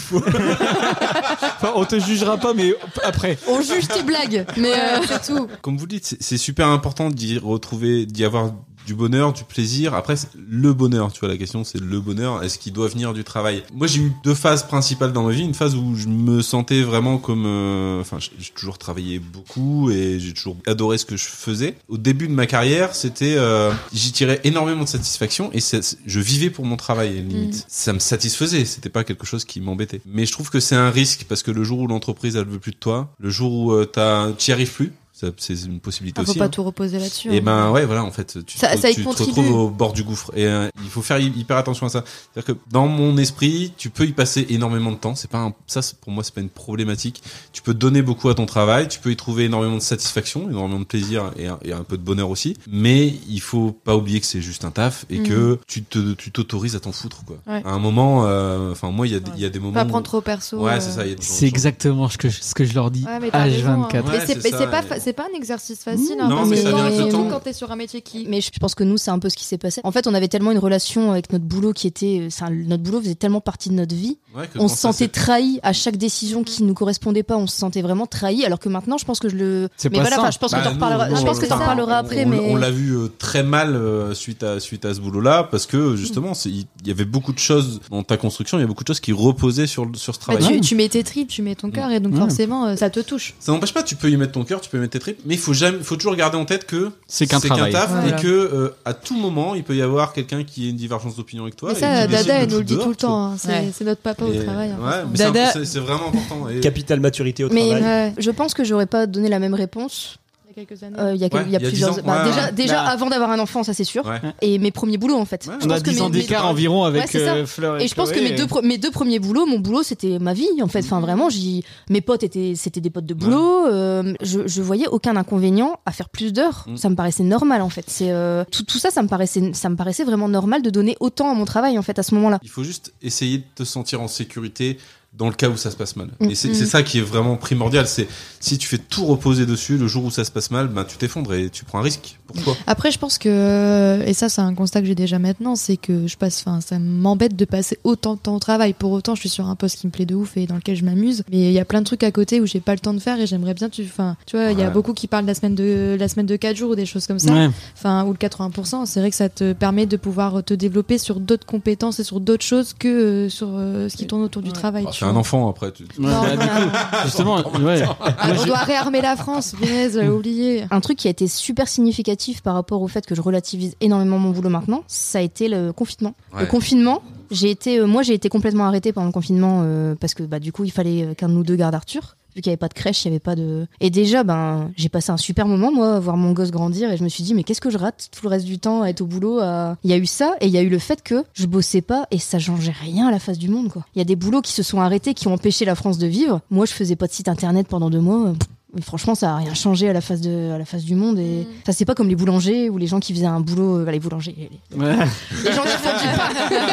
A: Enfin, on te jugera pas, mais après.
D: On juge tes blagues, mais euh, c'est tout.
B: Comme vous dites, c'est- c'est super important d'y retrouver, d'y avoir du bonheur, du plaisir. Après, c'est le bonheur, tu vois, la question, c'est le bonheur. Est-ce qu'il doit venir du travail Moi, j'ai eu deux phases principales dans ma vie. Une phase où je me sentais vraiment comme... euh, Enfin, j'ai- j'ai toujours travaillé beaucoup et j'ai toujours adoré ce que je faisais. Au début de ma carrière, c'était... euh, J'y tirais énormément de satisfaction et c'est- c'est- je vivais pour mon travail, limite. Ça me satisfaisait, c'était pas quelque chose qui m'embêtait. Mais je trouve que c'est un risque parce que le jour où l'entreprise, elle veut plus de toi, le jour où euh, t'as- t'y arrives plus, ça, c'est une possibilité
F: Ah, faut
B: aussi.
F: pas
B: hein.
F: tout reposer là-dessus.
B: Et
F: hein.
B: ben ouais, voilà, en fait, tu,
D: Ça-
B: te,
D: ça y
B: tu te
D: contribue.
B: retrouves au bord du gouffre. Et euh, il faut faire hy- hyper attention à ça. C'est-à-dire que dans mon esprit, tu peux y passer énormément de temps. C'est pas un- ça, c'est- pour moi, c'est pas une problématique. Tu peux donner beaucoup à ton travail, tu peux y trouver énormément de satisfaction, énormément de plaisir et un, et un peu de bonheur aussi. Mais il faut pas oublier que c'est juste un taf et que tu te, tu t'autorises à t'en foutre quoi.
F: Mhm. Ouais.
B: À un moment, euh, enfin moi, il y a, des- il y a des moments.
F: Pas
B: où-
F: prendre trop perso.
B: Ouais,
F: euh.
B: c'est ça. il y a des-
A: C'est exactement ce que je, ce que je leur dis.
F: Ouais, mais t'as raison,
A: H24.
F: hein. Mais
B: Ouais,
F: c'est
B: c'est
F: mais
B: ça,
F: c'est pas,
B: ouais.
F: fa- c'est pas un exercice facile. hein,
B: Non,
F: parce
B: mais
F: que
B: ça
F: quand-
B: vient avec le
F: surtout
B: temps.
F: quand t'es sur un métier qui.
D: Mais je pense que nous, c'est un peu ce qui s'est passé. En fait, on avait tellement une relation avec notre boulot qui était. enfin, notre boulot faisait tellement partie de notre vie.
B: Ouais, que
D: On
B: quand
D: se
B: ça
D: sentait
B: s'est-
D: trahi à chaque décision qui nous correspondait pas. On se sentait vraiment trahi. Alors que maintenant, je pense que je le.
A: C'est
D: Mais
A: pas
D: voilà,
A: ça.
D: enfin, je pense que
B: Bah,
D: t'en
B: non,
D: reparleras-
B: non,
D: je pense que t'en
B: enfin,
D: reparleras
B: on-
D: après.
B: on,
D: mais...
B: on l'a vu euh, très mal euh, suite à suite à ce boulot-là parce que justement, c'est- il y avait beaucoup de choses dans ta construction, il y a beaucoup de choses qui reposaient sur le- sur ce
F: Bah,
B: travail.
F: tu, tu mets tes tripes, tu mets ton cœur et donc
A: Mmh.
F: forcément euh, ça te touche.
B: Ça n'empêche pas, tu peux y mettre ton cœur, tu peux y mettre tes tripes, mais il faut jamais, faut toujours garder en tête que
A: C'est qu'un travail.
B: taf
H: Voilà.
B: et que euh, à tout moment, il peut y avoir quelqu'un qui ait une divergence d'opinion avec toi.
F: Mais
B: et
F: ça,
B: qui décide
F: Dada,
B: de
F: elle nous le dit
B: dehors,
F: tout le
B: tu vois.
F: temps. hein.
H: Ouais.
F: C'est c'est notre papa au
B: Et-
F: travail. hein,
B: ouais,
F: franchement.
B: mais c'est un-
H: Dada-
B: c'est- c'est vraiment important. Et-
I: Capital maturité au
D: Mais- euh,
I: travail.
F: Ouais.
D: Je pense que j'aurais pas donné la même réponse
F: Il y a quelques années.
D: euh, il y a, que-
B: Ouais,
D: il y a
B: il y a
D: plusieurs.
B: 10 ans.
D: bah,
B: Ouais,
D: déjà,
B: ouais.
D: déjà
A: Bah.
D: avant d'avoir un enfant, ça c'est sûr.
B: Ouais.
D: Et mes premiers boulots en fait.
B: Ouais.
D: Je
A: On
D: pense
A: a
D: que
A: 10
D: mes-
A: ans
D: mes
A: d'écart
D: trois-
A: environ
D: Ouais,
A: avec
D: c'est ça.
A: euh, Fleur et,
D: Et je pense que
A: Chloé.
D: mes deux, pro- mes deux premiers boulots, mon boulot, c'était ma vie, en fait. Enfin, vraiment, j'y... mes potes étaient, c'était des potes de boulot. euh, je, je voyais aucun inconvénient à faire plus d'heures.
B: Mm.
D: Ça me paraissait normal, en fait. C'est, euh, tout, tout ça, ça me, paraissait, ça me paraissait vraiment normal de donner autant à mon travail, en fait, à ce moment-là.
B: Il faut juste essayer de te sentir en sécurité dans le cas où ça se passe mal.
D: Mm,
B: Et c'est
F: Mm-hmm.
D: mm.
B: c'est ça qui est vraiment primordial. C'est si tu fais tout reposer dessus, le jour où ça se passe mal, ben tu t'effondres et tu prends un risque. Pourquoi
F: Après, je pense que, euh, et ça, c'est un constat que j'ai déjà maintenant, c'est que je passe, enfin, ça m'embête de passer autant de temps au travail. Pour autant, je suis sur un poste qui me plaît de ouf et dans lequel je m'amuse. Mais il y a plein de trucs à côté où j'ai pas le temps de faire et j'aimerais bien, tu, enfin, tu vois, il y a
B: Ouais.
F: beaucoup qui parlent de la semaine de, la semaine de 4 jours ou des choses comme ça.
A: Ouais.
F: Enfin, ou le 80%. C'est vrai que ça te permet de pouvoir te développer sur d'autres compétences et sur d'autres choses que euh, sur euh, ce qui tourne autour du travail.
B: Ah,
F: tu
B: C'est un
F: vois.
B: enfant après. Tu...
A: Ouais,
F: Non,
A: bah,
F: non,
A: du coup,
F: non.
A: justement, ouais.
F: Ah, on doit réarmer la France, punaise, j'avais oublié.
D: Un truc qui a été super significatif par rapport au fait que je relativise énormément mon boulot maintenant, ça a été le confinement. Le
B: Ouais.
D: confinement, j'ai été, euh, moi j'ai été complètement arrêtée pendant le confinement euh, parce que bah, du coup il fallait euh, qu'un de nous deux garde Arthur. Vu qu'il n'y avait pas de crèche, il n'y avait pas de. Et déjà, ben, j'ai passé un super moment, moi, à voir mon gosse grandir. Et je me suis dit, mais qu'est-ce que je rate tout le reste du temps à être au boulot à- Il y a eu ça, et il y a eu le fait que je bossais pas, et ça changeait rien à la face du monde, quoi. Il y a des boulots qui se sont arrêtés, qui ont empêché la France de vivre. Moi, je faisais pas de site internet pendant deux mois. Mais franchement, ça a rien changé à la face de, à la face du monde. Et ça, c'est pas comme les boulangers ou les gens qui faisaient un boulot, euh, les boulangers, les,
A: Ouais.
D: les gens qui font du pain.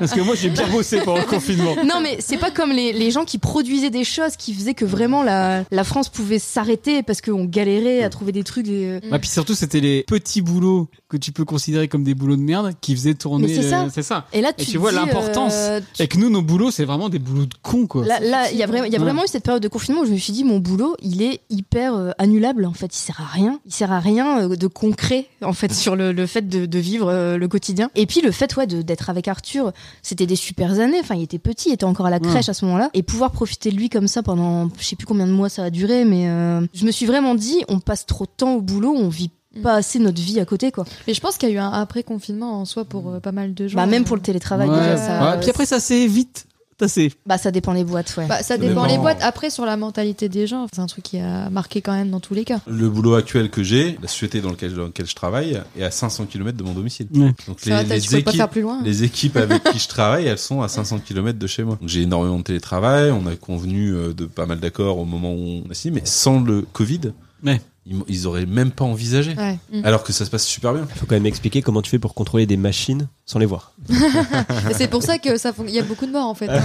A: Parce que moi j'ai bien bossé pendant le confinement.
D: Non, mais c'est pas comme les, les gens qui produisaient des choses qui faisaient que vraiment la, la France pouvait s'arrêter parce qu'on galérait
A: Mm.
D: à trouver des trucs. des- euh.
A: Bah, puis surtout, c'était les petits boulots que tu peux considérer comme des boulots de merde qui faisaient tourner.
D: Mais c'est
A: le-
D: ça.
A: C'est ça.
D: Et là,
A: Et
D: tu,
A: tu
D: te
A: vois
D: dis,
A: l'importance.
D: euh, tu-
A: Et que nous, nos boulots, c'est vraiment des boulots de cons, quoi.
D: Là, là, il y a vraiment, il y a
A: Ouais.
D: vraiment eu cette période de confinement où je me suis dit mon boulot, il est hyper euh, annulable en fait. Il sert à rien. Il sert à rien euh, de concret en fait sur le, le fait de, de vivre euh, le quotidien. Et puis le fait ouais de- d'être avec Arthur, c'était des super années. Enfin, il était petit, il était encore à la crèche à ce moment-là, et pouvoir profiter de lui comme ça pendant je sais plus combien de mois ça a duré, mais euh, je me suis vraiment dit on passe trop de temps au boulot, on vit pas assez notre vie à côté quoi.
F: Mais je pense qu'il y a eu un après-confinement en soi pour euh, pas mal de gens.
D: Bah même pour le télétravail
A: Ouais.
D: déjà ça.
A: Ouais, Puis après, ça s'est vite tassé.
D: bah ça dépend les boîtes ouais.
F: Bah, ça dépend
B: dépend.
F: les boîtes. Après, sur la mentalité des gens, c'est un truc qui a marqué quand même dans tous les cas.
B: Le boulot actuel que j'ai, la société dans laquelle, dans laquelle je travaille, est à 500 km de mon domicile.
A: Ouais.
B: Donc
F: Ça va, t'as- tu peux pas
B: équipes-
F: faire plus loin.
B: Les équipes avec qui je travaille, elles sont à 500 km de chez moi. Donc, J'ai énormément de télétravail, on a convenu euh, de pas mal d'accords au moment où on a signé, mais sans le Covid,
A: Ouais.
B: ils, m- ils auraient même pas envisagé.
F: Ouais. Mm.
B: Alors que ça se passe super bien.
I: Faut quand même expliquer comment tu fais pour contrôler des machines sans les voir.
F: Mais C'est pour ça que ça fon- il y a beaucoup de morts en fait. hein.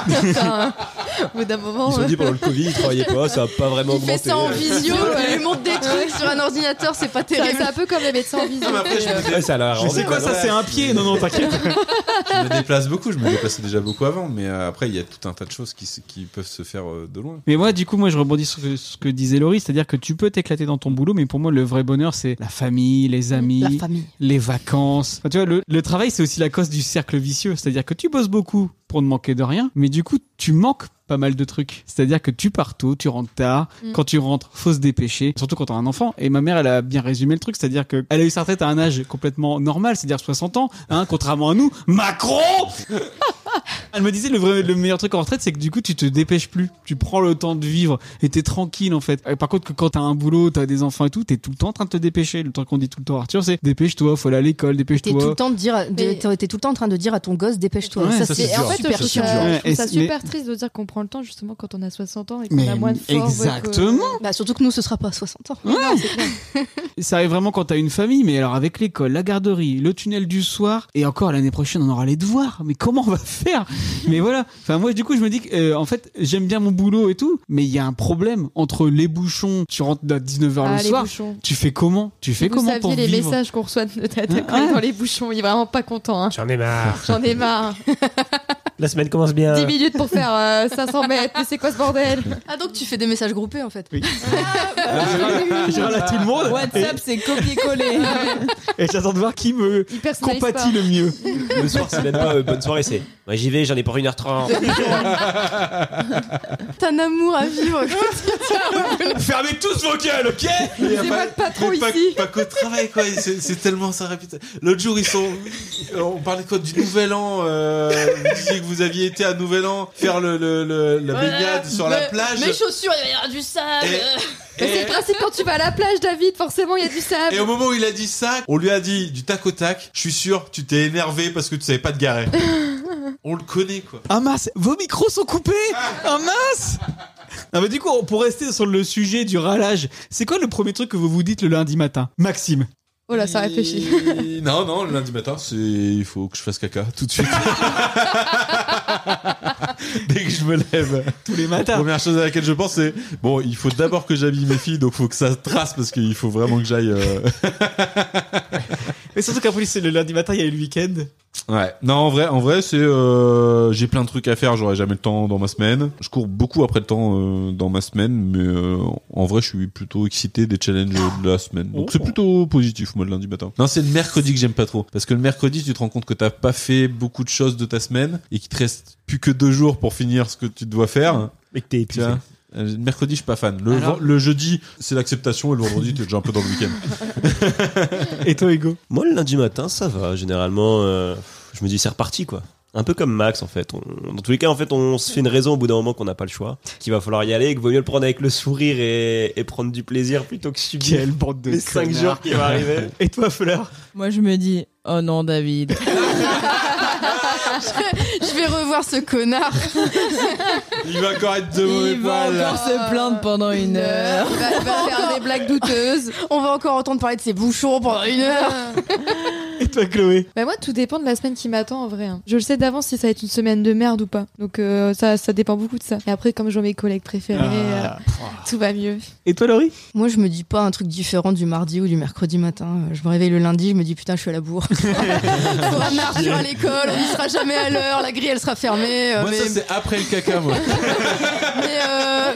F: Enfin, au bout d'un moment,
I: Ils ont
F: euh,
I: dit pendant le Covid, ils travaillaient pas, ça a pas vraiment
D: il fait
I: augmenté.
D: ça en visio, il lui montre des trucs sur un ordinateur, c'est pas
F: ça-
D: terrible.
F: c'est un peu comme les médecins en visio. euh,
I: Ouais, ça l'a
A: Mais c'est
I: rendu
A: quoi ça C'est un pied Non, non, t'inquiète.
B: Je me déplace beaucoup, je me déplaçais déjà beaucoup avant, mais euh, après, il y a tout un tas de choses qui, se- qui peuvent se faire euh, de loin.
A: Mais moi, du coup, moi, je rebondis sur ce- ce que disait Laurie, c'est-à-dire que tu peux t'éclater dans ton boulot, mais pour moi, le vrai bonheur, c'est la famille, les amis,
D: La famille.
A: les vacances. Enfin, tu vois, le, le travail, c'est aussi la cause du cercle vicieux. C'est-à-dire que tu bosses beaucoup pour ne manquer de rien, mais du coup, tu manques pas mal de trucs. C'est-à-dire que tu pars tôt, tu rentres tard.
F: Mm.
A: Quand tu rentres, faut se dépêcher. Surtout quand t'as un enfant. Et ma mère, elle a bien résumé le truc. C'est-à-dire que elle a eu sa retraite à un âge complètement normal, c'est-à-dire 60 ans, hein, contrairement à nous. Macron! Elle me disait le, vrai, le meilleur truc en retraite, c'est que du coup, tu te dépêches plus. Tu prends le temps de vivre et t'es tranquille en fait. Et par contre, que quand t'as un boulot, t'as des enfants et tout, t'es tout le temps en train de te dépêcher. Le temps qu'on dit tout le temps, Arthur, c'est dépêche-toi, faut aller à l'école,
D: T'es tout le
A: dépêche-toi.
D: temps de dire, de-
F: Mais-
D: t'es- t'es tout le temps en train de dire à ton gosse, dépêche-toi.
A: Ouais,
D: ça,
B: ça,
D: c'est
B: c'est
F: Et en
B: dur.
F: fait,
D: super
F: je trouve
A: dur.
F: ça, je
A: Ouais,
F: trouve ça
A: et-
F: super triste de dire qu'on prend le temps justement quand on a 60 ans et qu'on
A: Mais
F: a moins de euh, forme.
A: exactement.
D: Bah, surtout que nous, ce sera pas à 60 ans.
A: Mmh. Ça arrive vraiment quand t'as une famille, mais alors avec l'école, la garderie, le tunnel du soir, et encore l'année prochaine, on aura les devoirs. Mais comment on va faire. Mais voilà. Enfin, moi, du coup, je me dis que, euh, en fait, j'aime bien mon boulot et tout, mais il y a un problème entre les bouchons. Tu rentres à 19h
F: Ah,
A: le
F: les
A: soir.
F: bouchons.
A: Tu fais comment Tu fais
F: Vous
A: comment
F: saviez
A: pour
F: les
A: vivre
F: messages qu'on reçoit de ta tête
A: Ah.
F: dans les bouchons, il est vraiment pas content. hein.
I: J'en ai marre.
F: J'en ai marre.
I: La semaine commence bien.
F: 10 minutes pour faire euh, 500 mètres, mais c'est quoi ce bordel
D: Ah, donc tu fais des messages groupés en fait.
A: Je râle à tout le monde
H: WhatsApp, c'est copier-coller.
A: et j'attends de voir qui me
F: Il personnalise pas.
A: compatit le mieux.
I: Le soir, c'est même pas euh, bonne soirée, c'est. Bah, j'y vais, j'en ai pour 1h30.
D: T'as un amour à vivre.
B: Fermez tous vos gueules, ok
F: C'est moi le patron
B: Mais pas,
F: ici.
B: pas qu'au travail, quoi. C'est c'est tellement ça rapide. L'autre jour, ils sont. euh, On parlait quoi du Nouvel An euh, Vous disiez que vous aviez été à Nouvel An faire le, le- le- la baignade sur la
D: Mes-
B: plage.
D: Mes chaussures, il va y avoir du sable.
B: Et-
F: Mais c'est le principe quand tu vas à la plage, David, forcément il y a du sable.
B: Et au moment où il a dit ça, on lui a dit du tac au tac, je suis sûr, tu t'es énervé parce que tu savais pas te garer. on le connaît, quoi.
A: Ah mince, vos micros sont coupés Ah mince non mais du coup, pour rester sur le sujet du râlage, c'est quoi le premier truc que vous vous dites le lundi matin Maxime
F: Oh là, ça réfléchit.
B: Et- Non, non, le lundi matin, c'est il faut que je fasse caca tout de suite. Dès que je me lève,
A: Tous les
B: la
A: matins
B: première chose à laquelle je pense, c'est bon, il faut d'abord que j'habille mes filles, donc faut que ça trace parce qu'il faut vraiment que j'aille. euh,
A: Et surtout qu'en plus, c'est le lundi matin, il y a eu le week-end.
B: Ouais. Non, en vrai, en vrai, c'est euh, j'ai plein de trucs à faire, j'aurai jamais le temps dans ma semaine. Je cours beaucoup après le temps euh, dans ma semaine, mais euh, en vrai, je suis plutôt excité des challenges de la semaine. Donc c'est plutôt positif moi le lundi matin. Non, c'est le mercredi que j'aime pas trop parce que le mercredi, tu te rends compte que t'as pas fait beaucoup de choses de ta semaine et qu'il te reste plus que deux jours pour finir ce que tu dois faire.
I: Mais que t'es
B: Tu vois. Euh, Le mercredi, je suis pas fan. Le,
A: Alors
B: ven- le jeudi, c'est l'acceptation et le vendredi, t'es déjà un peu dans le week-end.
A: Et toi, Hugo
I: Moi, le lundi matin, ça va. Généralement, euh, je me dis, c'est reparti, quoi. Un peu comme Max, en fait. On- dans tous les cas, en fait, on se fait une raison au bout d'un moment qu'on n'a pas le choix, qu'il va falloir y aller, et qu'il vaut mieux le prendre avec le sourire et, et prendre du plaisir plutôt que subir
A: Quelle bande de
I: les 5
A: connards.
I: jours qui vont arriver.
A: Et toi, Fleur
H: Moi, je me dis, oh non, David.
D: Je vais revoir ce connard.
B: Il va encore être de mauvais
H: Il va
B: poil.
H: encore se plaindre pendant
D: Euh,
H: une heure.
F: Il va, il va faire des blagues douteuses.
D: On va encore entendre parler de ses bouchons pendant une heure.
A: Et toi, Chloé
F: Bah moi, tout dépend de la semaine qui m'attend en vrai. hein. Je le sais d'avance si ça va être une semaine de merde ou pas. Donc euh, ça, ça dépend beaucoup de ça. Et après, comme je vois mes collègues préférés,
A: Ah.
F: euh, tout va mieux.
A: Et toi, Laurie
D: Moi, je me dis pas un truc différent du mardi ou du mercredi matin. Euh, Je me réveille le lundi, je me dis putain, je suis à la bourre. Faut ramener Arthur à l'école, on n'y sera jamais à l'heure, la grille elle sera fermée. euh,
B: Moi, ça,
D: mais
B: c'est après le caca, moi.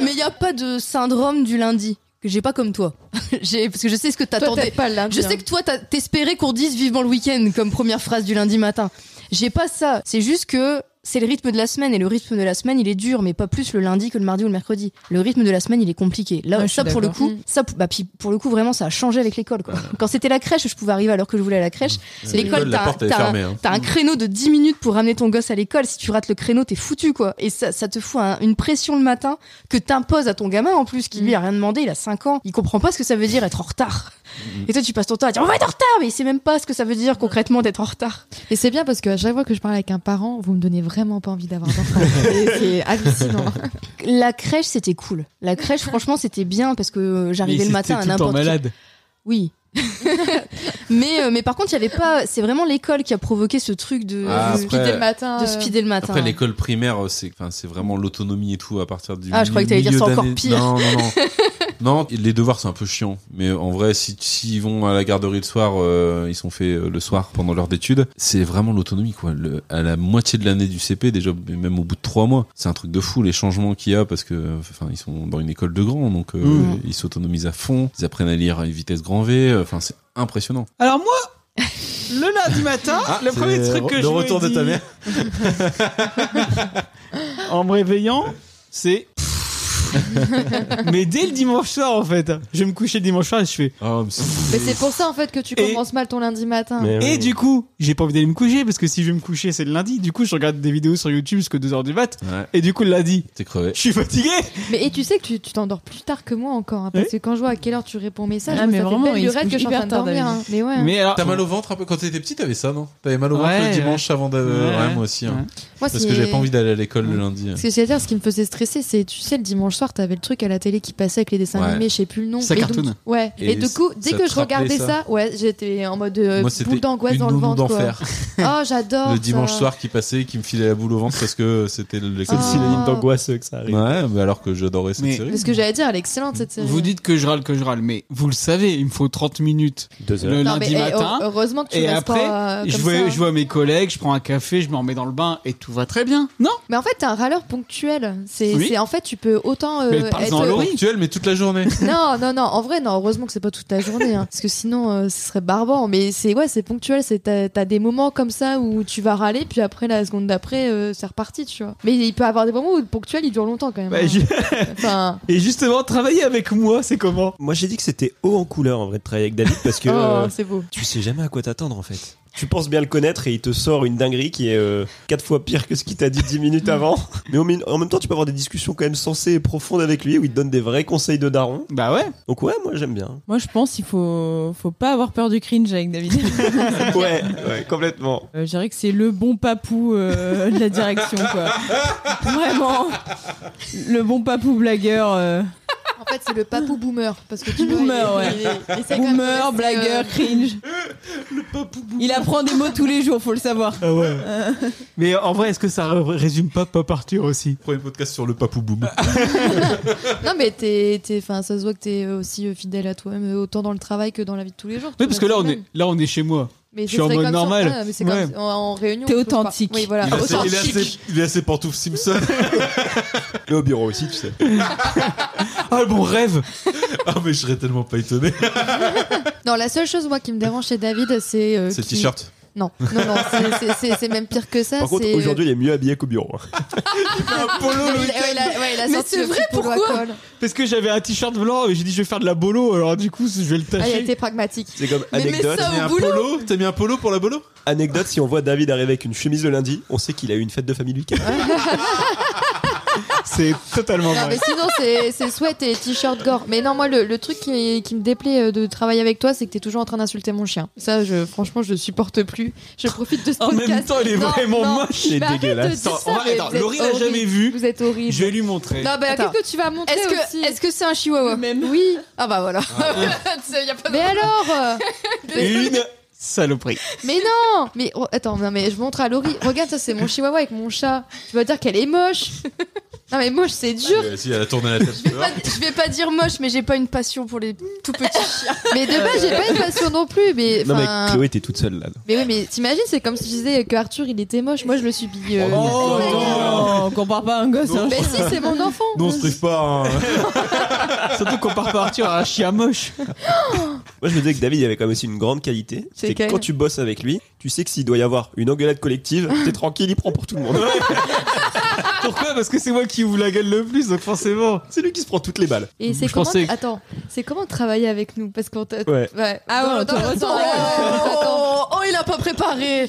D: mais il n'y a pas de syndrome du lundi que j'ai pas comme toi. J'ai parce que je sais ce que
F: Toi,
D: t'attendais.
F: t'aimes pas le lundi,
D: Je
F: hein.
D: sais que toi, t'as- t'espérais qu'on dise vivement le week-end comme première phrase du lundi matin. J'ai pas ça. C'est juste que c'est le rythme de la semaine et le rythme de la semaine il est dur, mais pas plus le lundi que le mardi ou le mercredi. Le rythme de la semaine il est compliqué. Là,
H: Ouais, je suis
D: ça pour le
H: d'accord.
D: coup, ça pour- bah puis pour le coup vraiment ça a changé avec l'école quoi. Quand c'était la crèche, je pouvais arriver à l'heure que je voulais à la crèche. C'est l'école,
B: la
D: t'as
B: porte elle est
D: t'as un-
B: fermée. hein.
D: T'as un créneau de 10 minutes pour ramener ton gosse à l'école. Si tu rates le créneau, t'es foutu, quoi. Et ça, ça te fout un- une pression le matin que t'imposes à ton gamin, en plus, qui lui a rien demandé, il a 5 ans. Il comprend pas ce que ça veut dire être en retard. Et toi, tu passes ton temps à dire, on va être en retard, mais il sait même pas ce que ça veut dire concrètement d'être en retard.
F: Et c'est bien parce qu'à chaque fois que je parle avec un parent, vous me donnez vraiment pas envie d'avoir d'enfant. Et c'est hallucinant.
D: La crèche, c'était cool. La crèche, franchement, c'était bien parce que euh, j'arrivais
A: Mais
D: le matin
A: c'était
D: à
A: tout le temps malade.
D: n'importe quel Oui. mais, euh, mais par contre, il y avait pas, c'est vraiment l'école qui a provoqué ce truc de,
B: Ah,
D: de-
B: après-
F: Dès le matin.
D: de
F: euh,
D: speeder le matin.
B: Après l'école primaire, euh, c'est, enfin, c'est vraiment l'autonomie et tout à partir du.
D: Ah, je croyais que t'allais dire
B: milieu
D: c'est encore
B: d'année.
D: pire.
B: Non, non, non. non, les devoirs c'est un peu chiant, mais en vrai, si s'ils vont à la garderie le soir, euh, ils sont faits euh, le soir pendant l'heure d'études. C'est vraiment l'autonomie quoi. Le- à la moitié de l'année du CP déjà, mais même au bout de trois mois, c'est un truc de fou les changements qu'il y a parce que, enfin, ils sont dans une école de grands, donc euh,
A: Mmh.
B: ils s'autonomisent à fond, ils apprennent à lire à une vitesse grand V. euh, Enfin, c'est impressionnant.
A: Alors moi, le lundi matin, Ah, le premier
B: c'est
A: truc que
B: le
A: je me
B: retour de ta
A: dis
B: mère.
A: en me réveillant, c'est mais dès le dimanche soir en fait, je vais me coucher le dimanche soir et je fais
B: Oh, mais
F: Mais c'est pour ça en fait que tu
A: Et-
F: commences mal ton lundi matin.
I: Mais oui.
A: Et Eh, du coup, j'ai pas envie d'aller me coucher parce que si je vais me coucher, c'est le lundi. Du coup, je regarde des vidéos sur YouTube jusqu'à 2h du mat.
B: Ouais,
A: Et du coup, le lundi,
B: t'es crevé.
A: je suis fatigué.
F: Mais et tu sais que tu tu t'endors plus tard que moi encore, hein, parce que quand je vois à quelle heure tu réponds aux messages,
H: Ah,
F: moi,
H: mais
F: ça
H: vraiment,
F: fait belle
H: il se
F: lurette
H: couche
F: que je suis en
H: hyper
F: train de
H: tard,
F: dormir.
H: David.
F: hein. Mais ouais.
A: Mais alors,
B: T'as mal au ventre un peu quand t'étais petit, t'avais ça, non T'avais mal au ventre
A: Ouais,
B: le dimanche avant d'aller.
A: Ouais,
B: moi aussi. hein.
A: ouais.
F: Moi,
B: Parce
F: c'est-
B: que j'avais pas envie d'aller à l'école le
F: Ouais.
B: lundi. hein.
F: Parce que c'est-à-dire, ce qui me faisait stresser, c'est, tu sais, le dimanche soir, t'avais le truc à la télé qui passait avec les dessins
B: Ouais.
F: animés, je sais plus le nom.
A: Ça
F: Et donc-
A: cartoon.
F: ouais.
B: Et
F: Et, du coup, dès
B: ça
F: que
B: te
F: je
B: rappelait
F: regardais
B: ça
F: ça, ouais, j'étais en mode euh,
B: Moi, c'était
F: boule d'angoisse
B: une
F: dans le
B: nounou
F: ventre. quoi.
B: d'enfer.
F: Oh, j'adore.
B: Le
F: ça.
B: dimanche soir qui passait, qui me filait la boule au ventre parce que c'était
F: C'est
B: l'excellent.
F: le synonyme Ah.
I: d'angoisse que ça arrive.
B: Ouais, mais alors que j'adorais cette
A: Mais-
B: série.
F: Mais ce que j'allais dire, elle est excellente cette série.
A: Vous dites que je râle, que je râle, mais vous le savez, il me faut 30 minutes
I: Deux
A: le
F: Non, mais,
A: lundi
F: eh,
A: matin.
F: heureusement que tu
A: et
F: restes
A: après,
F: pas, euh,
A: je,
F: comme
A: vois,
F: ça.
A: je vois mes collègues, je prends un café, je m'en remets dans le bain et tout va très bien. Non
F: Mais en fait, t'es un râleur ponctuel. C'est
A: Oui.
F: c'est- en fait, tu peux autant euh,
A: Mais par
F: être.
A: exemple,
F: euh,
A: Laurie.
B: Ponctuel, mais toute la journée.
F: Non, non, non. En vrai, non. Heureusement que c'est pas toute la journée, hein, parce que sinon, euh, ce serait barbant. Mais c'est ouais, c'est ponctuel. C'est t'as t'as des moments comme ça où tu vas râler, puis après la seconde d'après, euh, c'est reparti, tu vois. Mais il peut y avoir des moments où le ponctuel, il dure longtemps quand
A: Bah,
F: même. hein. Enfin,
A: Et justement, travailler avec moi, c'est comment
I: Moi, j'ai dit que c'était haut en couleur en vrai de travailler avec David parce que euh,
F: oh, c'est beau.
I: tu sais jamais à quoi t'attendre en fait. Tu penses bien le connaître et il te sort une dinguerie qui est euh, quatre fois pire que ce qu'il t'a dit dix minutes avant. Mais en min- en même temps, tu peux avoir des discussions quand même sensées et profondes avec lui où il te donne des vrais conseils de daron.
A: Bah ouais.
I: Donc ouais, moi j'aime bien.
H: Moi, je pense qu'il faut, faut pas avoir peur du cringe avec David.
I: Ouais, ouais, complètement.
H: Euh, je dirais que c'est le bon papou euh, de la direction, quoi. Vraiment, le bon papou blagueur, euh,
F: En fait, c'est le papou boomer, parce que tu vois,
H: Boomer,
F: il-
H: ouais.
F: il est- il essaie quand même de
H: boomer,
F: rester, euh,
H: blagueur, cringe. Il apprend des mots tous les jours, faut le savoir.
A: Ah ouais. Mais en vrai, est-ce que ça r- résume pas Pop Arthur aussi
B: Premier podcast sur le papou boom.
F: Ah, Non, mais t'es, t'es, enfin, ça se voit que t'es aussi euh, fidèle à toi-même, euh, autant dans le travail que dans la vie de tous les jours.
A: Oui, parce que là, on est, là, on est chez moi. je
F: Mais ce
A: suis en
F: serait
A: mode
F: comme ça.
A: normal.
F: Ah, mais c'est
A: Ouais.
F: comme en, en réunion.
H: T'es
F: on peut pas.
H: authentique.
F: Oui, voilà.
B: Il a, ses, il, a
F: Authentique.
B: ses- il a ses pantoufles Simpson.
I: Et au bureau aussi, tu sais.
A: Ah, bon rêve
B: Ah, mais je serais tellement pas étonné.
F: Non, la seule chose moi qui me dérange chez David, c'est. euh,
B: C'est le
F: qu'il-
B: t-shirt.
F: Non, non, non, c'est- c'est- c'est- c'est même pire que ça.
I: Par contre,
F: c'est- euh,
I: aujourd'hui, il est mieux habillé qu'au bureau.
A: Ah,
F: il, a- il a- Ah, ouais, il a
H: Mais
F: sorti
H: c'est
F: le
H: vrai,
F: petit polo à
H: pourquoi
F: col.
A: Parce que j'avais un t-shirt blanc et j'ai dit je vais faire de la bolo, alors du coup, je vais le
F: Ah, il a
A: tâcher.
F: été pragmatique.
I: C'est comme
F: Mais mets
I: anecdote.
F: ça
B: T'as mis
F: au
B: un
F: boulot.
B: polo T'as mis un polo pour la bolo
I: Anecdote, si on voit David arriver avec une chemise le lundi, on sait qu'il a eu une fête de famille le week-end.
A: C'est totalement
F: Non, mais
A: vrai.
F: sinon, c'est c'est sweat et t-shirt gore. Mais non, moi, le, le truc qui, qui me déplaît euh, de travailler avec toi, c'est que t'es toujours en train d'insulter mon chien. Ça, je, franchement, je supporte plus. Je profite de ce
A: En
F: podcast.
A: même temps, il est
F: Non,
A: vraiment
F: non,
A: moche.
I: Il est
F: mais arrête de
I: dégueulasse.
F: dire
A: Attends,
F: ça,
A: on va-
F: mais
A: attends,
F: vous êtes
A: Laurie l'a
F: horrible.
A: jamais vu.
F: Vous êtes horrible.
A: Je vais lui montrer.
F: Non, mais
H: Attends.
F: qu'est-ce que tu vas montrer
D: Est-ce
F: aussi
D: que est-ce que c'est un chihuahua
H: même.
F: Oui.
D: Ah bah voilà.
F: Mais alors euh,
A: Une saloperie.
F: Mais non Mais oh, attends, non, mais je montre à Laurie. Regarde, ça, c'est mon chihuahua avec mon chat. Tu vas dire qu'elle est moche. Non, mais moche, c'est dur.
B: Euh, Si, elle a tourné la tête.
D: Je vais pas- Je vais pas dire moche, mais j'ai pas une passion pour les tout petits.
F: Mais de base, j'ai pas une passion non plus. Mais,
I: Non, mais
F: enfin,
I: Chloé, t'es toute seule là.
F: Mais oui, mais t'imagines, c'est comme si je disais que Arthur il était moche. Moi, je le subis. euh,
H: Oh, non, on compare pas un gosse. hein.
F: Mais si, c'est mon enfant.
B: Nous, on se prive pas. hein.
A: Surtout qu'on part partir à un chien moche.
I: Moi, je me disais que David il avait quand même aussi une grande qualité.
F: C'est
I: C'est que
F: quelle
I: quand tu bosses avec lui, tu sais que s'il doit y avoir une engueulade collective, t'es tranquille, il prend pour tout le monde.
A: Pourquoi Parce que c'est moi qui vous la gueule le plus, donc forcément.
I: C'est lui qui se prend toutes les balles.
F: Et c'est
A: Je
F: comment
A: pensais que-
F: Attends, c'est comment travailler avec nous Parce qu'on t'a-
I: Ouais.
F: Ah
H: Non,
F: ouais,
H: attends,
F: attends,
H: attends,
F: attends, attends, attends.
D: Oh, oh, il a pas préparé.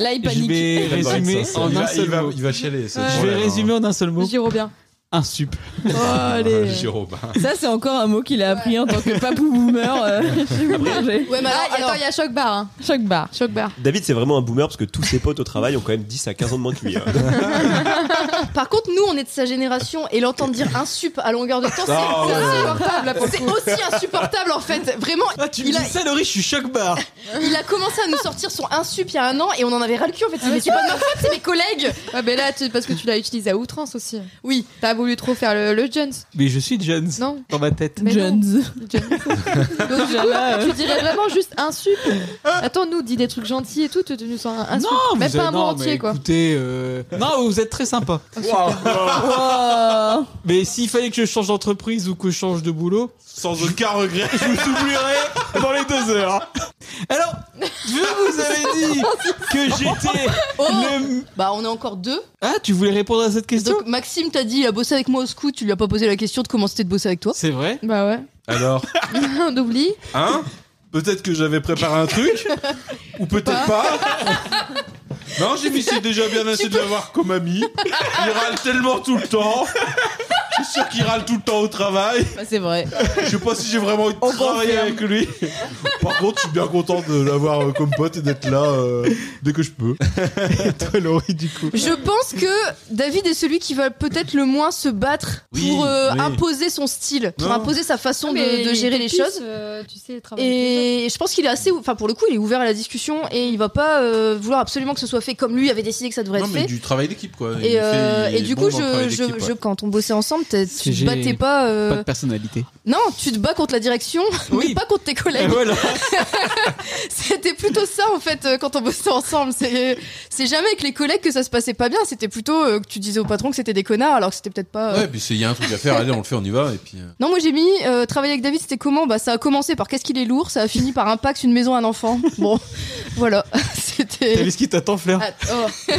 H: Là, il
A: Je
H: panique.
A: vais
B: Ça doit être
A: résumer
B: sincère.
A: en
B: Il
A: un
B: va- il
A: seul
B: va-
A: mot.
B: Il va chialer. ce
A: Je vais
B: jour-là,
A: résumer
B: hein.
A: en un seul mot.
F: J'y reviens.
A: Un sup.
H: Oh, allez.
B: Jérôme.
H: Ça, c'est encore un mot qu'il a appris en tant que papou boomer. euh, chez Boulanger.
F: Ouais, mais
D: alors-
F: Ah, attends, il y a Choc Bar. Hein.
H: Choc bar.
F: Choc Bar.
I: David, c'est vraiment un boomer parce que tous ses potes au travail ont quand même 10 à 15 ans de moins que lui. hein.
D: Par contre, nous, on est de sa génération et l'entendre dire un sup à longueur de temps, c'est
B: Ah,
D: c'est
B: ouais.
D: insupportable. C'est aussi insupportable en fait. Vraiment,
A: Ah, tu me
D: Il
A: dis
D: a-
A: ça, Laurie, je suis choc barre.
D: il a commencé à nous sortir son un sup il y a un an et on en avait ras le cul en fait. Mais c'est pas de ma faute, c'est mes collègues.
F: Ouais, mais là, tu- parce que tu l'as utilisé à outrance aussi. Oui. T'as voulu trop faire le, le Jones.
A: Mais je suis Jones.
F: Non.
A: Dans ma tête.
F: Mais non.
H: Jones.
F: Jones. Donc, du coup,
H: Là, euh,
F: tu dirais vraiment juste un sup. Attends, nous, dis des trucs gentils et tout. Tu tu nous sens un, un sup.
A: Non,
F: Même
A: vous
F: pas
A: êtes-
F: un mot
A: non,
F: entier,
A: mais
F: quoi.
A: Écoutez, euh, non, vous êtes très sympa.
H: wow.
A: Mais s'il fallait que je change d'entreprise ou que je change de boulot,
B: Sans aucun regret.
A: je vous oublierai dans les deux heures. Alors, je vous avais dit que j'étais
D: Oh.
A: le.
D: Bah, on est encore deux.
A: Ah, tu voulais répondre à cette question
D: Donc Maxime t'a dit il a bossé avec moi au scout, tu lui as pas posé la question de comment c'était de bosser avec toi.
A: C'est vrai.
F: Bah ouais.
B: Alors,
F: On oublie.
B: hein Peut-être que j'avais préparé un truc Ou peut-être pas. Non, j'ai mis c'est déjà bien assez de l'avoir comme ami. Il râle tellement tout le temps. Je suis sûr qu'il râle tout le temps au travail.
H: Bah, c'est vrai.
B: Je sais pas si j'ai vraiment envie de
H: On
B: travailler
H: confirme.
B: avec lui. Par contre, je suis bien content de l'avoir euh, comme pote et d'être là euh, dès que je peux.
A: Toi, Laurie, du coup.
D: Je pense que David est celui qui va peut-être le moins se battre
B: Oui,
D: pour euh,
B: oui.
D: imposer son style, pour
B: Non.
D: imposer sa façon
F: Mais
D: de, de
F: il
D: gérer
F: te
D: les
F: pisse,
D: choses.
F: euh, tu sais, travailler avec les autres.
D: Et je pense qu'il est assez, ou- enfin pour le coup, il est ouvert à la discussion et il va pas euh, vouloir absolument que ce soit fait comme lui avait décidé que ça devrait
B: Non,
D: être
B: mais
D: fait.
B: du travail d'équipe, quoi. Il
D: Et,
B: fait-
D: euh,
B: il
D: et
B: est
D: du
B: bon
D: coup,
B: dans le travail
D: je, je,
B: d'équipe,
D: je-
B: ouais.
D: quand on bossait ensemble, t'es- tu
A: j'ai-
D: te battais pas. euh,
A: Pas de personnalité.
D: Non, tu te bats contre la direction, mais
A: Oui.
D: pas contre tes
F: bah,
D: collègues.
A: voilà.
D: C'était plutôt ça en fait euh, quand on bossait ensemble. C'est euh, c'est jamais avec les collègues que ça se passait pas bien. C'était plutôt euh, que tu disais au patron que c'était des connards alors que c'était peut-être pas. euh,
B: Ouais, puis c'est- il y a un truc à faire, allez, on le fait, on y va. Et puis... euh,
D: Non, moi j'ai mis euh, travailler avec David, c'était comment Bah ça a commencé par qu'est-ce qu'il est lourd, ça a fini par un pax, une maison, un enfant. Bon, voilà,
A: T'as
D: c'était.
A: vu ce qui t'attend, Fleur
D: Ah, oh.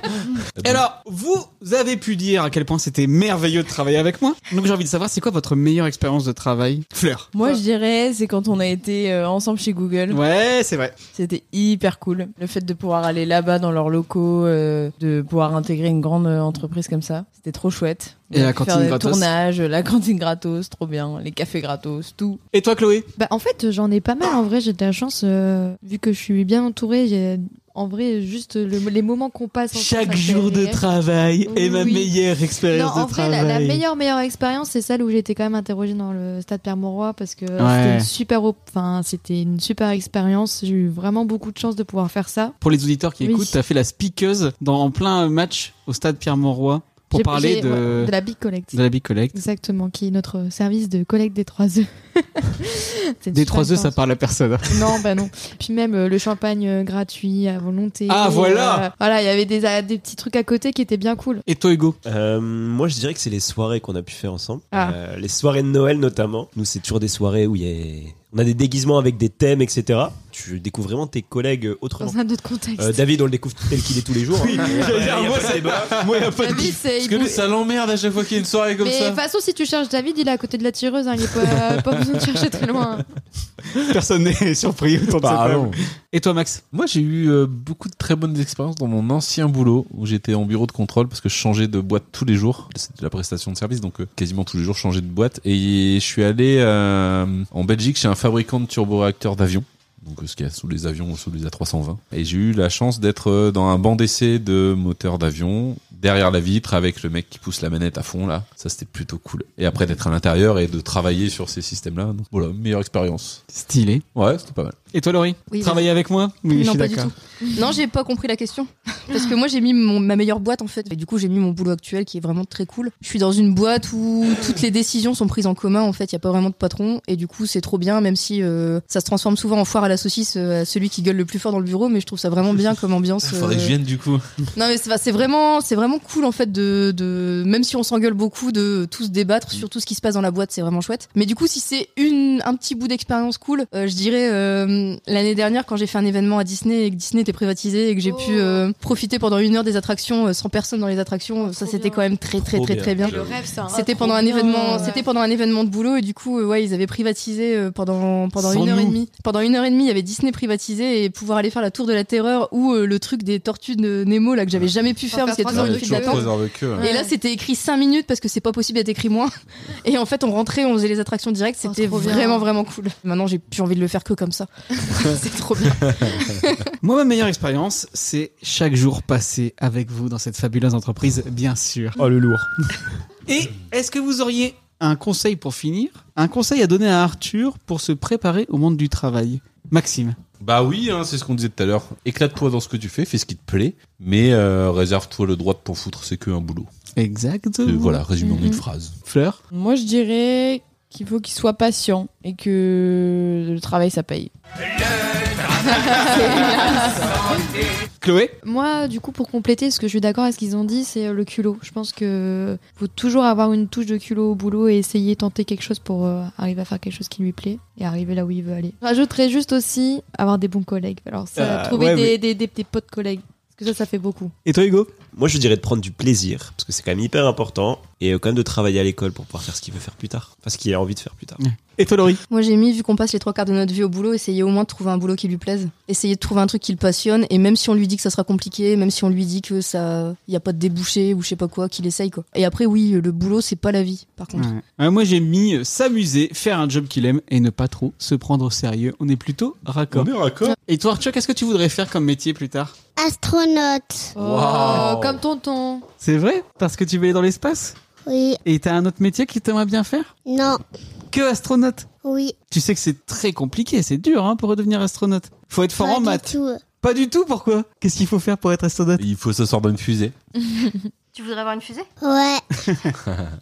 A: Et alors, vous avez pu dire à quel point c'était merveilleux de travailler avec moi. Donc j'ai envie de savoir, c'est quoi votre meilleure expérience de travail Fleur.
H: Moi, je dirais, c'est quand on a été euh, ensemble chez Google.
A: Ouais, c'est vrai.
H: C'était hyper cool. Le fait de pouvoir aller là-bas dans leurs locaux, euh, de pouvoir intégrer une grande euh, entreprise comme ça, c'était trop chouette.
A: Et la cantine
H: Faire des
A: gratos.
H: tournages, la cantine gratos, trop bien. Les cafés gratos, tout.
A: Et toi, Chloé
F: Bah, en fait, j'en ai pas mal. En vrai, j'ai de la chance, euh, vu que je suis bien entourée. j'ai- En vrai, juste le- les moments qu'on passe. ensemble, ça
A: Chaque
F: me fait
A: jour de
F: rire.
A: travail est ma
F: Oui.
A: meilleure
F: Non,
A: expérience
F: en
A: de
F: vrai,
A: travail.
F: la, la meilleure meilleure expérience, c'est celle où j'étais quand même interrogée dans le stade Pierre Mauroy parce que
A: Ouais.
F: c'était une super, op- enfin, c'était une super expérience. J'ai eu vraiment beaucoup de chance de pouvoir faire ça.
A: Pour les auditeurs qui
F: Oui.
A: écoutent, t'as fait la speakeuse dans, en plein match au stade Pierre-Mauroy pour
F: J'ai-
A: parler
F: j'ai-
A: de,
F: ouais, de la Big Collect.
A: de la Big Collect.
F: Exactement, qui est notre service de collecte des trois œufs. C'est une
A: Des
F: super
A: trois œufs, ça
F: expérience.
A: parle à personne.
F: Non, bah non. Puis même euh, le champagne euh, gratuit à volonté.
A: Ah,
F: Euh,
A: voilà
F: Voilà, il y avait des, euh, des petits trucs à côté qui étaient bien cool.
A: Et toi, Hugo
I: Euh, moi, je dirais que c'est les soirées qu'on a pu faire ensemble.
F: Ah.
I: Euh, les soirées de Noël, notamment. Nous, c'est toujours des soirées où il y a... on a des déguisements avec des thèmes, etc. Tu découvres vraiment tes collègues autrement.
F: Dans un autre contexte.
I: Euh, David, on le découvre tel qu'il est tous les jours. hein.
A: j'allais
I: Ouais,
A: dire,
I: y a
A: moi,
I: pas de débat.
A: Moi, y a pas
F: David, c'est-
B: Parce
F: il
B: que lui,
F: bouge-
B: ça l'emmerde à chaque fois qu'il y a une soirée comme
F: Mais de
B: ça.
F: toute façon, si tu cherches David, il est à côté de la tireuse. hein, il est pas, pas besoin de chercher très loin.
A: Personne n'est surpris autour de cette
B: Bah,
A: table.
B: non.
A: Et toi, Max
B: Moi, j'ai eu euh, beaucoup de très bonnes expériences dans mon ancien boulot où j'étais en bureau de contrôle parce que je changeais de boîte tous les jours. C'était de la prestation de service, donc euh, quasiment tous les jours, je changeais de boîte. Et je suis allé euh, en Belgique chez un fabricant de turboréacteurs d'avions. Donc, euh, ce qu'il y a sous les avions, sous les A320. Et j'ai eu la chance d'être euh, dans un banc d'essai de moteur d'avion, derrière la vitre, avec le mec qui pousse la manette à fond, là. Ça, c'était plutôt cool. Et après, d'être à l'intérieur et de travailler sur ces systèmes-là. Donc, voilà, meilleure expérience.
A: Stylé.
B: Ouais, c'était pas mal.
A: Et toi, Laurie
D: Oui,
A: Travailler avec moi Oui, je
D: non,
A: suis
D: pas du
A: d'accord.
D: tout. Non, j'ai pas compris la question. Parce que moi, j'ai mis mon- ma meilleure boîte, en fait. Et du coup, j'ai mis mon boulot actuel qui est vraiment très cool. Je suis dans une boîte où toutes les décisions sont prises en commun, en fait. Il n'y a pas vraiment de patron. Et du coup, c'est trop bien, même si euh, ça se transforme souvent en foire à la saucisse euh, à celui qui gueule le plus fort dans le bureau. Mais je trouve ça vraiment bien comme ambiance.
B: Il faudrait que
D: euh,
B: je vienne du coup.
D: Non mais c'est enfin, c'est vraiment c'est vraiment cool en fait de, de même si on s'engueule beaucoup de tous débattre sur tout ce qui se passe dans la boîte c'est vraiment chouette mais du coup si c'est une un petit bout d'expérience cool euh, je dirais euh, l'année dernière quand j'ai fait un événement à Disney et que Disney était privatisé et que j'ai
F: Oh.
D: pu euh, profiter pendant une heure des attractions euh, sans personne dans les attractions ça
F: Trop
D: c'était
F: bien.
D: quand même très très
I: Trop
D: très
I: bien.
D: très bien
I: Le
F: rêve, ça. hein,
D: c'était pendant un
F: bien, euh,
D: événement,
F: ouais.
D: c'était pendant un événement de boulot et du coup, euh, ouais, ils avaient privatisé euh, pendant pendant
A: Sans
D: une heure et
A: nous.
D: demie. Pendant une heure et demie, il y avait Disney privatisé et pouvoir aller faire la tour de la terreur ou euh, le truc des tortues de Nemo là que j'avais jamais pu faire parce qu'il y a
F: faire
D: toujours
F: trois heures
D: une file
F: de queue.
D: d'attente.
B: trois heures de queue, hein.
D: Et là,
F: Ouais.
D: c'était écrit 5 minutes parce que c'est pas possible d'être écrit moins. Et en fait, on rentrait, on faisait les attractions directes.
F: Oh,
D: C'était
F: trop bien.
D: vraiment, vraiment cool. Maintenant, j'ai plus envie de le faire que comme ça. c'est trop bien.
A: Moi, ma meilleure expérience, c'est chaque jour passé avec vous dans cette fabuleuse entreprise, bien sûr.
I: Oh, le lourd.
A: Et est-ce que vous auriez un conseil pour finir Un conseil à donner à Arthur pour se préparer au monde du travail Maxime.
B: Bah oui, hein, c'est ce qu'on disait tout à l'heure. Éclate-toi dans ce que tu fais, fais ce qui te plaît, mais euh, réserve-toi le droit de t'en foutre, c'est que un boulot.
A: Exact.
B: Euh, voilà, résumé en
H: Mhm.
B: une phrase.
A: Fleur.
H: Moi, je dirais qu'il faut qu'il soit patient et que le travail, ça paye.
A: Chloé.
F: Moi, du coup, pour compléter, ce que je suis d'accord avec ce qu'ils ont dit, c'est euh, le culot. Je pense que faut toujours avoir une touche de culot au boulot et essayer tenter quelque chose pour euh, arriver à faire quelque chose qui lui plaît et arriver là où il veut aller. J'ajouterais juste aussi avoir des bons collègues. Alors, ça,
A: Euh,
F: trouver
A: ouais,
F: des,
A: mais-
F: des, des, des potes collègues. Parce que ça, ça fait beaucoup.
A: Et toi, Hugo
I: Moi, je dirais de prendre du plaisir, parce que c'est quand même hyper important. et euh, quand même de travailler à l'école pour pouvoir faire ce qu'il veut faire plus tard. Parce qu'il a envie de faire plus tard.
A: Et toi, Laurie
D: Moi, j'ai mis, vu qu'on passe les trois quarts de notre vie au boulot, essayer au moins de trouver un boulot qui lui plaise. Essayer de trouver un truc qui le passionne, et même si on lui dit que ça sera compliqué, même si on lui dit que ça, y a pas de débouché ou je sais pas quoi, qu'il essaye quoi. Et après, oui, euh, le boulot, c'est pas la vie, par contre.
A: Ouais, Moi, j'ai mis euh, s'amuser, faire un job qu'il aime et ne pas trop se prendre au sérieux. On est plutôt raccord.
B: On est raccord.
A: Et toi, Arthur, qu'est-ce que tu voudrais faire comme métier plus tard
G: Astronaute.
F: Oh, Comme tonton.
A: C'est vrai Parce que tu veux aller dans l'espace
G: Oui.
A: Et t'as un autre métier que t'aimerais bien faire
G: Non.
A: Que astronaute
G: Oui.
A: Tu sais que c'est très compliqué, c'est dur hein, pour redevenir astronaute. Faut être fort
G: pas
A: en
G: Bah, du
A: maths.
G: tout.
A: Pas du tout, pourquoi Qu'est-ce qu'il faut faire pour être astronaute
B: Il faut s'asseoir dans une fusée.
D: Tu voudrais avoir une fusée
G: Ouais.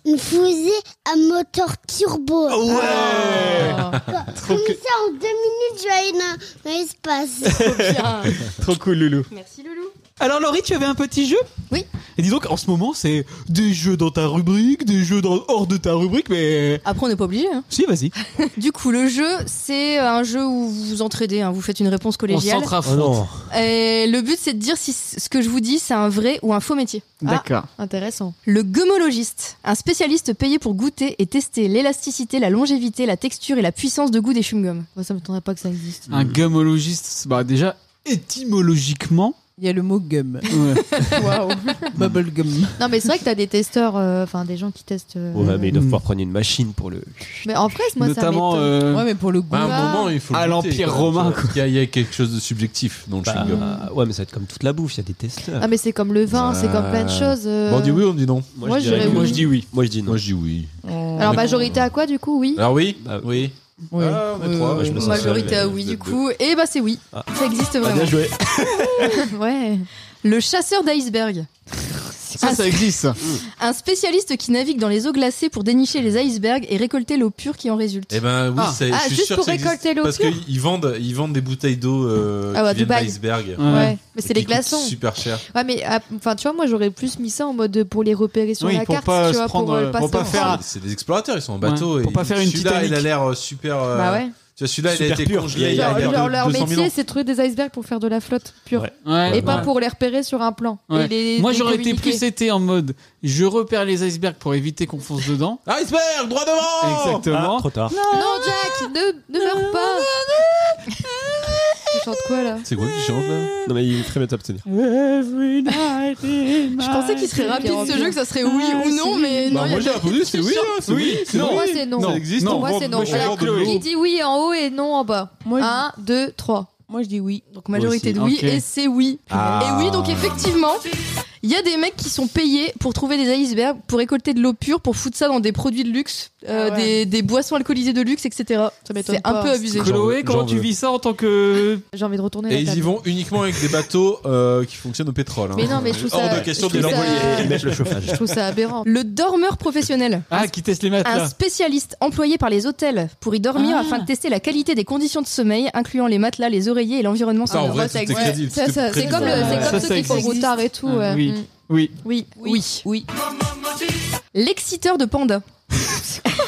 G: Une fusée à moteur turbo. Ah,
A: Ouais
F: Oh,
G: Comme ça, en deux minutes, je vais aller dans dans l'espace.
A: Trop cool, Loulou.
D: Merci Loulou.
A: Alors, Laurie, tu avais un petit jeu
D: Oui.
A: Et dis donc, en ce moment, c'est des jeux dans ta rubrique, des jeux dans- hors de ta rubrique, mais.
D: Après, on n'est pas obligé. hein.
A: Si, vas-y.
D: Du coup, le jeu, c'est euh, un jeu où vous vous entraidez. hein. Vous faites une réponse
A: On
D: collégiale.
I: Oh
A: s'entrafronte.
B: Oh
I: Mm.
D: Et le but, c'est de dire si c- ce que je vous dis, c'est un vrai ou un faux métier.
A: D'accord.
F: Ah, Intéressant.
D: Le gomologiste, un spécialiste payé pour goûter et tester l'élasticité, la longévité, la texture et la puissance de goût des chewing-gums.
F: Moi, ça me tendrait pas que ça existe.
A: Ah. Un gumologiste, bah déjà, étymologiquement.
H: Il y a le mot gum.
A: ouais.
F: Waouh.
H: Bubble gum.
F: Non, mais c'est vrai que t'as des testeurs, euh, enfin des gens qui testent. euh,
I: Ouais, mais ils doivent
A: Mm.
I: pouvoir prendre une machine pour le.
F: Mais en vrai, moi,
A: Notamment.
F: ça m'étonne.
A: euh,
H: Ouais, mais pour le goût.
B: Bah, à un
F: Bah,
B: moment, il faut. hein.
A: à
B: goûter,
A: l'Empire
B: quoi.
A: romain,
B: Il y, a- il y a quelque chose de subjectif dans le
I: Bah,
B: chewing-gum.
I: ouais, mais ça va être comme toute la bouffe, il y a des testeurs.
F: Ah, mais c'est comme le vin, c'est comme plein de choses. euh.
B: Bon, on dit oui, on dit non.
F: Moi, moi, je dirais
I: que-
F: oui.
A: Moi, je dis oui.
I: Moi, je dis non.
B: Moi, je dis oui.
H: Euh,
F: Alors, majorité à quoi, du coup Oui. euh,
B: Alors oui
I: Bah,
B: Oui.
H: Oui.
B: Ah, on est
H: Oui,
B: trois.
H: oui,
B: Bah, je
H: oui.
B: me sens
D: Majorité
B: seul.
D: à oui
B: Vous
D: du
B: êtes
D: coup. Et bah c'est oui.
I: Ah.
D: Ça existe
I: Ah, bien
D: vraiment.
I: joué.
F: ouais.
D: Le chasseur d'iceberg.
A: Ça, ça existe.
D: Un spécialiste qui navigue dans les eaux glacées pour dénicher les icebergs et récolter l'eau pure qui en résulte.
B: Eh ben oui,
A: Ah.
B: c'est-
F: Ah,
B: je suis
F: juste
B: sûr
F: pour
B: que ça existe,
F: récolter l'eau
B: Parce
F: pure.
B: qu'ils vendent, ils vendent des bouteilles d'eau euh,
F: Ah, bah,
B: qui viennent
F: Dubaï.
B: d'iceberg.
A: Ouais.
F: Ouais. Mais c'est
B: Et qui
F: les
B: coûtent
F: glaçons.
B: Super cher.
F: Ouais, mais ah, enfin, tu vois, moi, j'aurais plus mis ça en mode euh, pour les repérer sur
A: Oui,
F: la
A: pour
F: carte,
A: pas
F: tu
A: se
F: vois,
A: prendre,
F: pour, euh,
A: euh,
F: pas
A: pour
F: se
A: pas
F: faire
A: faire
F: prendre.
A: Ah.
B: C'est des explorateurs, ils sont en bateau.
A: Ouais, pour
B: et
A: pas faire une
B: Celui-là, il a
A: Titanic.
B: l'air euh, super. euh,
F: Bah ouais.
B: Tu vois, celui-là, il a
I: Super
B: été
I: pur.
B: congelé.
I: Et
B: il
F: Genre,
B: y a- il y a
F: genre,
B: deux-
F: leur
B: 200 000 ans.
F: métier, c'est de trouver des icebergs pour faire de la flotte pure.
A: Ouais.
F: Et pas
I: Ouais.
F: pour les repérer sur un plan.
A: Ouais.
F: Et les-
A: Moi,
F: les
A: j'aurais été
F: communiquer.
A: plus été en mode je repère les icebergs pour éviter qu'on fonce dedans.
B: Ah, Iceberg, droit devant
A: Exactement.
I: Ah, trop tard.
F: Non, Jack, ne, ne meurs pas. Tu chantes quoi là
B: C'est quoi qui chante là
I: Non, mais il ferait mieux de t'abstenir.
D: Je pensais qu'il
F: Bah,
D: serait rapide ce jeu, que ça serait oui ou non, mais non,
B: Bah,
D: il y a
B: Moi, j'ai répondu, c'est oui. hein, c'est oui, c'est
F: Ah, Pour
B: oui.
F: moi, c'est non.
B: Ça existe.
A: Non,
F: Pour
B: on
F: moi,
B: vend-
F: c'est non.
B: moi, je
F: Alors,
B: vends de l'eau.
A: Oh.
F: qui dit oui en haut et non en bas
H: Moi, je-
F: 1, 2, 3.
H: Moi, je dis oui.
D: Ah. Donc majorité de
A: Moi
D: oui
A: aussi. Ok.
D: et c'est oui.
B: Ah.
D: Et oui, donc effectivement, il y a des mecs qui sont payés pour trouver des icebergs, pour récolter de l'eau pure, pour foutre ça dans des produits de luxe, euh,
F: Ah ouais.
D: des, des boissons alcoolisées de luxe, etc.
F: Ça m'étonne
D: C'est un
F: pas.
D: peu abusé.
I: J'en veux-
A: Chloé, comment
I: j'en
A: tu
I: veux.
A: vis ça en tant que.
F: J'ai envie de retourner
B: Et
F: la
B: ils y
F: table.
B: vont uniquement avec des bateaux euh, qui fonctionnent au pétrole. hein.
F: Mais non, mais je trouve
B: Hors
F: ça-
B: de question
F: je
B: de les
F: trouve ça-
B: envoyer.
I: Et mettre le chauffage.
F: Je trouve ça aberrant.
D: Le dormeur professionnel.
A: Ah, qui teste les
D: Un
A: matelas
D: spécialiste employé par les hôtels pour y dormir
H: Ah.
D: afin de tester la qualité des conditions de sommeil, includant les matelas, les oreillers et l'environnement
B: Ça, en
D: sonore.
B: vrai,
D: Ça
B: c'était
D: existe.
B: crédible.
F: Ça,
B: c'était
F: ça, c'est
B: crédible.
F: comme, le, c'est
A: Ça,
F: comme
A: ça
F: ceux qui font le
A: existe.
F: routard et tout.
A: Ah,
F: ouais.
A: oui.
F: Mm.
A: Oui.
F: oui.
D: Oui.
H: Oui.
D: L'exciteur de panda.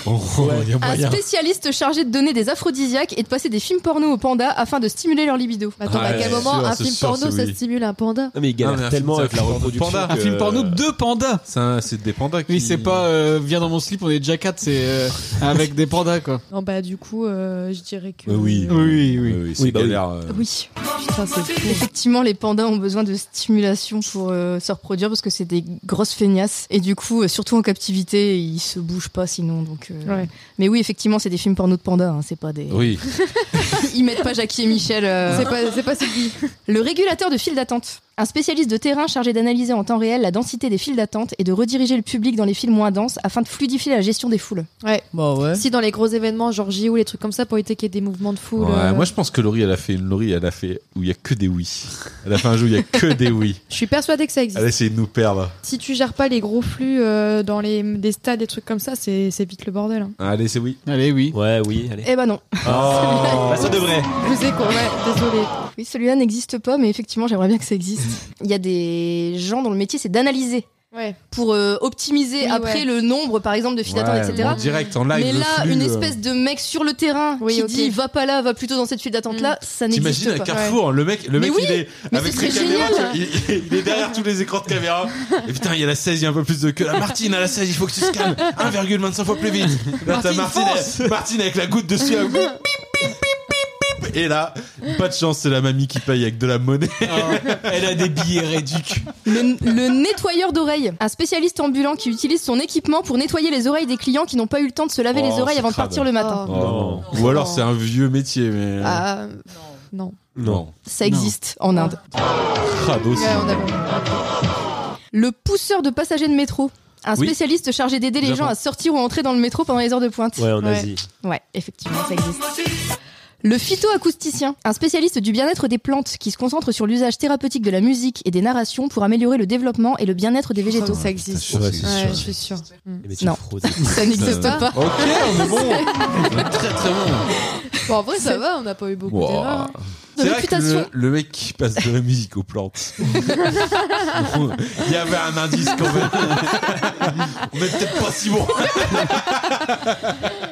B: Oh, il y a
D: Un
B: moyen.
D: spécialiste chargé de donner des aphrodisiaques et de passer des films porno aux pandas afin de stimuler leur libido.
F: Attends,
B: Ouais,
F: à quel
B: c'est
F: moment
B: sûr,
F: un
B: c'est
F: film
B: sûr,
F: porno,
B: c'est
F: ça
B: oui.
F: stimule un panda
I: Non, mais il
B: Non, mais
I: galère
B: un
I: tellement
B: film,
I: avec
B: c'est
I: la
B: un film de
I: reproduction.
B: panda.
A: Un
I: que-
A: film porno de pandas
B: C'est un- C'est des pandas euh, qui.
A: Oui, c'est pas euh, viens dans mon slip, on est déjà quatre, c'est euh, avec des pandas quoi.
F: Non, bah, du coup, euh, je dirais que.
B: Euh, Oui,
A: Oui, oui.
B: Euh,
I: Oui,
B: C'est
I: bah oui.
B: galère. euh.
D: Oui.
F: Putain, c'est fou.
D: Effectivement, les pandas ont besoin de stimulation pour euh, se reproduire parce que c'est des grosses feignasses. Et du coup, euh, surtout en captivité, ils se bougent pas sinon. Donc, euh,
F: Ouais.
D: Mais oui, effectivement, c'est des films porno de pandas. hein, c'est pas des...
B: Oui.
D: Ils mettent pas Jackie et Michel. euh,
F: C'est pas, c'est pas celui.
D: Le régulateur de file d'attente. Un spécialiste de terrain chargé d'analyser en temps réel la densité des files d'attente et de rediriger le public dans les files moins denses afin de fluidifier la gestion des foules.
H: Bah ouais.
F: Si dans les gros événements, genre JO, les trucs comme ça, pour éviter qu'il y ait des mouvements de foule.
B: Ouais,
F: euh,
B: Moi, je pense que Laurie, elle a fait une Laurie, elle a fait où il y a que des oui. Elle a fait un jeu où il y a que des oui.
F: je suis persuadée que ça existe.
B: Elle a essayé de nous perdre.
F: Si tu gères pas les gros flux euh, dans les des stades, des trucs comme ça, c'est c'est vite le bordel. hein.
B: Allez, c'est oui.
A: Allez, oui.
I: Ouais, oui, allez.
D: Eh ben non.
I: Bah, ça devrait.
F: Je sais quoi, ouais, désolé.
D: Oui, celui-là n'existe pas, mais effectivement, j'aimerais bien que ça existe. Il y a des gens dont le métier, c'est d'analyser
F: Ouais.
D: pour euh, optimiser
F: Oui,
D: après
F: ouais.
D: le nombre, par exemple, de filles
B: Ouais,
D: d'attente,
B: mais
D: etc.
B: En direct, en live.
D: Mais
B: le
D: là,
B: flux,
D: une
B: euh,
D: espèce de mec sur le terrain
F: Oui,
D: qui
F: ok. Mm.
D: dit va pas là, va plutôt dans cette file d'attente là, ça n'existe
B: T'imagines
D: pas.
B: à Carrefour, le mec, le
D: Mais
B: mec
D: oui,
B: il est
D: mais
B: avec
D: ce
B: les
D: serait
B: caméras,
D: génial.
B: tu vois, il, il est derrière tous les écrans de caméra. Et putain, il y a la 16, il y a un peu plus de queue. La Martine à la 16, il faut que tu te calmes. 1,25 fois plus vite. Là, t'as Martine, elle- Martine avec la goutte de sueur. Bip, bip, bip, bip, bip. Et là, pas de chance, c'est la mamie qui paye avec de la monnaie.
A: Ah. Elle a des billets réducs.
D: Le, le nettoyeur d'oreilles, un spécialiste ambulant qui utilise son équipement pour nettoyer les oreilles des clients qui n'ont pas eu le temps de se laver
B: Oh,
D: les oreilles
B: c'est
D: avant de
B: crade.
D: partir le matin.
F: Oh.
B: Oh, non. Ou alors, c'est un vieux métier, mais. euh,
F: Ah, non.
B: Non.
D: Ça existe
F: Oh.
D: en Inde.
B: Crado,
F: Ouais, on a compris.
D: Le pousseur de passagers de métro. Un
B: Oui.
D: spécialiste chargé d'aider les
B: Japon.
D: gens à sortir ou entrer dans le métro pendant les heures de pointe.
I: Ouais, en
F: Ouais.
I: Asie.
D: Ouais, effectivement, ça existe. Le phytoacousticien, un spécialiste du bien-être des plantes qui se concentre sur l'usage thérapeutique de la musique et des narrations pour améliorer le développement et le bien-être des végétaux.
F: ça existe.
B: Ouais,
I: c'est
F: Ouais, je suis sûre.
I: Eh, Mais
D: Non. Ça n'existe
B: Euh,
D: pas.
B: Ok, on est bon. On est très très bon.
F: Bon, en vrai, ça va, on n'a pas eu beaucoup
B: Wow.
F: d'erreurs. hein.
D: De
B: C'est vrai que
D: réputation.
B: le, le mec qui passe de la musique aux plantes. Il y avait un indice quand même. On est peut-être pas si bon.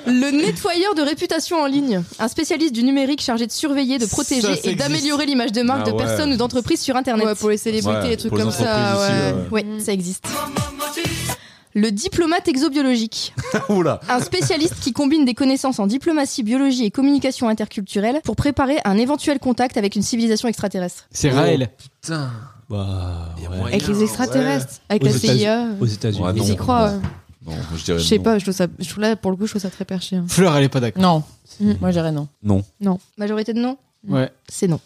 D: Le nettoyeur de réputation en ligne, un spécialiste du numérique chargé de surveiller, de
A: Ça,
D: protéger
A: ça
D: et
A: existe.
D: d'améliorer l'image de marque
B: Ah
D: de
B: ouais.
D: personnes ou d'entreprises sur Internet.
F: Ouais, pour les célébrités,
B: Ouais,
F: les trucs
B: pour les
F: comme ça.
B: entreprises aussi,
F: ouais.
B: ouais.
D: Ouais, ça existe. Le diplomate exobiologique,
B: euh. Oula.
D: un spécialiste qui combine des connaissances en diplomatie, biologie et communication interculturelle pour préparer un éventuel contact avec une civilisation extraterrestre.
A: C'est Raël.
B: Oh.
F: Avec les extraterrestres, avec
I: Aux
F: la
I: États-Unis.
F: CIA.
I: Bah, Aux États-Unis.
B: Ouais, non.
F: Ils y croient. ouais.
B: Non, je dirais
F: Je sais
B: non.
F: pas, je trouve ça. Je trouve là, pour le coup, je trouve ça très perché. hein.
A: Fleur, elle est pas d'accord.
H: Non.
F: Mm.
H: Moi, j'irais non.
B: Non.
D: Majorité de non
A: Ouais.
D: C'est non.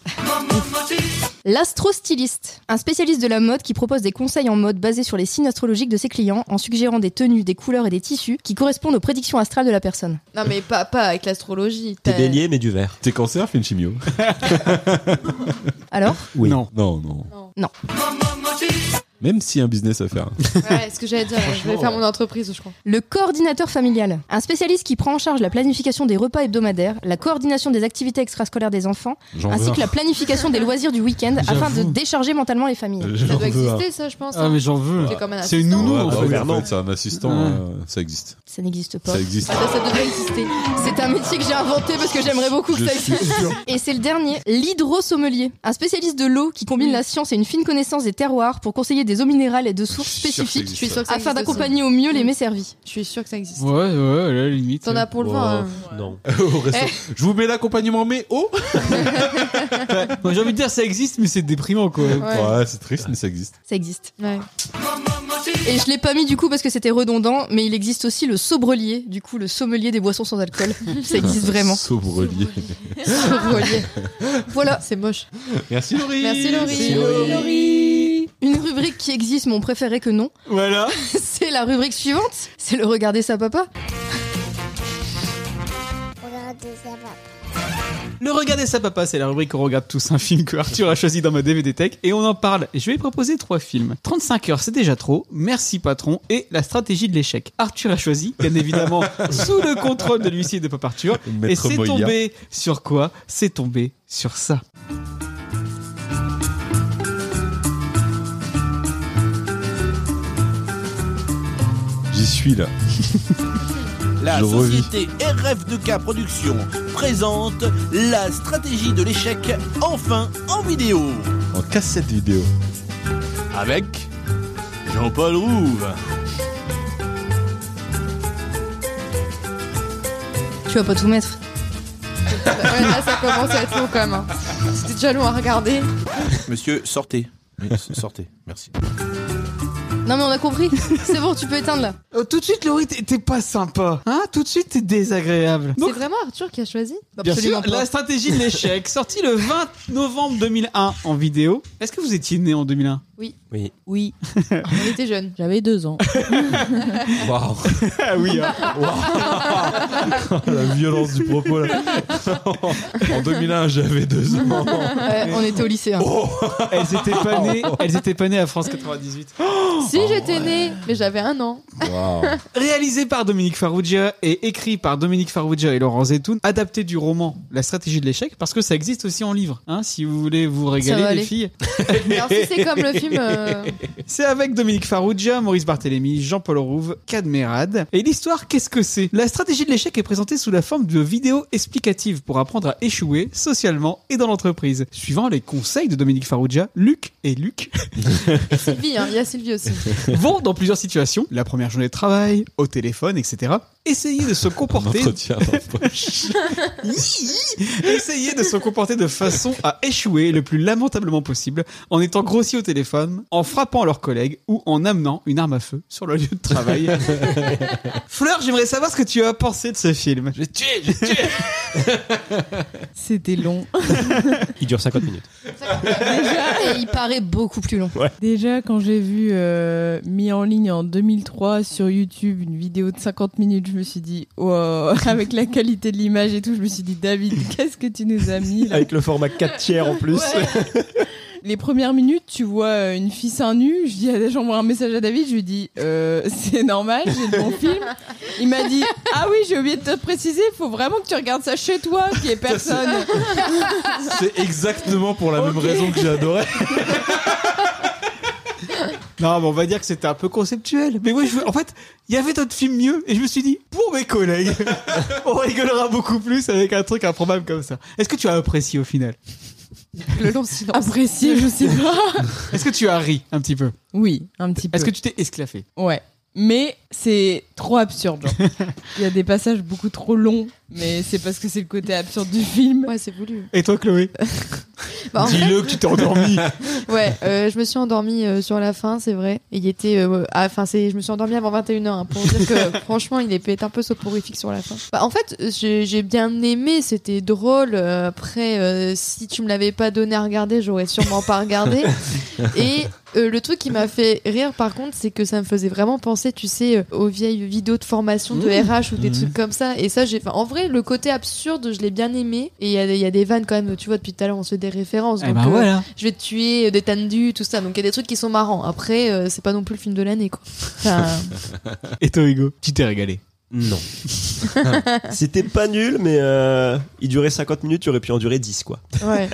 D: L'astrostyliste, un spécialiste de la mode qui propose des conseils en mode basés sur les signes astrologiques de ses clients en suggérant des tenues, des couleurs et des tissus qui correspondent aux prédictions astrales de la personne.
F: Non, mais pas, pas avec l'astrologie.
I: T'es
F: t'as-
I: bélier, mais du vert.
B: T'es cancer, fais une chimio.
D: Alors
B: Oui.
A: Non.
B: Non, non.
F: Non.
D: Non.
B: Même si un business à faire.
F: Ouais, ce que j'allais dire, je vais faire mon entreprise, je crois.
D: Le coordinateur familial, un spécialiste qui prend en charge la planification des repas hebdomadaires, la coordination des activités extrascolaires des enfants,
B: J'en veux
D: ainsi
B: un.
D: que la planification des loisirs du week-end afin de décharger mentalement les familles.
B: Euh, J'en
F: Ça doit
B: veux un.
F: exister, ça, je pense.
A: Ah,
F: hein.
A: mais j'en veux.
F: C'est comme un
A: C'est une
F: assistant.
A: nounou,
B: Ouais,
A: en
B: bah
A: fait.
B: oui, en fait, c'est un assistant,
A: Ouais.
B: euh, ça existe.
D: Ça n'existe pas.
B: Ça existe.
F: Ah, ça, ça devrait exister.
D: C'est un métier que j'ai inventé parce que j'aimerais beaucoup que
B: Je
D: ça
B: suis
D: existe.
B: sûr.
D: Et c'est le dernier, l'hydrosommelier, un spécialiste de l'eau qui combine la science et une fine connaissance des terroirs pour conseiller des eaux minérales et de sources
B: Je suis sûr que ça
D: spécifiques
F: Je suis sûre que ça
D: afin
F: existe aussi.
D: d'accompagner au mieux les mets servis.
F: Je suis sûre que ça existe.
A: Ouais, ouais, à la limite.
F: T'en as pour le
I: Oh,
F: vin. hein.
I: Non.
B: Au restaurant.
F: Eh.
B: Je vous mets l'accompagnement, mais oh
A: Moi, j'ai envie de dire ça existe, mais c'est déprimant quoi.
F: Ouais.
B: Ouais, c'est triste, mais ça existe.
D: Ça existe.
F: Ouais.
D: Et je l'ai pas mis du coup parce que c'était redondant, mais il existe aussi le sobrelier, du coup le sommelier des boissons sans alcool. Ça existe vraiment.
B: Sobrelier.
F: Relié.
D: Voilà,
F: C'est moche.
B: Merci Laurie.
F: Merci, Laurie. Merci,
D: une rubrique qui existe, mon préféré que non,
A: Voilà.
D: c'est la rubrique suivante, c'est le regarder ça papa.
G: Regardez, ça va.
A: Le Regardez ça papa, c'est la rubrique où on regarde tous un film que Arthur a choisi dans ma DVD Tech et on en parle. Et je vais proposer trois films. 35 heures, c'est déjà trop. Merci patron et la stratégie de l'échec. Arthur a choisi, bien évidemment, sous le contrôle de l'huissier de Papa Arthur. Et
B: Maître
A: c'est
B: Moïa.
A: tombé sur quoi C'est tombé sur ça.
B: J'y suis là.
J: La
B: Je revis.
J: société RF2K Productions présente la stratégie de l'échec enfin en vidéo
B: En cassette vidéo.
J: avec Jean-Paul Rouve.
D: Tu vas pas tout mettre.
F: Ouais, là, ça commence à être long quand même. hein. C'était déjà long à regarder.
J: Monsieur, sortez. sortez, merci.
D: Non mais on a compris, c'est bon, tu peux éteindre là.
A: Oh, tout de suite, Laurie, t'es t'es pas sympa. Hein Tout de suite, t'es désagréable.
F: C'est vraiment Arthur qui a choisi
A: Bien
D: Absolument
A: sûr,
D: pas.
A: la stratégie de l'échec, sortie le 20 novembre 2001 en vidéo. Est-ce que vous étiez né en 2001
H: Oui,
F: On était jeunes.
H: j'avais deux ans.
B: Waouh.
A: Ah oui,
B: La violence du propos là. en 2001, j'avais deux ans.
D: Ouais, on était au lycée. hein.
A: elles étaient pas nées, elles étaient pas nées à France 98.
F: Si j'étais née, mais j'avais un an.
B: Waouh.
A: Réalisé par Dominique Farrugia et écrit par Dominique Farrugia et Laurent Zetoun, adapté du roman La stratégie de l'échec parce que ça existe aussi en livre. Hein, si vous voulez vous
D: va
A: régaler les
D: aller.
A: filles.
F: Alors si c'est comme le costume. euh,
A: C'est avec Dominique Farrugia, Maurice Barthélémy, Jean-Paul Rouve, Cadmerade. Et l'histoire, qu'est-ce que c'est La stratégie de l'échec est présentée sous la forme de vidéos explicatives pour apprendre à échouer socialement et dans l'entreprise. Suivant les conseils de Dominique Farrugia, Luc et Luc
F: Sylvie, hein, il y a Sylvie aussi.
A: vont dans plusieurs situations, la première journée de travail, au téléphone, etc., essayer de se comporter. Essayez de se comporter de façon à échouer le plus lamentablement possible en étant grossi au téléphone, en frappant leurs collègues ou en amenant une arme à feu sur le lieu de travail. Fleur, j'aimerais savoir ce que tu as pensé de ce film. Je tué, je tué.
H: C'était long.
I: Il dure 50 minutes.
D: Déjà, et il paraît beaucoup plus long.
H: Déjà, quand j'ai vu euh, mis en ligne en 2003 sur YouTube une vidéo de 50 minutes, je me suis dit, wow, avec la qualité de l'image et tout, je me suis dit, David, qu'est-ce que tu nous as mis là
I: Avec le format 4 tiers en plus.
H: Les premières minutes, tu vois euh, une fille seins nu, je dis à des gens, j'envoie un message à David, je lui dis, euh, c'est normal, j'ai le bon film. Il m'a dit, ah oui, j'ai oublié de te préciser, faut vraiment que tu regardes ça chez toi, qu'il y ait personne.
B: C'est exactement pour la même raison que j'ai adoré.
A: Non, mais on va dire que c'était un peu conceptuel. Mais oui, je veux- en fait, il y avait d'autres films mieux et je me suis dit, pour mes collègues, on rigolera beaucoup plus avec un truc improbable comme ça. Est-ce que tu as apprécié au final
F: Le long silence.
H: Apprécié, je sais pas.
A: Est-ce que tu as ri un petit peu
H: Oui, un petit peu.
A: Est-ce que tu t'es esclaffé
H: Ouais. Mais c'est trop absurde. genre. Il y a des passages beaucoup trop longs, mais c'est parce que c'est le côté absurde du film.
F: Ouais, c'est voulu.
A: Et toi, Chloé
F: Bah, en
A: Dis-le que tu t'es endormi.
F: Ouais, euh, je me suis endormie euh, sur la fin, c'est vrai. Et il était. euh, ah, Enfin, c'est, je me suis endormie avant 21h hein, pour dire que franchement, il est peut-être un peu soporifique sur la fin. Bah, en fait, j'ai, j'ai bien aimé, c'était drôle. Euh, Après, euh, si tu me l'avais pas donné à regarder, j'aurais sûrement pas regardé. Et euh, le truc qui m'a fait rire, par contre, c'est que ça me faisait vraiment penser, tu sais, euh, aux vieilles vidéos de formation de
A: Mmh.
F: RH ou des trucs comme ça. Et ça, j'ai. enfin, En vrai, le côté absurde, je l'ai bien aimé. Et il y a, il y a des vannes quand même, tu vois, depuis tout à l'heure, on se fait des références.
A: Eh
F: donc,
A: ben
F: euh,
A: voilà.
F: je vais te tuer, euh, des tendus, tout ça. Donc il y a des trucs qui sont marrants. Après, euh, c'est pas non plus le film de l'année, quoi. Enfin,
A: Et toi, Hugo Tu t'es régalé.
I: Non. C'était pas nul, mais euh, il durait 50 minutes, tu aurais pu en durer 10, quoi.
F: ouais.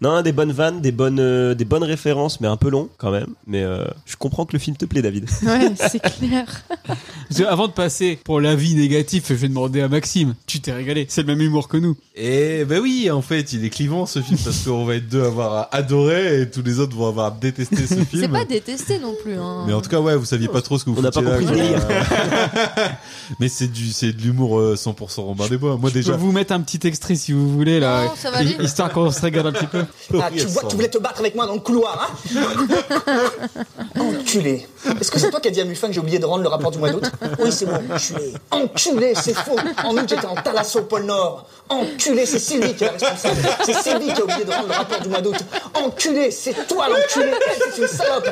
I: Non, des bonnes vannes, des bonnes, euh, des bonnes références, mais un peu long quand même. Mais euh, je comprends que le film te plaît, David.
F: ouais, c'est clair.
A: Parce que avant de passer pour l'avis négatif, je vais demander à Maxime. Tu t'es régalé. C'est le même humour que nous.
B: Et ben oui, en fait, il est clivant ce film parce qu'on va être deux à avoir adoré et tous les autres vont avoir détesté ce film.
F: C'est pas détesté non plus. hein.
B: Mais en tout cas, ouais, vous saviez pas trop ce que vous
I: On n'a pas
B: foutiez là,
I: compris le
B: quoi. Mais c'est du, c'est de l'humour euh, 100% Robin des Bois. Moi
A: Je
B: déjà.
A: peux vous mettre un petit extrait si vous voulez là,
D: Non, ça va aller.
A: histoire qu'on se régale un petit peu.
K: Ah, tu vois que tu voulais te battre avec moi dans le couloir, hein Enculé Est-ce que c'est toi qui as dit à Muffin que j'ai oublié de rendre le rapport du mois d'août Oui, c'est moi, enculé Enculé, c'est faux En août, j'étais en Thalasso au pôle Nord Enculé, c'est Sylvie qui est la responsable C'est Sylvie qui a oublié de rendre le rapport du mois d'août Enculé, c'est toi l'enculé C'est une salope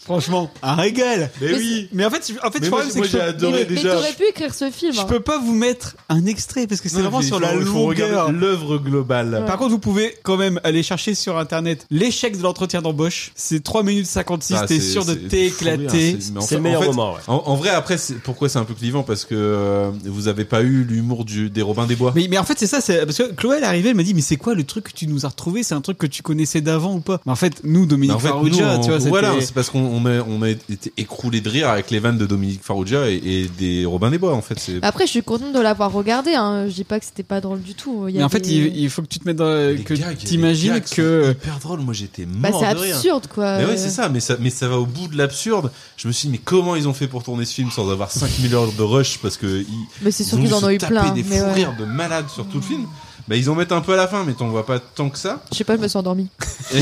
A: Franchement, un régal.
B: Mais oui.
A: Mais en fait, je- en fait,
B: Mais
A: le
B: moi,
A: problème, c'est
B: moi,
A: que
B: j'ai
A: je,
F: Mais,
B: adoré
F: mais
B: déjà.
F: t'aurais pu écrire ce film.
A: je
F: hein.
A: peux pas vous mettre un extrait parce que c'est
B: Non,
A: vraiment
B: mais
A: sur
B: il
A: la
B: faut- il faut
A: longueur.
B: regarder l'œuvre globale.
A: Par contre, vous pouvez quand même aller chercher sur internet l'échec de l'entretien d'embauche. C'est 3 minutes 56,
B: Ah,
A: t'es
B: c'est-
A: sûr de
B: c'est-
A: t'éclater.
B: c'est- mais en
I: C'est
B: fait-
I: le meilleur
B: en fait,
I: moment, ouais.
B: En, en vrai, après, c'est- pourquoi c'est un peu clivant Parce que euh, vous avez pas eu l'humour du- des Robins des Bois.
A: Mais, mais en fait, c'est ça, c'est parce que Chloé, elle est arrivée, elle m'a dit, mais c'est quoi le truc que tu nous as retrouvé C'est un truc que tu connaissais d'avant ou pas Mais en fait, nous,
B: Mais
A: Dominique
B: en fait,
A: Farrugia, tu
B: nous, on-
A: vois, c'était.
B: voilà, c'est parce qu'on on a, on a été écroulé de rire avec les vannes de Dominique Farrugia et, et des Robins des Bois, en fait. C'est
F: Après, je suis contente de l'avoir regardé. Hein. Je dis pas que c'était pas drôle du tout. Il y a
A: Mais en
F: des-
A: fait, il, il faut que tu te mettes dans,
B: Les
A: que
B: gags, les
A: t'imagines
B: gags sont
A: que.
B: hyper drôle. Moi, j'étais
F: Bah,
B: mort
F: c'est
B: de rire.
F: absurde, quoi.
B: Mais ouais, c'est ça mais, ça, mais ça va au bout de l'absurde. Je me suis dit, mais comment ils ont fait pour tourner ce film sans avoir 5000 heures de rush Parce que ils,
F: Mais c'est
B: ils
F: sûr
B: ont dû
F: qu'ils en
B: se
F: ont eu
B: taper
F: plein.
B: des
F: Mais
B: fous
F: ouais.
B: rires de malades sur tout le film. Bah, ils en mettent un peu à la fin, mais t'en vois pas tant que ça.
F: Je sais pas, je me suis endormie.
B: Et-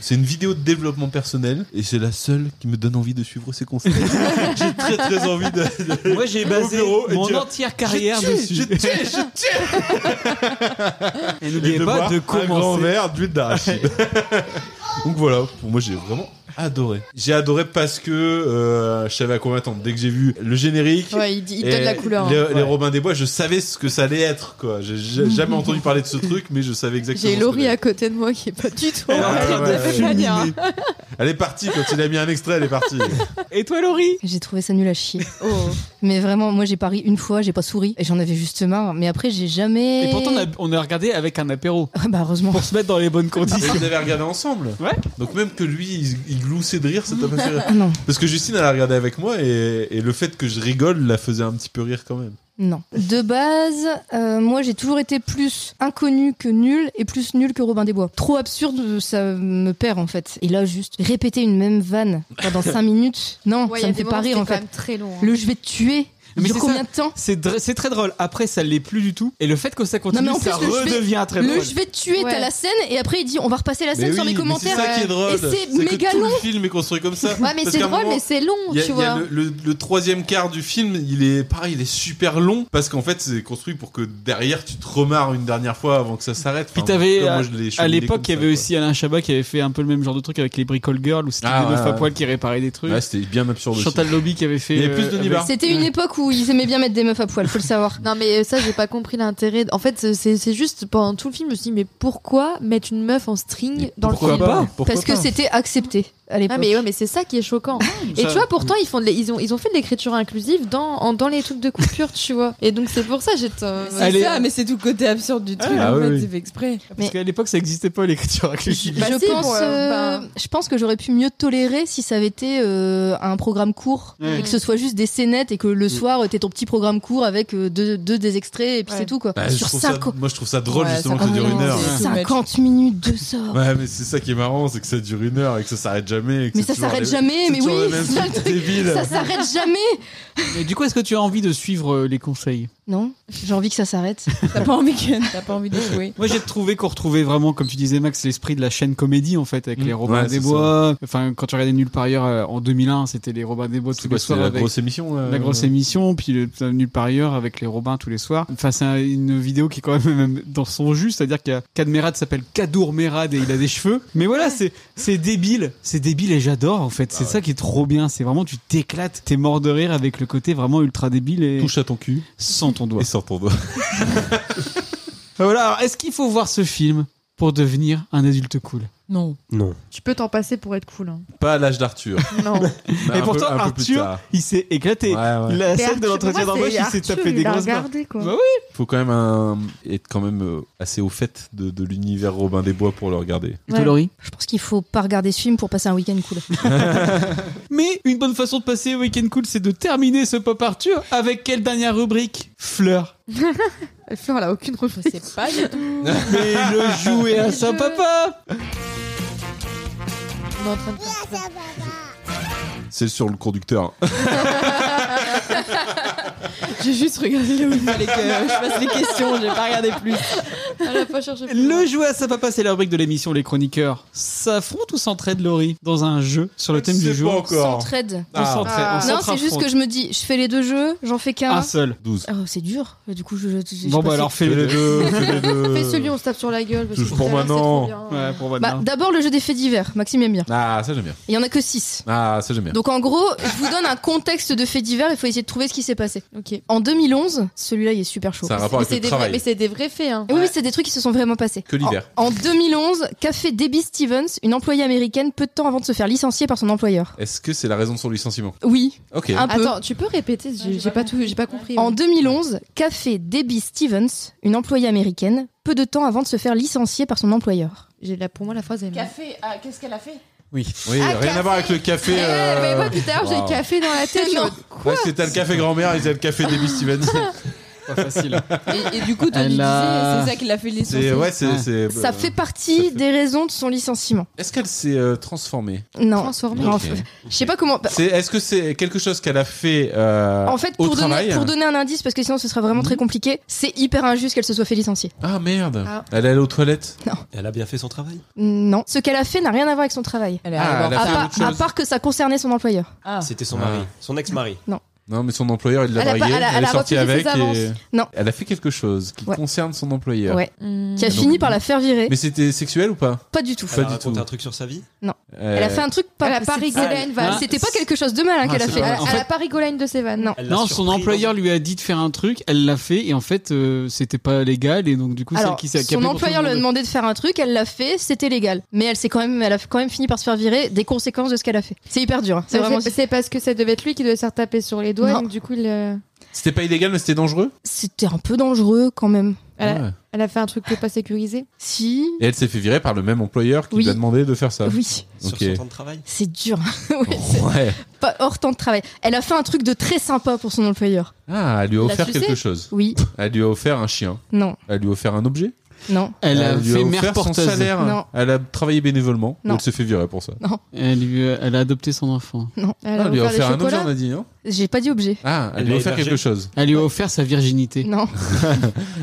B: c'est une vidéo de développement personnel et c'est la seule qui me donne envie de suivre ses conseils. J'ai très très envie de. de-
A: Moi, j'ai
B: au
A: basé
B: bureau et
A: mon
B: dire,
A: entière carrière
B: Je tue,
A: dessus.
B: je tue, je tue
A: Et
B: Et
A: n'oubliez pas
B: boire
A: de
B: Un grand
A: commencer.
B: verre d'huile d'arachide. Donc voilà, pour moi j'ai vraiment adoré. J'ai adoré parce que euh, je savais à quoi m'attendre. Dès que j'ai vu le générique.
F: Ouais, il, dit- il
B: et
F: donne la couleur. hein.
B: Les, les Robins des Bois, je savais ce que ça allait être, quoi. J'ai j'ai jamais entendu parler de ce truc, mais je savais exactement.
F: J'ai
B: ce que
F: Laurie
B: ça
F: à côté de moi qui est pas du tout.
B: allait être.
F: en train
B: Ouais, ouais,
F: de
B: ouais,
F: faire
B: ouais.
F: lire, hein.
B: Elle est partie quand il a mis un extrait, elle est partie.
A: Et toi, Laurie
D: J'ai trouvé ça nul à chier.
F: Oh.
D: Mais vraiment, moi j'ai pari une fois, j'ai pas souri et j'en avais juste marre. Mais après, j'ai jamais.
A: Et pourtant, on a, on a regardé avec un apéro.
D: bah heureusement.
A: Pour se mettre dans les bonnes conditions.
B: Vous avez regardé ensemble
A: Ouais.
B: Donc même que lui, il, il gloussait de rire, ça t'a pas fait rire.
F: Ah,
D: Non.
B: Parce que Justine, elle a regardé avec moi et, et le fait que je rigole la faisait un petit peu rire quand même.
F: Ah,
D: Non. De base, euh, moi j'ai toujours été plus inconnu que nul et plus nul que Robin des Bois. Trop absurde, ça me perd en fait. Et là, juste répéter une même vanne pendant 5 minutes, non,
F: Ouais, y
D: ça
F: a
D: me
F: des
D: fait
F: moments
D: pas
F: où
D: rire
F: c'était
D: en
F: quand
D: fait.
F: même très long, hein.
D: Le je vais te tuer. Mais
A: c'est
D: combien
A: ça.
D: de temps
A: C'est dr- c'est très drôle. Après, ça l'est plus du tout. Et le fait que ça
D: Non,
A: continue,
D: mais en plus,
A: ça
D: le je vais-
A: redevient très
D: le
A: drôle.
D: je vais te tuer,
F: Ouais.
D: t'as la scène, et après il dit on va repasser la
B: Mais
D: scène sur
B: oui,
D: les
B: mais
D: commentaires.
B: C'est ça qui
F: euh,
B: est drôle.
D: Et c'est
B: que
D: méga
B: tout
D: long.
B: Le film est construit comme ça.
F: Ouais, mais
B: Parce
F: c'est
B: qu'à un
F: drôle,
B: moment,
F: mais c'est long,
D: Oh,
B: il y a-
F: tu
B: il y a
F: vois.
B: le, le- le troisième quart du film, il est pareil, il est super long parce qu'en fait, c'est construit pour que derrière tu te remarres une dernière fois avant que ça s'arrête.
A: Puis
B: Enfin, en
A: t'avais,
B: tout cas,
A: à,
B: moi, je l'ai
A: à
B: cheminé
A: l'époque, il y
B: comme ça,
A: avait
B: quoi.
A: aussi Alain Chabat qui avait fait un peu le même genre de truc avec les bricoles girls où c'était
B: Ah,
A: des meufs
B: ouais,
A: à
B: ouais.
A: poil qui réparaient des trucs.
B: Ouais, c'était bien absurde.
A: Chantal
B: aussi.
A: Lobby qui avait fait.
B: Il y avait
A: euh,
B: plus de
A: avec-
B: Nibar.
D: C'était une époque où ils aimaient bien mettre des meufs à poil, faut le savoir.
F: Non mais ça j'ai pas compris l'intérêt. En fait c'est- c'est c'est juste pendant tout le film je me suis dit mais pourquoi mettre une meuf en string dans le
D: pourquoi
F: film
D: pas Pourquoi Parce que pas c'était accepté à l'époque.
F: Ah mais ouais mais c'est ça qui est choquant. Et
D: Ça-
F: tu vois pourtant ils font de l'é- ils ont ils ont fait de l'écriture inclusive dans en- dans les trucs de coupure tu vois. Et donc c'est pour ça j'étais. euh,
H: C'est ça, mais c'est tout le côté absurde du truc.
A: Ah,
H: en
A: oui,
H: fait,
A: oui.
H: c'est fait exprès.
A: Parce qu'à l'époque, ça n'existait pas l'écriture inclusive.
F: Bah,
D: je,
H: si,
D: pense,
H: pour, euh,
D: euh,
H: ben-
D: je pense que j'aurais pu mieux tolérer si ça avait été euh, un programme court
A: Ouais.
D: et
F: Mm.
D: que ce soit juste des scénettes et que
A: Mm.
D: le soir euh, t'aies ton petit programme court avec euh, deux, deux des extraits et puis c'est tout quoi.
B: Bah, je
D: Sur
B: trouve ça-
D: cinq-
B: moi, je trouve ça drôle
D: Ouais,
B: justement
D: ça-
B: que ça dure
D: Ah,
B: une heure.
D: c'est 50 minutes de ça.
B: Ouais, mais c'est ça qui est marrant, c'est que ça dure une heure et que ça s'arrête jamais. et que
D: Mais
B: c'est
D: ça
B: toujours
D: s'arrête
B: les-
D: jamais,
B: c'est
D: mais
B: toujours
D: oui,
B: les mêmes
D: c'est ça le
B: trucs
D: truc.
B: débiles.
D: Ça s'arrête jamais.
A: Mais du coup, est-ce que tu as envie de suivre euh, les conseils
D: Non, j'ai envie que ça s'arrête.
H: T'as pas envie que- t'as pas envie de jouer.
A: Moi, j'ai trouvé qu'on retrouvait vraiment, comme tu disais, Max, l'esprit de la chaîne comédie, en fait, avec les Robins
B: Ouais,
A: des
B: c'est
A: Bois. Enfin, quand tu regardais Nulle part ailleurs euh, en 2001, c'était les Robins des Bois tous
B: C'est
A: les
B: quoi,
A: soirs.
B: c'était la
A: avec-
B: grosse émission, euh, là
A: Euh, La grosse émission, puis le putain, Nulle part ailleurs avec les Robins tous les soirs. Enfin, c'est un- une vidéo qui est quand même, même dans son jus, c'est-à-dire qu'il y a Cadmerad s'appelle Kadour Merad et il a des cheveux. Mais voilà, c'est c'est débile, c'est débile et j'adore, en
B: Bah
A: fait. C'est ça qui est trop bien. C'est vraiment, tu t'éclates, t'es mort de rire avec le côté vraiment ultra débile et.
B: Touche à ton cul.
A: Sans ton doigt. Ah,
B: Et sans ton doigt.
A: Voilà, alors est-ce qu'il faut voir ce film pour devenir un adulte cool
H: Non.
B: Non.
F: Tu peux t'en passer pour être cool. hein.
B: Pas à l'âge d'Arthur.
F: Non.
B: Mais
A: Et
B: Bah, un
A: pourtant,
B: peu- un peu plus
A: Arthur,
B: tard.
A: il s'est éclaté. La
F: Mais
A: scène de
F: Arthur,
A: l'entretien
F: pour moi,
A: d'embauche,
F: c'est
A: il s'est
F: Arthur,
A: tapé
F: il
A: des
F: l'a
A: grosses barres.
F: regardé, quoi.
A: Bah oui.
B: Faut quand même un- être quand même euh, assez au fait de, de l'univers Robin des Bois pour le regarder.
D: Ouais. Je pense qu'il faut pas regarder ce film pour passer un week-end cool.
A: Mais une bonne façon de passer au week-end cool, c'est de terminer ce pop Arthur avec quelle dernière rubrique Fleur.
F: Fleur elle a aucune refuse.
H: C'est pas du tout.
A: Mais le jouet à sa papa.
F: On est en train de.
B: C'est sur le conducteur. hein.
H: J'ai juste regardé là où il fallait que je fasse les questions, j'ai pas regardé plus.
F: Elle a pas cherché. plus loin.
A: Le jouet à sa papa, c'est la rubrique de l'émission Les Chroniqueurs s'affrontent ou s'entraident, Laurie, dans un jeu sur le thème
B: sais
A: du jour.
B: pas encore.
D: S'entraide.
A: On s'entraide. on
D: Ah. Non, c'est
A: s'entraffronte.
D: juste que je me dis, je fais les deux jeux, j'en fais qu'un.
A: Un seul.
B: 12.
D: Oh, c'est dur. Du coup, je. je- je-
A: Bon, bah
D: je passe-
A: alors fais les deux.
B: fais les
A: Euh,
B: deux.
F: Fais celui où on se tape sur la gueule. Parce
B: Touche
F: que
B: pour
F: putain, là, c'est
B: maintenant.
F: trop bien.
A: Ouais, pour votre
D: Bah,
A: main.
D: d'abord le jeu des faits divers. Maxime aime bien.
B: Ah, ça j'aime bien.
D: Il y en a que 6.
B: Ah, ça j'aime bien.
D: Donc en gros, je vous donne un contexte de faits divers, il faut essayer de trouver ce qui s'est passé.
F: Ok.
D: En 2011, celui-là il est super chaud.
B: C'est un rapport
F: Mais
B: avec
F: c'est
B: le
F: des vrais-
B: travail.
F: mais c'est des vrais faits. hein.
D: Et oui, oui, c'est des trucs qui se sont vraiment passés.
B: Que l'hiver.
D: En 2011, qu'a fait Debbie Stevens, une employée américaine, peu de temps avant de se faire licencier par son employeur
B: Est-ce que c'est la raison de son licenciement
D: Oui.
B: Ok.
D: Un peu.
F: Attends, tu peux répéter J'ai j'ai pas tout, j'ai pas compris.
D: En 2011, qu'a fait Debbie Stevens, une employée américaine, peu de temps avant de se faire licencier par son employeur
F: J'ai là pour moi la phrase est.
H: Café, ah, qu'est-ce qu'elle a fait
A: Oui.
B: Oui, rien à voir avec le café.
D: Eh,
B: euh,
F: Eh, Mais moi, tout à l'heure, j'ai
B: wow.
F: le café dans la tête.
D: Non.
B: Ouais, c'était le café grand-mère et c'était le café Debbie Stevens.
A: Pas
B: hein.
A: facile.
H: Et, et du coup, Tony
A: Elle a-
H: disait, c'est ça qui l'a fait les
B: C'est- ouais,
A: Ah.
B: c'est. c'est-
D: Ça fait partie des raisons de son licenciement.
B: Est-ce qu'elle s'est euh, transformée
D: Non.
F: Transformé.
D: Non,
B: Ok.
D: f- Je sais pas comment. bah,
B: C'est- Est-ce que c'est quelque chose qu'elle a fait euh,
D: En fait,
B: au
D: pour donner,
B: travail Mhm.
D: pour donner un indice, parce que sinon ce serait vraiment très compliqué, c'est hyper injuste qu'elle se soit fait licencier.
B: Ah merde
F: Ah.
B: Elle est allée aux toilettes
I: Elle a bien fait son travail.
D: Non. Ce qu'elle a fait n'a rien à voir avec son travail.
H: Elle
B: Ah,
H: a
B: elle a
D: À,
B: fait
D: part-
B: autre chose.
D: à part que ça concernait son employeur.
H: Ah.
I: C'était son
B: Ah.
I: mari, son ex-mari.
B: Non, mais son employeur, il l'a
F: Elle a pas-
B: draguée,
F: elle
B: elle,
F: a- elle
B: est
F: a
B: sortie
F: refusé
B: avec
F: ses avances.
B: et...
D: Non.
B: Elle a fait quelque chose qui
D: Ouais.
B: concerne son employeur.
D: Ouais.
F: Hmm.
D: Qui a
B: Donc-
D: fini par la faire virer.
B: Mais c'était sexuel ou pas Euh,
D: Pas du tout.
I: Elle a
B: du
I: raconté
B: tout.
I: un truc sur sa vie.
D: Non. Elle a fait un truc pas. Ah,
F: Elle a pas rigolé à une vanne.
D: C'était pas quelque chose de mal hein,
A: Ah,
D: qu'elle a
A: c'est
D: fait.
A: pas- en
D: Elle-
A: fait-
D: elle a pas rigolé à une de ses vannes. Non.
A: Non, son
B: hein.
A: employeur lui a dit de faire un truc, elle l'a fait et en fait euh, c'était pas légal et donc du coup
D: Alors,
A: celle qui s'est qui a
D: son
A: pris pour
D: employeur
A: tout
D: lui
A: le
D: a
A: monde.
D: demandé de faire un truc, elle l'a fait, c'était légal. Mais elle s'est quand même, elle a quand même fini par se faire virer des conséquences de ce qu'elle a fait. C'est hyper dur. hein. C'est
F: Mais
D: vraiment.
F: c'est- C'est parce que ça devait être lui qui devait se faire taper sur les doigts,
D: Non.
F: donc du coup, il, euh,
B: C'était pas illégal, mais c'était dangereux
D: C'était un peu dangereux quand même.
F: elle, a,
B: Ouais.
F: elle a fait un truc qui est pas sécurisé.
D: Si.
B: Et elle s'est fait virer par le même employeur qui lui a demandé de faire ça.
D: Oui.
B: Ok.
I: travail
D: C'est dur. Ouais, c'est
B: Ouais.
D: Pas hors temps de travail. Elle a fait un truc de très sympa pour son employeur.
B: Ah, elle lui a
D: La
B: offert
D: sucer
B: quelque chose.
D: Oui.
B: Elle lui a offert un chien.
D: Non.
B: Elle lui a offert un objet.
D: Non.
A: Elle a
B: lui
A: fait
B: offert
A: mère
B: son
A: porteuse.
B: salaire.
D: Non.
B: Elle a travaillé bénévolement.
D: Non.
B: Elle s'est fait virer pour ça.
D: Non.
A: Elle, lui, euh, elle a adopté son enfant.
D: Non.
F: Elle
B: Ah, lui a offert un objet, on a dit, non
D: J'ai pas dit objet.
B: Ah, elle, lui a offert quelque chose.
A: Elle lui a offert sa virginité.
D: Non.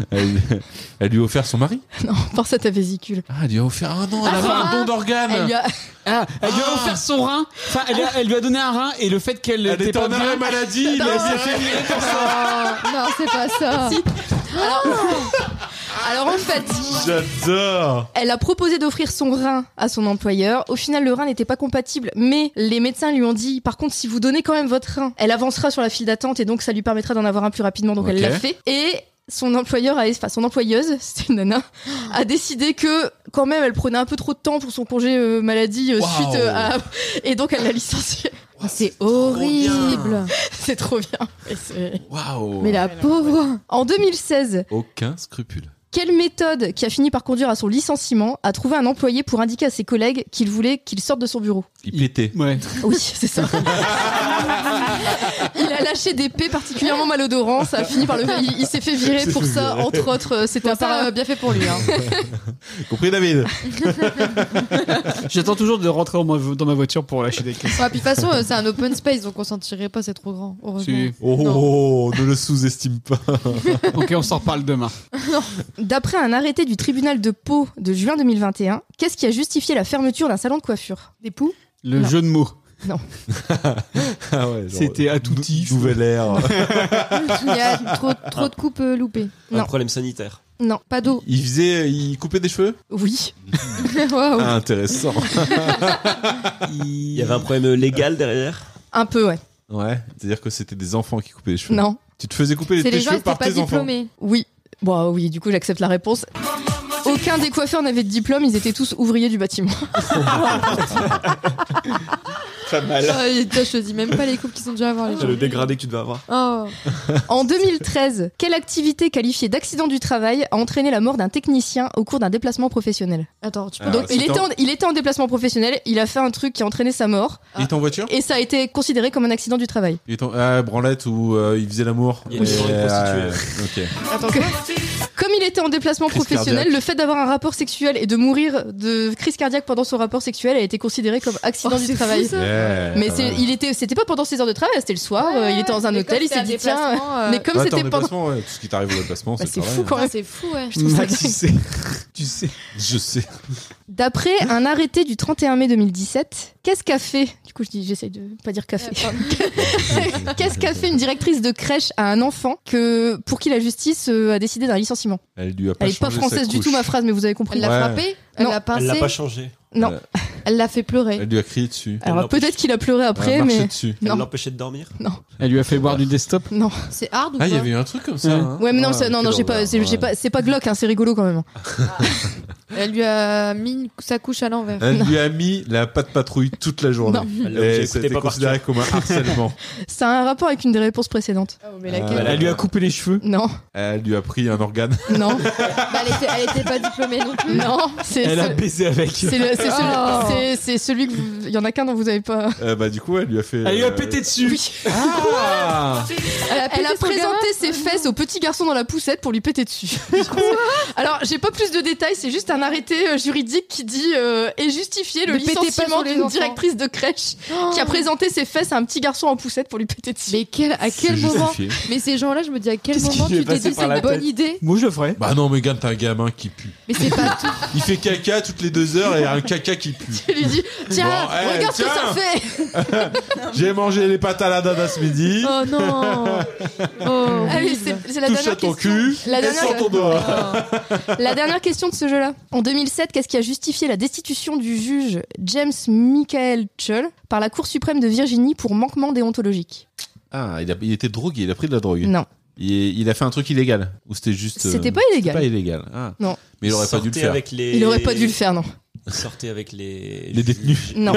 B: elle, elle lui a offert son mari.
D: Non, pense à ta vésicule.
B: Ah, elle lui a offert un an.
A: Ah,
B: Elle avait
A: ah,
B: un don d'organe.
D: Elle lui a-
A: Ah, elle lui a offert son rein. Enfin, elle, lui a- elle lui a donné un rein et le fait qu'elle était
B: était
A: pas
B: en arrêt
A: bien-
B: maladie, il a
A: Non.
B: bien fait virer pour ça.
F: Ah, non, c'est pas ça.
D: Alors,
B: Ah.
D: alors en fait,
B: J'adore.
D: elle a proposé d'offrir son rein à son employeur. Au final, le rein n'était pas compatible, mais les médecins lui ont dit par contre, si vous donnez quand même votre rein, elle avancera sur la file d'attente et donc ça lui permettra d'en avoir un plus rapidement. Donc elle
F: Ok.
D: l'a fait. Et son employeur, a, enfin son employeuse, c'était une nana, a décidé que quand même elle prenait un peu trop de temps pour son congé euh, maladie euh,
F: Waouh.
D: suite euh, à- et donc elle l'a licenciée. c'est horrible. C'est trop bien. Et c'est-
B: Waouh.
D: Mais la pauvre. En 2016,
B: Aucun scrupule.
D: quelle méthode qui a fini par conduire à son licenciement a trouvé un employé pour indiquer à ses collègues qu'il voulait qu'il sorte de son bureau
B: Il pétait.
A: Ouais.
D: Oui, c'est ça. Il a lâché des P particulièrement malodorants, ça a fini par le. Il, il s'est fait virer pour ça, entre autres. euh, C'était un pas bien fait pour lui. hein.
B: Compris, David
A: J'attends toujours de rentrer en mo- dans ma voiture pour lâcher des caisses.
F: Ouais, puis de toute façon, euh, c'est un open space, donc on s'en tirerait pas, c'est trop grand. Heureusement.
A: Si.
B: Oh, ne le sous-estime pas.
A: ok, on s'en reparle demain.
D: D'après un arrêté du tribunal de Pau de juin 2021, qu'est-ce qui a justifié la fermeture d'un salon de coiffure Des poux
A: Le
D: Non.
A: jeu de mots.
D: Non.
B: Ah ouais, genre,
A: C'était à tout
B: nou- Nouvel air.
F: Il y a trop, trop de coupes euh, loupées.
I: Un problème sanitaire.
D: Non, pas d'eau.
B: Il faisait, il coupait des cheveux
D: Oui.
B: Ah, Intéressant.
I: Il y avait un problème légal derrière
D: Un peu, ouais.
B: Ouais, c'est-à-dire que c'était des enfants qui coupaient les cheveux.
D: Non.
B: Tu te faisais couper les,
D: C'est
B: tes
D: les gens
B: cheveux
D: qui
B: par
D: n'étaient pas
B: tes enfants.
D: diplômés. Oui. Bon, oui, du coup, j'accepte la réponse. Aucun des coiffeurs n'avait de diplôme, ils étaient tous ouvriers du bâtiment.
I: Pas
F: Ah, et toi, je te dis même pas les coupes qui sont déjà à avoir les gens.
I: Le dégradé que tu devais avoir.
F: Oh.
D: En 2013, quelle activité qualifiée d'accident du travail a entraîné la mort d'un technicien au cours d'un déplacement professionnel
F: Attends, tu
B: peux-
D: Donc,
B: Alors,
D: il
B: c'est
D: était,
B: Ah, en-
D: en, il était en déplacement professionnel, il a fait un truc qui a entraîné sa mort,
B: Il était en voiture
D: et ça a été considéré comme un accident du travail.
B: Il était en ah, branlette où euh, il faisait l'amour.
I: Il était dans les
B: prostituées. ok.
D: Que- Comme il était en déplacement
B: Crise
D: professionnel,
B: cardiaque.
D: le fait d'avoir un rapport sexuel et de mourir de crise cardiaque pendant son rapport sexuel a été considéré comme accident
F: Oh,
D: du
F: c'est fou,
D: travail.
F: ça.
B: Yeah,
D: mais
B: pas
D: c'est-
B: mal.
D: il était, c'était pas pendant ses heures de travail, c'était le soir. euh, il était dans un
F: mais
D: hôtel,
F: comme
D: il
F: c'était
D: s'est
F: un
D: dit tiens.
F: déplacement, euh,
D: Mais
B: Ouais,
D: comme
B: t'es en
D: c'était pendant,
B: déplacement, ouais. Tout ce qui t'arrive au déplacement,
D: Bah,
B: c'est hein.
D: c'est
B: le
D: fou
B: travail,
D: quand
F: Ah,
D: même.
F: c'est fou, ouais.
D: Je trouve ça
A: Max, tu
D: dingue.
A: sais. tu sais.
B: hein. Je sais.
D: D'après un arrêté du 31 mai 2017, qu'est-ce qu'a fait Du coup, je dis, j'essaye de pas dire café.
F: Euh,
D: qu'est-ce qu'a fait une directrice de crèche à un enfant que pour qui la justice euh, a décidé d'un licenciement
B: Elle lui a pas
D: Elle est pas
B: changé sa
D: française du tout
B: couche.
D: ma phrase, mais vous avez compris.
F: Elle l'a
B: Ouais.
F: frappé, elle
D: Non.
F: l'a
I: Elle l'a
F: pincé,
I: pas changé.
D: Non.
B: Elle-
F: elle l'a fait pleurer.
B: Elle lui a crié dessus.
I: Elle
D: Alors
I: l'a
D: peut-être qu'il a pleuré
B: elle
D: après,
B: a marché
D: mais
B: dessus.
I: Elle
D: Non.
I: l'empêchait de dormir.
A: Elle lui a fait boire du desktop.
D: non.
F: C'est hard ou
B: Ah, il y
F: pas
B: avait eu un truc comme ça.
A: Ouais.
B: hein.
D: Ouais, mais non,
B: Ah,
D: ça- non,
B: quel
D: non, j'ai pas,
B: horreur,
D: c'est j'ai
B: ouais.
D: pas, c'est pas glauque, hein, c'est rigolo quand même.
F: Elle lui a mis une- sa couche à l'envers.
B: Elle lui a mis la patte patrouille toute la journée.
D: Non.
I: Elle l'a obligé
B: Et
I: à écouter
B: c'était
I: pas
B: considéré comme un harcèlement.
D: Ça a un rapport avec une des réponses précédentes.
F: Ah,
D: Euh,
F: mais
B: laquelle
A: Elle lui a coupé les cheveux.
D: Non,
B: Elle lui a pris un organe.
D: non,
F: Bah, elle, était, elle était pas diplômée non plus.
D: non. C'est
A: Elle a
D: ce-
A: baisé
B: Euh,
A: avec.
D: c'est le- c'est
F: Oh.
D: celui, c'est- c'est celui que vous- il y en a qu'un dont vous avez pas.
B: Euh, bah, du coup, elle lui a fait.
A: Elle lui
B: euh,
A: a pété dessus.
B: Ah
F: Elle a,
D: Elle a
F: pété son gamin.
D: présenté ses fesses au petit garçon dans la poussette pour lui péter dessus. Alors, j'ai pas plus de détails, c'est juste un arrêté euh, juridique qui dit euh, est justifié le
F: Ne pétez pas
D: licenciement
F: sur les
D: d'une
F: enfants. Oh.
D: directrice de crèche qui a présenté ses fesses à un petit garçon en poussette pour lui péter dessus.
F: Mais quel, à quel
B: C'est
F: moment
B: justifié.
F: Mais ces gens-là, je me dis à quel
I: Qu'est-ce qui
F: moment
I: lui est
F: tu t'es
I: passé
F: dit c'est
I: par
F: une
I: la
F: bonne
I: tête
F: idée
A: Moi, je le ferais.
B: Bah non, mais Megan, t'as un gamin qui pue.
F: Mais c'est pas tout.
B: Il fait caca toutes les deux heures et il y a un caca qui pue.
D: Il lui dit Tiens,
B: Bon, eh. hey,
D: regarde ce que ça
B: tiens.
D: fait
B: J'ai mangé les pâtes à la dada ce midi.
F: Oh non Oh,
D: Allez,
F: horrible.
D: c'est c'est la
B: Touche à
D: dernière
B: ton
D: question.
B: cul
D: La
B: et
D: dernière-
B: sors ton doigt.
D: La dernière question de ce jeu-là. En 2007, qu'est-ce qui a justifié la destitution du juge James Michael Chull par la Cour suprême de Virginie pour manquement déontologique
B: Ah, il, a- il était drogué, il a pris de la drogue.
D: Non.
B: Il, il a fait un truc illégal ou c'était juste. euh,
D: C'était pas illégal.
B: Pas illégal. Ah.
D: Non.
B: Mais il aurait pas dû le
I: Sortez
B: faire.
I: avec les-
D: Il aurait pas dû le faire, non.
I: Sortez avec les.
B: Les détenus.
D: Non.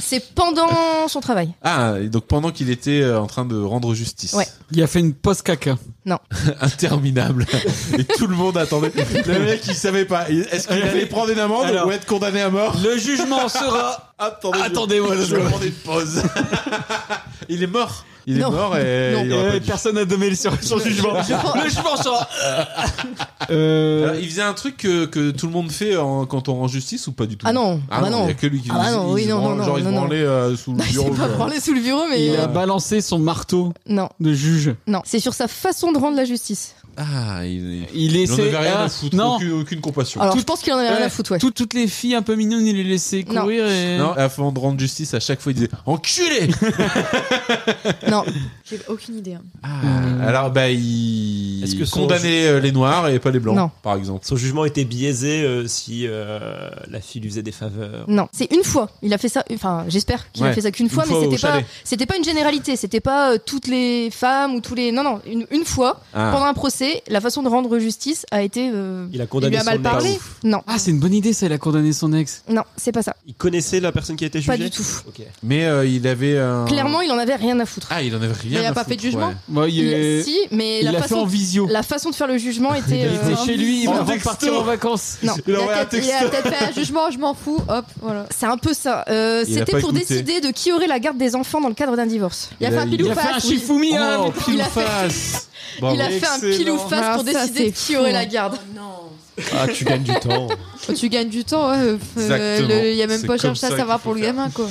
D: C'est pendant son travail.
B: Ah, et donc pendant qu'il était euh, en train de rendre justice.
D: Ouais.
A: Il a fait une pause caca.
D: Non.
B: Interminable. Et tout le monde attendait. Le mec, il savait pas. Est-ce qu'il allait prendre une amende
A: Alors,
B: ou être condamné à mort
A: Le jugement sera.
B: Attendez,
A: Attendez-moi
B: je,
A: deux
B: je vais
A: secondes.
B: prendre une pause. il est mort. Il
A: Non.
B: est mort et
A: Non.
B: il aurait pas
A: Euh,
B: dû.
A: personne n'a donné sur son jugement. Euh, Le jugement sera.
B: Alors, Euh, il faisait un truc que, que tout le monde fait en- quand on rend justice ou pas du tout
D: Ah non. Ah bah
B: Il n'y a
D: non.
B: que lui qui
D: Ah bah
B: il-
D: non,
B: il
D: oui,
B: se
D: non,
B: branle-
D: non,
B: Genre, il se
D: non, non.
B: branlait euh, sous le
D: Il
B: bureau.
D: s'est pas
B: genre.
D: branlé sous le bureau, mais.
A: Il
D: euh,
A: a balancé son marteau
D: Non.
A: de juge.
D: Non. C'est sur sa façon de rendre la justice.
B: Ah, il,
A: Il
B: il en
A: essaie-
B: avait rien
A: ah,
B: à foutre.
A: non.
B: Aucune, aucune compassion.
D: Alors, je pense qu'il en avait rien à foutre, ouais.
A: Tout- toutes les filles un peu mignonnes, il les laissait
D: Non.
A: courir et.
B: Non, avant de rendre justice, à chaque fois, il disait Enculé
D: Non.
F: J'ai aucune idée. hein.
B: Alors, bah, il
I: Est-ce que son
B: condamnait euh, les noirs et pas les blancs,
D: Non.
B: par exemple.
I: Son jugement était biaisé euh, si euh, la fille lui faisait des faveurs.
D: Non, c'est une fois. Il a fait ça. Enfin, j'espère qu'il a
I: Ouais.
D: fait ça qu'une
I: Une
D: fois,
I: fois
D: mais
I: au
D: c'était pas.
I: chalet.
D: C'était pas une généralité. C'était pas euh, toutes les femmes ou tous les. Non, non. Une, une fois,
B: Ah.
D: pendant un procès, la façon de rendre justice a été. euh,
I: Il a condamné
D: lui a
I: son
D: mal
I: ex.
D: parlé.
I: Pas ouf.
D: Non.
A: Ah, c'est une bonne idée, ça, il a condamné son ex.
D: Non, c'est pas ça.
I: Il connaissait la personne qui a été jugée
D: Pas du tout.
I: Ok.
B: Mais euh, il avait un.
D: Clairement, il en avait rien à foutre.
B: Ah, il en avait rien.
D: Mais il a
B: à
D: pas fait de
B: foutre,
D: jugement.
B: ouais.
A: Moi, Bah, il, est-
D: Si, mais
A: il
D: la
A: l'a fait
D: façon.
A: en visio.
D: La façon de faire le jugement était.
A: Il était
D: euh,
A: chez lui, il
B: En
A: va
B: texto.
A: partir en vacances.
D: Non.
B: Il
F: Il
B: envoie
F: a
B: un
F: peut-être il
B: texte.
F: a peut-être fait un jugement, je m'en fous, hop, voilà.
D: C'est un peu ça. Euh,
B: Il a
D: C'était
B: pas
D: pour
B: écouté.
D: décider de qui aurait la garde des enfants dans le cadre d'un divorce.
F: Il a fait un
A: Il
F: pilou
A: a fait un
F: face. oui.
A: chifoumi, hein,
B: Oh,
A: mais-
B: pile
D: il a fait-
B: face
D: Il a fait un pile ou face pour
F: Ah, ça,
D: décider de
F: c'est
D: qui
F: fou,
D: aurait
F: hein.
D: la garde.
I: Ah, tu gagnes du temps.
F: Oh, Tu gagnes du temps, ouais. euh, euh,
B: Exactement.
F: le- Il y a même
B: C'est
F: pas
B: comme
F: cherché à
B: ça
F: savoir
B: qu'il
F: pour
B: faut
F: le
B: faire.
F: gamin, quoi.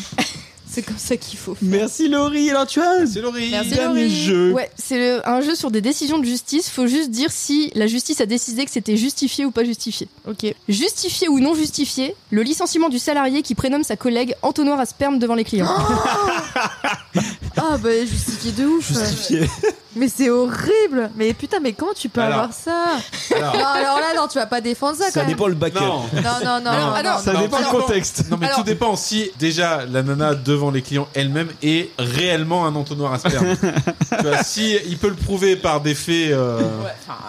F: C'est comme ça qu'il faut.
A: Merci Laurie, alors tu as.
B: C'est Laurie.
F: Merci,
B: Dernier
F: Laurie.
B: jeu.
D: Ouais, c'est le- un jeu sur des décisions de justice. Faut juste dire si la justice a décidé que c'était justifié ou pas justifié.
F: Ok.
D: Justifié ou non justifié, le licenciement du salarié qui prénomme sa collègue entonnoir à sperme devant les clients.
F: Oh Ah bah justifié de ouf. Mais c'est horrible. Mais putain, mais comment tu peux
B: Alors. Ah.
F: avoir ça
B: Alors.
F: Non, alors là, non, tu vas pas défendre ça,
I: Ça
F: quand même.
I: dépend le bac
B: Non.
F: Non, non, non, non,
D: Ah non,
F: non,
A: Ça
F: non.
A: dépend
B: Alors,
A: le contexte.
B: Non mais
D: Alors-
B: tout dépend si déjà la nana devant les clients elle-même est réellement un entonnoir à sperme. tu vois, si il peut le prouver par des faits euh,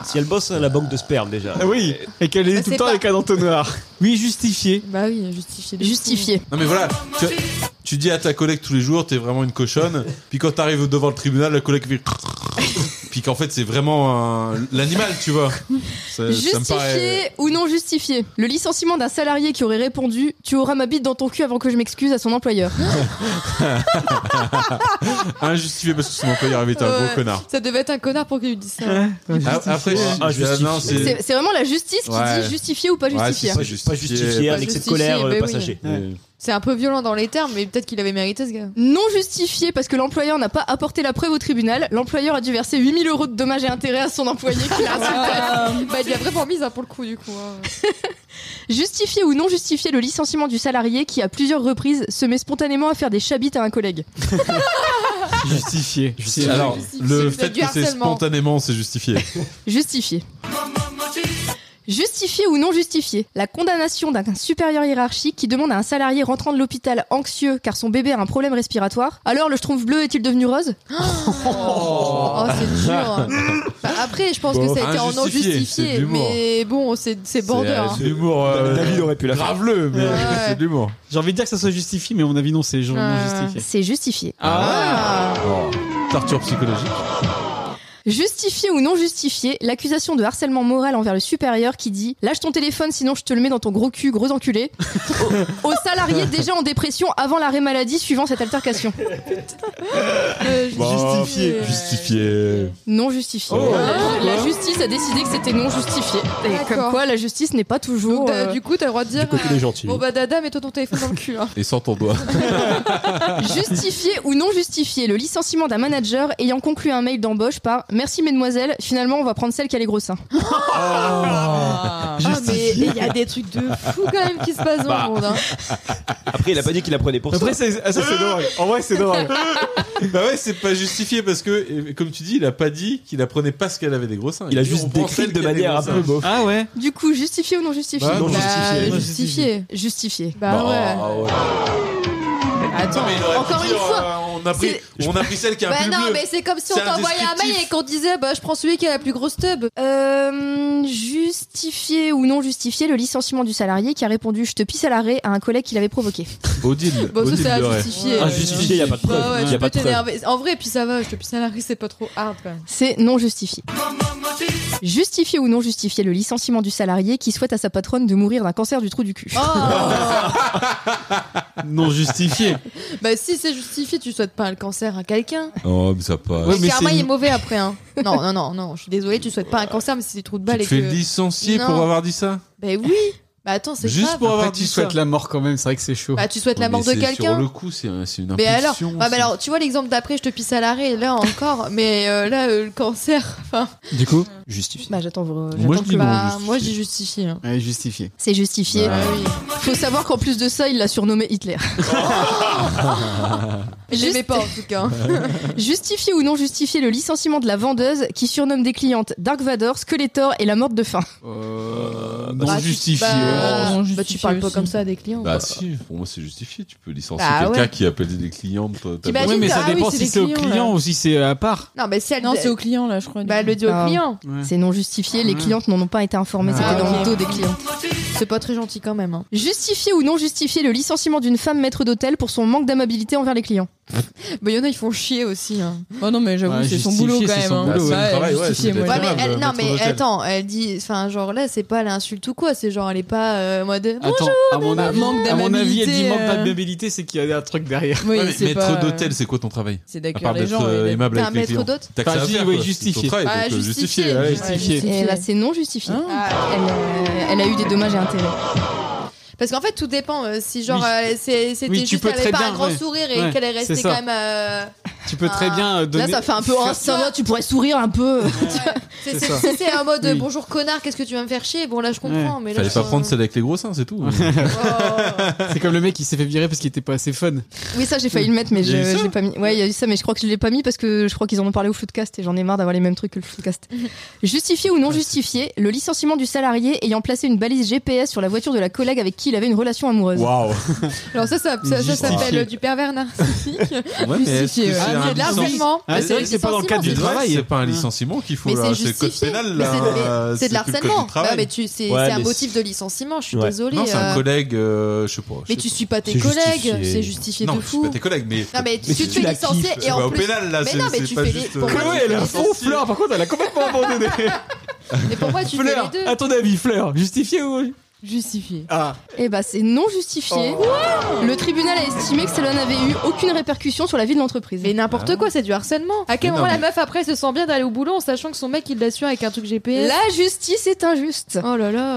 I: Si elle bosse à la banque de sperme déjà.
A: Ah Oui, et qu'elle est
F: Bah,
A: tout
F: c'est
A: le temps
F: pas-
A: avec un entonnoir. Oui, justifié.
F: Bah oui, justifié de ouf.
D: Justifié.
B: Non mais voilà, tu, tu dis à ta collègue tous les jours, t'es vraiment une cochonne. Puis quand t'arrives devant le tribunal, la collègue fait. Puis qu'en fait c'est vraiment un- l'animal, tu vois. Ça, Euh, ça me
D: Justifié
B: paraît.
D: ou non justifié, le licenciement d'un salarié qui aurait répondu Tu auras ma bite dans ton cul avant que je m'excuse à son employeur.
B: Injustifié parce que son employeur avait été un
F: Ouais.
B: gros connard.
F: Ça devait être un connard pour qu'il lui dise ça.
B: Ah, Après,
I: Ouais,
B: je-
I: injustifié.
B: non, c'est.
D: C'est c'est vraiment la justice qui
B: Ouais.
D: dit justifié ou pas
B: Ouais,
D: justifié.
B: c'est
I: Pas
B: ça,
I: justifié, pas
B: justifié,
I: justifié un
F: pas
I: excès de
F: justifié,
I: colère euh,
F: mais oui.
I: passager.
B: Ouais.
F: C'est un peu violent dans les termes, mais peut-être qu'il avait mérité ce gars.
D: Non justifié parce que l'employeur n'a pas apporté la preuve au tribunal, l'employeur a dû verser 8000 euros de dommages et intérêts à son employé qui l'a insulté.
F: bah il y a vraiment mise hein, pour le coup du coup. hein.
D: Justifié ou non justifié le licenciement du salarié qui, à plusieurs reprises, se met spontanément à faire des chabites à un collègue.
A: ah, Justifié.
B: C'est- Alors, le
F: C'est
B: fait
F: du
B: que c'est
F: harcèlement.
B: spontanément, c'est justifié.
D: Justifié. Justifié ou non justifié La condamnation d'un supérieur hiérarchique qui demande à un salarié rentrant de l'hôpital anxieux car son bébé a un problème respiratoire. Alors le schtroumpf bleu est-il devenu rose
F: Oh, c'est dur. hein. Bah, après, je pense
B: Bon,
F: que ça a été en non
B: injustifié, c'est de
F: justifié,
B: l'humour.
F: mais bon, c'est c'est border.
B: C'est-
F: hein.
B: C'est de l'humour. euh,
I: David aurait pu la faire.
B: Grave-le, mais
F: Ouais.
B: c'est de l'humour.
A: J'ai envie de dire que ça soit justifié, mais à mon avis, non, c'est genre non
F: Ouais.
A: justifié.
D: Euh, C'est justifié.
A: Ah,
B: Oh, Torture psychologique.
F: Euh,
D: Justifié ou non justifié, l'accusation de harcèlement moral envers le supérieur qui dit Lâche ton téléphone sinon je te le mets dans ton gros cul, gros enculé. au, au salarié déjà en dépression avant l'arrêt maladie suivant cette altercation.
F: Euh, ju-
B: Bon,
F: Justifié.
B: Bah, Justifié.
D: Non justifié.
B: Oh.
D: Ah, la, la justice a décidé que c'était non justifié. Et
F: D'accord.
D: comme quoi la justice n'est pas toujours.
F: Donc, euh,
D: euh,
F: du coup, t'as le droit de dire.
I: Du côté des gentils.
F: Bon bah dada, mets-toi ton téléphone dans le cul. hein.
B: Et sans ton doigt.
D: Merci mesdemoiselles, finalement on va prendre celle qui a les gros seins.
F: Ah, mais il y a des trucs de fou quand même qui se passent dans
I: Bah.
F: le monde. hein.
I: Après, il a pas dit qu'il la prenait pour
A: Après,
I: ça.
A: c'est- ah, ça, c'est drôle. En vrai, c'est drôle.
B: bah ouais, c'est pas justifié parce que, euh, comme tu dis, il a pas dit qu'il apprenait pas ce qu'elle avait des gros seins.
I: Il a
B: dit,
I: juste
B: on prend
I: décrit
B: celle
I: de
B: qui a des
I: manière
B: gros
I: un
B: seins.
I: peu bof.
A: Ah ouais
D: Du coup, justifié ou non justifié
B: Bah, non
F: Bah,
B: justifié.
F: justifié.
D: Justifié.
F: Bah ouais.
I: Ah
D: Attends,
B: Non, mais il aurait
F: encore
B: pu
F: une
B: dire,
F: fois,
B: euh, on a pris, on a pris celle qui a un
F: Bah
B: pull
F: non,
B: bleu.
F: mais c'est comme si on
B: C'est un
F: t'envoyait un mail et
B: descriptif.
F: qu'on disait bah je prends celui qui a la plus grosse tub.
D: Euh, justifié ou non justifié le licenciement du salarié qui a répondu je te pisse à l'arrêt à un collègue qui l'avait provoqué.
B: Odile.
F: Bon, ça
B: Odile
F: c'est Ah,
B: Leray.
F: injustifié.
I: Injustifié, y a pas de preuve.
F: Bah ouais,
I: y
F: tu
I: a pas
F: peux
I: de preuve.
F: t'énerver. En vrai, puis ça va, je te pisse à l'arrêt, c'est pas trop hard quand même.
D: C'est non justifié. Justifié ou non justifié le licenciement du salarié qui souhaite à sa patronne de mourir d'un cancer du trou du cul.
F: Oh.
B: Non justifié.
F: Bah si c'est justifié, tu souhaites pas un cancer à quelqu'un.
B: Oh, mais ça passe.
F: le karma il est mauvais après hein. Non non non non, je suis désolée, tu souhaites pas un cancer mais c'est des trous de balle
B: Tu
F: et
B: te fais
F: que.
B: licencier
F: bah, Non.
B: pour avoir dit ça
F: Bah oui. Bah attends, c'est
B: Juste
F: grave.
B: pour avoir
A: tu
B: dit
A: souhaites
B: ça.
A: la mort quand même, c'est vrai que c'est chaud.
F: Bah tu souhaites la
B: Mais
F: mort de
B: c'est-
F: quelqu'un.
B: Sur le coup, c'est un- c'est une
F: Mais alors,
B: impulsion.
F: ouais, mais alors, tu vois l'exemple d'après, je te pisse à l'arrêt, là encore, mais euh, là, euh, le cancer, enfin.
A: Du coup
I: Justifié.
D: Bah j'attends vos.
A: Moi, je
D: j'attends
A: dis
D: que-
A: non.
D: Bah,
F: Bah, moi, j'ai justifié. hein.
A: Ouais, justifié.
D: C'est justifié.
A: Bah
D: Faut savoir qu'en plus de ça, il l'a surnommé Hitler.
F: Mais j'aimais pas, en tout cas.
D: Justifié ou non justifié le licenciement de la vendeuse qui surnomme des clientes Dark Vador, Skeletor et la morte de faim.
B: Euh,
F: Bah,
B: non
F: tu-
B: justifié.
F: Bah,
H: Non
F: bah, tu
H: justifié
F: parles pas
H: aussi.
F: comme ça à des clients.
B: Bah si, pour moi c'est justifié. Tu peux licencier
F: Bah
B: quelqu'un
F: ouais.
B: qui appelle des clients. de ta- ta
F: T'imagines
A: Ouais, mais
F: que-
A: ça
F: ah oui,
A: dépend
F: c'est
A: si
F: des
A: c'est au
F: clients,
A: client
F: là.
A: ou si c'est à part.
F: Non, mais si elle.
H: Non, c'est au client là, je crois.
F: Bah, elle le dit au
D: Ah.
F: client.
A: Ouais.
D: C'est non justifié, les clientes n'en ont pas été informées,
A: Ah,
D: c'était dans
F: ok.
D: le dos des clientes.
F: C'est pas très gentil quand même. hein.
D: Justifié ou non justifié le licenciement d'une femme maître d'hôtel pour son manque d'amabilité envers les clients.
F: Bah, il y en a, ils font chier aussi. hein.
H: Oh non, mais j'avoue,
A: Ouais,
H: c'est son
A: justifié,
H: boulot quand
A: c'est
H: même.
A: son
H: hein.
A: boulot,
B: ouais.
H: Ouais,
B: Travail, ouais,
H: justifié,
B: c'est
H: moi,
F: Ouais,
B: dommage.
H: j'avoue.
F: mais
A: euh,
B: Adorable,
F: elle,
B: maître
F: non, mais
B: d'hôtel.
F: attends, elle dit. Enfin, genre là, c'est pas l'insulte ou quoi, c'est genre elle est pas euh, en mode.
A: Attends, à mon, avis,
H: manque
A: à mon avis, elle dit
H: d'amabilité,
A: manque
H: euh.
A: d'amabilité, c'est qu'il y a un truc derrière.
H: Oui,
B: Ouais, mais
H: c'est
B: maître
H: pas-
B: d'hôtel, c'est quoi ton travail
H: C'est
B: À
H: d'accueillir
B: part
H: les
B: d'être
H: gens.
B: euh,
H: et d'être-
B: aimable
F: T'as
B: avec
F: un
B: les
F: maître
B: clients.
F: d'hôtel
B: T'as que ça
A: Enfin,
B: à
A: je dis,
B: faire,
A: ouais,
B: quoi.
A: justifié.
B: C'est ton travail,
F: Ah,
B: donc, euh,
F: justifié.
B: justifié. ouais,
F: Ouais,
B: justifié.
D: Et
F: ben,
D: bah c'est non justifié.
H: Ah.
D: Elle, euh, elle a eu des dommages et intérêts.
F: Parce qu'en fait, tout dépend. euh, si genre,
A: Oui.
F: euh, c'est- c'était
A: Oui, tu
F: juste
A: peux
F: elle avait
A: très
F: pas
A: bien,
F: un grand
A: ouais.
F: sourire et
A: Ouais,
F: qu'elle est
A: c'est
F: restée
A: ça.
F: quand même. euh,
A: Tu peux très
F: Ah.
A: bien euh, donner.
D: Là ça fait un peu oh, ça va, tu pourrais sourire un peu.
F: c'est-
A: C'est
F: c'est-
A: ça.
F: Si c'est en mode
A: Oui.
F: bonjour connard, qu'est-ce que tu vas me faire chier Bon là, je comprends, mais là.
B: Fallait pas
F: je-
B: prendre celle avec les gros seins, c'est tout.
F: Oh.
A: C'est comme le mec qui s'est fait virer parce qu'il était pas assez fun.
D: Oui, ça j'ai failli le mettre, mais
B: Il y a eu
D: je
B: ça
D: j'ai pas mis. Ouais, il y a eu ça, mais je crois que je l'ai pas mis parce que je crois qu'ils en ont parlé au Floodcast et j'en ai marre d'avoir les mêmes trucs que le Floodcast. Justifié ou non justifié, le licenciement du salarié ayant placé une balise GPS sur la voiture de la collègue avec qui il avait une relation amoureuse.
B: Waouh.
F: Alors ça, ça, ça, ça
A: Justifié.
F: s'appelle euh, du pervers narcissique.
B: Ouais, mais est-ce
H: Justifié,
B: que
H: ouais.
B: c'est
H: Ah,
B: un
F: c'est de l'harcèlement.
A: Ah, c'est vrai que c'est pas dans le cadre
B: Du
A: du
B: travail,
A: travail.
B: c'est pas un licenciement qu'il faut.
F: hein. Mais
B: là,
F: c'est
B: le code
F: justifié.
B: pénal,
F: Mais
B: là,
F: c'est- mais
B: euh,
F: C'est
B: plus
F: de
B: le code du
F: l'harcèlement.
B: travail.
F: Bah, mais tu, c'est
I: Ouais,
F: c'est un
I: mais
F: motif de licenciement. Je suis
I: Ouais.
F: désolée.
B: Non, c'est
F: euh,
B: un collègue, euh, je sais pas. je
F: Mais
B: sais
F: tu
B: pas.
F: suis pas tes
I: C'est
F: collègues.
I: justifié.
F: C'est justifié
B: Non,
F: de
B: je suis pas
F: fou.
B: tes collègues, mais.
F: Non mais tu
I: tu
F: te fais
I: la
F: licencier
I: kiffes,
F: et
B: Tu vas
F: en
B: au
F: plus.
B: pénal, là,
F: Mais
B: c'est
F: non, mais
B: c'est
F: tu
B: pas
F: fais
B: juste,
F: les- pour
B: euh,
F: moi,
A: Chloé,
F: tu
A: Ah, elle a
F: fais
A: fond fleur, par contre, elle a complètement abandonné.
F: Mais pourquoi tu fais
A: fleur,
F: les deux
A: à ton avis, fleur, justifié ou.
H: Justifié.
A: Ah,
D: Et bah c'est non justifié. Le tribunal a estimé que cela n'avait eu aucune répercussion sur la vie de l'entreprise.
F: Mais n'importe quoi, c'est du harcèlement. À
B: Mais Ah.
F: quel
B: non,
F: moment la
B: mais-
F: meuf après se sent bien d'aller au boulot en sachant que son mec il l'assure avec un truc GPS
D: La justice est injuste.
F: Oh là là.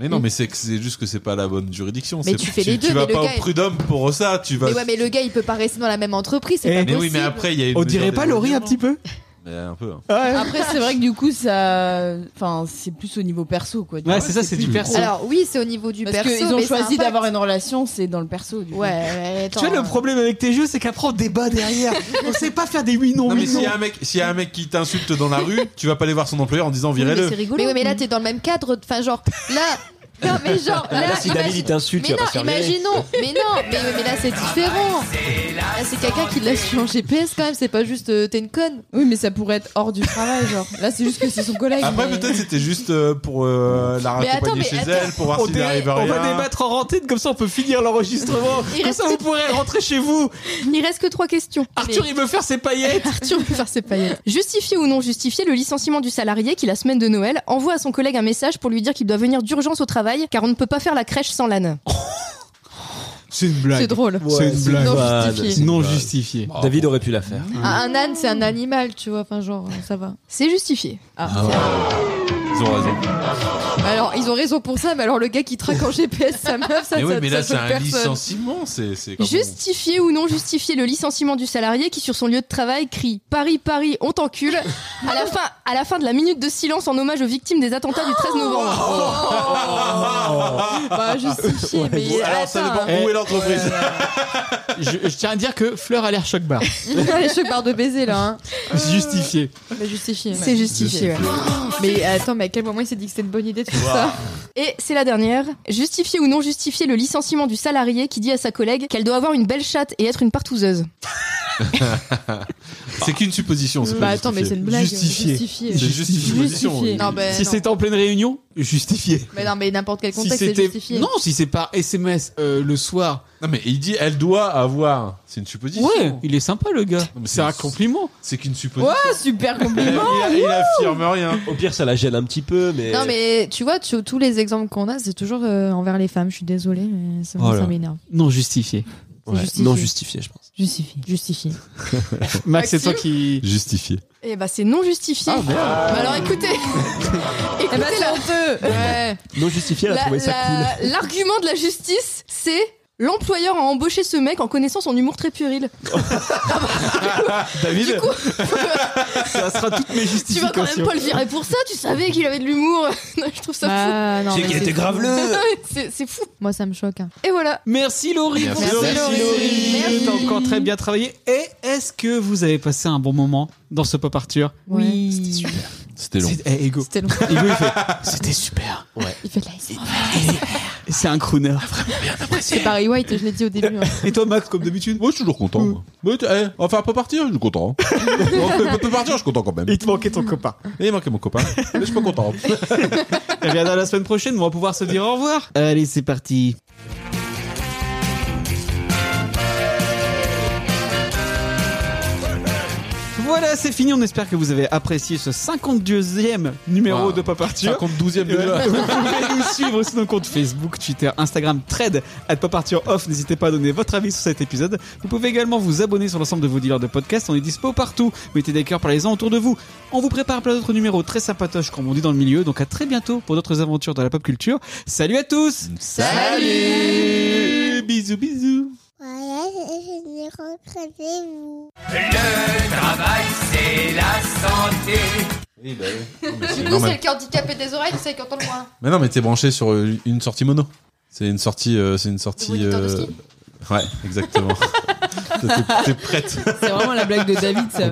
B: Mais non, mais c'est que c'est juste que c'est pas la bonne juridiction.
F: Mm. Mais
B: c'est-
F: tu fais les deux,
B: Tu vas
F: mais le
B: pas au
F: gars est-
B: prud'homme pour ça. Tu vas.
F: mais ouais, mais le gars il peut pas rester dans la même entreprise, c'est
A: Eh,
F: pas
B: Mais
F: possible.
B: oui, mais après, il y a une
A: On dirait
B: mesure
A: pas Laurie un petit peu
B: d'éloignement. Mais Un peu. hein.
A: Ouais,
H: Après, c'est vrai que du coup, ça. Enfin, c'est plus au niveau perso, quoi.
A: Ouais, c'est ça, c'est du
H: plus-
A: perso.
F: Alors oui, c'est au niveau du
H: Parce
F: perso.
H: qu'ils ont
F: mais ça
H: choisi
F: impacte.
H: d'avoir une relation, c'est dans le perso, du coup.
F: Ouais, ouais, attends.
A: Tu vois, le problème avec tes jeux, c'est qu'après, on débat derrière. on sait pas faire des oui, non,
B: Non, mais
A: oui, non.
B: s'il y a un mec, s'il y a un mec qui t'insulte dans la rue, tu vas pas aller voir son employeur en disant
D: Mais
B: virez-le.
D: c'est rigolo.
F: Mais ouais, mais là t'es dans le même cadre. Enfin, genre là. Non, mais genre
B: Ah,
F: là.
I: Là, Bah, si David
F: imagine-
I: il t'insulte,
F: Mais
I: tu vas
F: non,
I: pas se faire virer.
F: imaginons. Mais non, mais, mais là c'est différent. Là, c'est quelqu'un qui l'a su en GPS quand même. C'est pas juste euh, t'es une conne.
H: Oui, mais ça pourrait être hors du travail, genre. Là, c'est juste que c'est son collègue.
B: Après,
H: mais-
B: peut-être c'était juste euh, pour euh, la
F: Mais
B: raccompagner
F: attends, mais
B: chez
F: attends.
B: elle, pour voir
A: On,
B: s'il
A: dé-
B: n'arrive à
A: on
B: rien.
A: va débattre en rentine, comme ça on peut finir l'enregistrement.
D: Il
A: comme
D: reste-
A: ça vous pourrez rentrer chez vous.
D: Il reste que trois questions.
A: Arthur, il veut faire ses paillettes.
D: Arthur veut faire ses paillettes. Justifié ou non justifié, le licenciement du salarié qui, la semaine de Noël, envoie à son collègue un message pour lui dire qu'il doit venir d'urgence au travail car on ne peut pas faire la crèche sans l'âne.
A: C'est une blague.
F: C'est drôle.
A: C'est une blague.
F: Non
I: Bah,
F: justifié.
A: Non justifié.
I: David aurait pu la
B: Mm.
I: faire.
F: euh, Un, un âne, c'est un animal, tu vois. Enfin, genre, ça va.
D: C'est justifié.
F: Ah,
B: Ils ont raison.
F: Alors, ils ont raison pour ça, mais alors le gars qui traque en GPS sa meuf, ça,
B: mais oui,
F: ça,
B: mais
F: ça
B: là, c'est
F: choque
B: un
F: personne.
B: licenciement. C'est c'est comme-
D: Justifier ou non justifier le licenciement du salarié qui sur son lieu de travail crie Paris Paris on t'encule à la fin à la fin de la minute de silence en hommage aux victimes des attentats du 13 novembre.
F: Bah, justifié, Oh, mais
B: Alors, ça
F: attends.
B: dépend où est l'entreprise.
A: je, je tiens à dire que Fleur a l'air choc barre.
F: Les cheveux barres de baiser là. Hein.
A: Justifié.
F: Bah, justifié.
H: Oh.
F: ouais.
D: C'est justifié, ouais.
F: Mais attends, mais à quel moment il s'est dit que c'était une bonne idée de faire ça
D: Et c'est la dernière. Justifier ou non justifier le licenciement du salarié qui dit à sa collègue qu'elle doit avoir une belle chatte et être une partouzeuse.
B: c'est qu'une supposition. c'est
A: Bah,
B: pas
A: attends, mais
B: justifié.
A: c'est une blague.
B: Justifié.
F: Justifié.
B: C'est juste une supposition. oui.
D: Ah
F: Non, bah,
A: si
F: non.
A: c'était en pleine réunion, justifié.
F: Mais non, mais n'importe quel
A: Si
F: contexte c'est
A: c'était
F: justifié.
A: non, si c'est par SMS euh, le soir.
B: Non mais il dit elle doit avoir. C'est une supposition.
A: Ouais, il est sympa le gars. C'est un compliment.
B: C'est qu'une supposition.
H: Ouais, super compliment.
B: Il, il affirme rien.
I: Au pire, ça la gêne un petit peu, mais.
F: Non, mais tu vois, tu- tous les exemples qu'on a, c'est toujours euh, envers les femmes. Je suis désolée, mais ça, moi,
A: Oh là.
F: ça m'énerve.
A: Non justifié.
F: Ouais, justifié. non
I: justifié, je pense.
F: Justifié. Justifié.
A: Max, c'est toi qui
B: justifié.
D: Eh bah c'est non justifié.
I: Ah,
D: Bah alors écoutez, écoutez la Ouais.
I: Non justifié, Eh bah, elle a
D: La-
I: trouvé ça
D: la-
I: cool.
D: L'argument de la justice, c'est l'employeur a embauché ce mec en connaissant son humour très puéril.
A: David. ça sera toutes mes
D: Tu vas
A: justifications.
D: quand même pas le virer pour ça, tu savais qu'il avait de l'humour. Non, je trouve ça
F: Ah,
D: fou.
F: non, C'est mais qu'il c'est était fou. graveleux.
D: C'est c'est fou.
F: Moi, ça me choque. hein.
D: Et voilà.
A: Merci Laurie.
D: Merci,
A: pour ce
D: Laurie.
A: Laurie.
D: Merci.
A: T'as encore très bien travaillé. Et est-ce que vous avez passé un bon moment dans ce pop Arthur
F: Oui.
B: C'était
A: long. Eh, Ego.
F: C'était long.
A: Ego, il fait, C'était super.
B: Ouais.
F: Il fait de la
A: C'est un crooner.
F: C'est Barry White, et je l'ai dit au début. hein.
A: Et toi, Max, comme d'habitude
B: Moi, je suis toujours content. moi. Ouais, tu- eh, on va faire un peu partir, je suis content. hein. on peut partir, je suis content quand même.
A: Il te manquait ton copain.
B: Et il manquait mon copain. Mais je suis pas content.
A: Elle viendra la semaine prochaine, on va pouvoir se dire au revoir. Allez, c'est parti. Voilà, c'est fini. On espère que vous avez apprécié ce 52e numéro
B: Wow.
A: de Pop Arthur.
B: 52e
A: Ouais.
B: déjà.
A: Vous pouvez nous suivre sur nos comptes Facebook, Twitter, Instagram, Trade, at Pop Arthur Off. N'hésitez pas à donner votre avis sur cet épisode. Vous pouvez également vous abonner sur l'ensemble de vos dealers de podcasts. On est dispo partout. Mettez des cœurs, parlez-en autour de vous. On vous prépare plein d'autres numéros très sympatoches, comme on dit dans le milieu. Donc à très bientôt pour d'autres aventures dans la pop culture. Salut à tous Salut Bisous, bisous
G: Voilà, je vais rencontrer vous.
L: Le travail, c'est la santé.
F: Du
B: Non,
F: coup,
B: mais-
F: c'est le cœur handicapé des oreilles, c'est qu'on entend
D: hein.
F: moins.
B: Mais non, mais t'es branché sur euh, une sortie mono. C'est une sortie. euh, c'est une sortie.
F: moniteur de
B: euh,
F: ski.
B: Ouais, exactement. T'es- t'es- T'es prête.
H: C'est vraiment la blague de David, ça.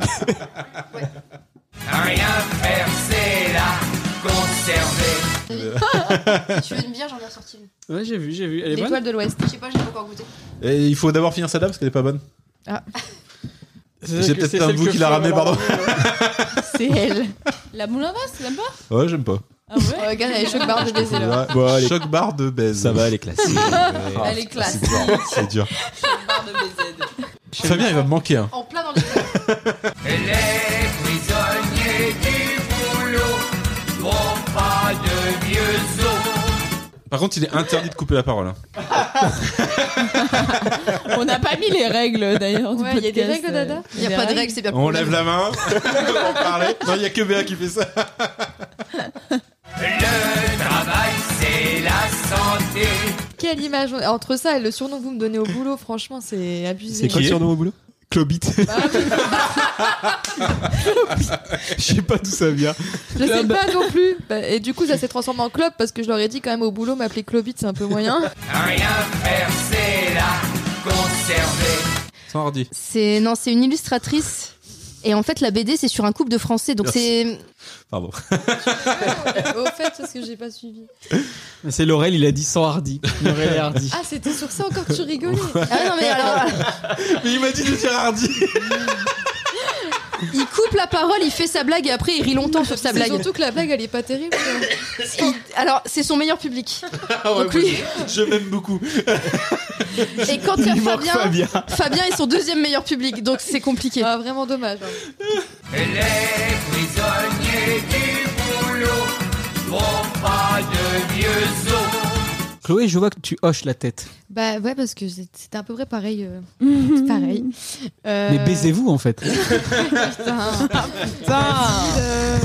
L: Rien faire, c'est la conserver.
D: Tu veux une bière, j'en ai ressorti une.
A: Ouais, j'ai vu, j'ai vu. Elle est bonne
D: L'étoile de l'Ouest. Je sais pas, j'ai pas encore goûté.
B: Et il faut d'abord finir celle-là parce qu'elle est pas bonne.
D: Ah.
B: C'est peut-être un de vous qui l'a ramené, pardon.
F: C'est elle.
H: La moule à vase, tu l'aimes pas
B: Ouais, j'aime pas.
H: Ah ouais
F: Oh, Regarde, elle est choc barre de baiser là.
B: Ouais, bon, allez. Choc barre de baise. Ça va, elle est classique.
F: Elle est classe.
B: C'est dur.
H: Barre de baiser.
B: Fabien, il va me manquer. Hein.
F: En plein dans les
L: Les prisonniers du boulot n'ont pas de vieux os.
B: Par contre, il est interdit de couper la parole. hein.
H: On n'a pas mis les règles d'ailleurs.
F: Ouais, euh, il y a des règles, Dada
D: Il y a pas de règles, c'est bien.
B: On lève la main. On parlait. Non, il y a que Béa qui fait ça.
L: Le travail, c'est la santé.
F: Quelle image on- Entre ça et le surnom que vous me donnez au boulot, franchement, c'est abusé.
B: au boulot
A: Clobit. Je sais pas d'où ça vient.
F: Je sais pas non plus. Bah, Et du coup, ça s'est transformé en clope parce que je leur ai dit quand même au boulot, m'appeler Clobit, c'est un peu moyen.
L: Rien faire, c'est la conserver.
B: Sans ordi.
D: C'est non, c'est une illustratrice. Et en fait, la BD, c'est sur un couple de Français. Donc
B: Merci.
D: c'est
B: Pardon.
F: Au fait, parce que j'ai pas suivi.
A: C'est Laurel, il a dit sans Hardy. Laurel et Hardy.
F: Ah, c'était sur ça encore que tu rigolais.
D: Ah non mais alors,
B: Mais il m'a dit de dire Hardy.
D: il coupe la parole, il fait sa blague et après il rit longtemps sur sa
F: C'est
D: blague.
F: surtout que la blague, elle est pas terrible.
D: Il- Alors c'est son meilleur public.
B: Ah ouais,
D: Donc
B: moi,
D: lui-
B: je- je m'aime beaucoup.
D: Et quand il y a
A: Il manque Fabien.
D: Fabien, Fabien est son deuxième meilleur public. Donc c'est compliqué.
F: Ah, vraiment dommage. hein.
L: Les prisonniers du boulot n'ont pas de vieux os.
A: Chloé, je vois que tu hoches la tête.
F: Bah ouais, parce que c'est- c'était à peu près pareil. euh, c'est pareil. Euh,
A: Mais baisez-vous en fait.
F: Putain. Euh,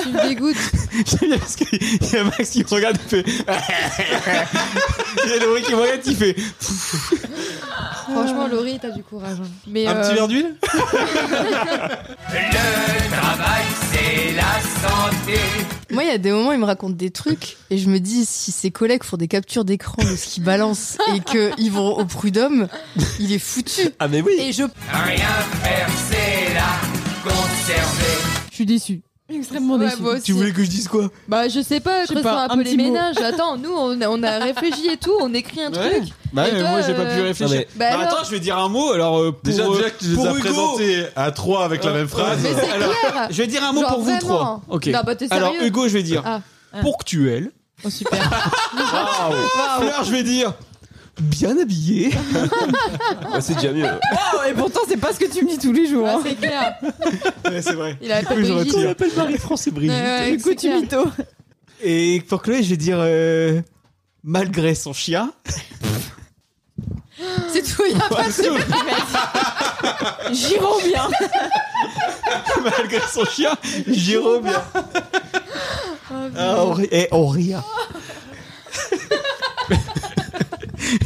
F: Tu me dégoûtes.
A: J'aime bien parce qu'il y a Max qui me regarde et fait. Il y a Laurie qui me regarde qui fait.
F: Franchement, Laurie, t'as du courage. hein. Mais,
A: Un petit
F: euh,
A: verre d'huile
L: Le travail, c'est la santé.
D: Moi, il y a des moments, il me raconte des trucs et je me dis si ses collègues font des captures d'écran de ce qu'il balance et qu'ils vont au prud'homme, il est foutu.
I: Ah, mais oui.
D: Et je
L: Rien faire, c'est la conserver.
H: Je suis déçu. Extrêmement
F: Ouais,
H: déçu.
F: moi aussi. Tu voulais
A: que je dise quoi
F: Bah, je sais pas,
H: Je sais
F: je
H: pas,
F: un,
H: un
F: peu les
H: petit mot.
F: ménages. Attends, nous, on a, on a réfléchi et tout, on écrit un
A: Ouais.
F: truc.
A: Bah
F: Et
A: ouais,
F: toi,
A: moi j'ai pas
F: euh,
A: pu réfléchir.
F: non, mais- Bah alors.
A: attends, je vais dire un mot alors euh, pour,
B: Déjà,
A: euh,
B: déjà que tu les
A: pour
B: as
A: Hugo.
B: présentés à trois avec la même phrase.
F: Mais c'est
A: Alors,
F: clair.
A: Je vais dire un mot
F: Genre,
A: pour vous
F: vraiment.
A: trois. Ok.
F: Non, bah, t'es sérieux
A: alors Hugo, je vais dire
F: Ah.
A: ponctuel.
H: Oh, super.
F: Ah.
A: Fleur, je vais dire bien habillé.
I: c'est déjà mieux.
D: Ah
H: Waouh, et pourtant, c'est pas ce que tu me dis tous les jours.
F: Ah,
H: hein.
F: c'est clair.
A: Ouais, c'est vrai.
F: Il a
A: Du
F: pas
A: coup, je
F: Brigitte.
A: retire.
F: Il a
A: Marie-France et
F: Ouais, ouais,
H: Du coup,
F: c'est
H: tu
F: clair.
H: mytho.
A: Et pour Chloé, je vais dire euh, malgré son chien.
F: C'est tout, il y a pas de
H: Giron bien.
A: malgré son chien, Jérôme.
D: Oh,
A: Ah, on rit- eh, on rit. hein.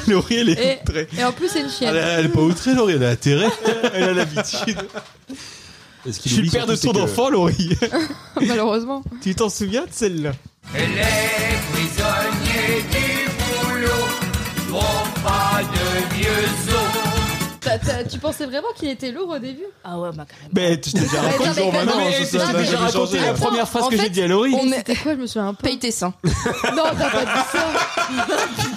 A: Laurie, elle est
D: Eh.
F: Et,
A: outrée.
F: et en plus, c'est une chienne.
B: Elle, elle est pas outrée, Laurie, elle a atterré. Elle a l'habitude.
A: Je suis le père de son enfant, Laurie.
F: Malheureusement.
A: tu t'en souviens de celle-là
L: Les prisonniers du boulot font pas de vieux os.
F: T'as- t'as- tu pensais vraiment qu'il était lourd au début
D: Ah ouais, bah quand même.
A: Mais je t'ai déjà
F: Mais
A: raconté,
F: non, mais
A: Non,
F: quand
A: mais
F: même.
A: je t'ai
F: Non, mais
A: déjà
F: j'ai
A: raconté la
F: raconté.
A: première phrase
D: en
A: que j'ai
D: fait,
A: dit à Laurie.
D: on est-
F: C'était quoi Je me souviens pas.
D: Paye tes seins.
F: Non, t'as pas dit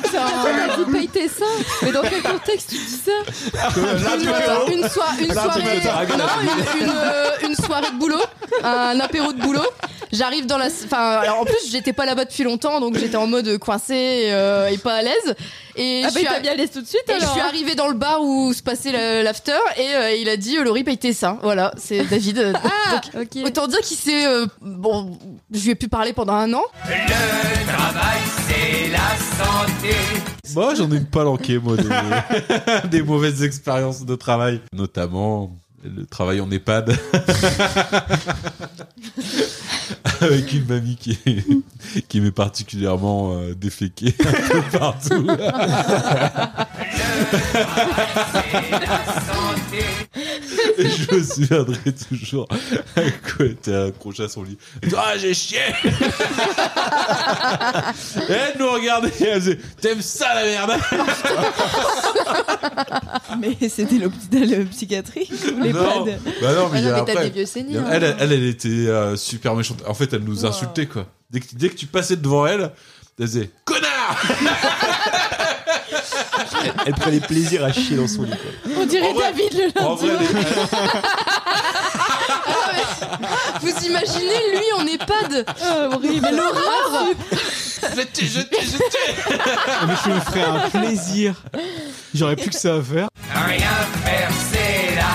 F: ça. T'as dit paye tes seins. Mais dans quel contexte tu dis ça
B: Ah,
D: Une, euh, une soi- une soirée, non, une, une, euh, une soirée de boulot, un apéro de boulot. J'arrive dans la, enfin, alors en plus j'étais pas là-bas depuis longtemps, donc j'étais en mode coincé euh, et pas à l'aise. Et
F: Ah
D: je
F: bah,
D: suis
F: il
D: à-
F: t'a bien laissé tout de suite
D: Et je
F: alors.
D: suis
F: hein.
D: arrivée dans le bar où se passait le- l'after et euh, il a dit euh, Laurie paye tes seins. Voilà, c'est David. Euh,
F: Ah,
D: donc,
F: ok.
D: Autant dire qu'il s'est. euh, bon, je lui ai pu parler pendant un an.
L: Le travail, c'est la santé.
B: Moi, j'en ai une palanquée, moi, des, des mauvaises expériences de travail. Notamment le travail en EHPAD. Avec une mamie qui, est- qui m'est particulièrement euh, déféquée un peu partout. Et je me souviendrai toujours quand elle était accrochée à son lit. Elle dit, Ah, j'ai chié Et elle nous regardait et elle faisait T'aimes ça la merde
H: Mais c'était l'hôpital euh, psychiatrique ou les
B: Non. Bah
H: pads.
B: non, mais,
F: Ah non, mais
B: après,
F: t'as des vieux seniors.
B: elle, elle, elle, elle était euh, super méchante. En fait, elle nous insultait, quoi. Dès que, dès que tu passais devant elle, elle disait Connard
I: Elle prenait plaisir à chier dans son lit. quoi.
H: On dirait
B: En vrai-
H: David le
B: En
H: lundi.
B: vrai, elle-
D: Vous imaginez lui en EHPAD
F: Oh,
H: Ah, horrible.
D: L'horreur
L: Jetez, jetez, jetez.
A: Ah, Mais je me ferais un plaisir. J'aurais plus que ça à faire.
L: Rien faire, c'est la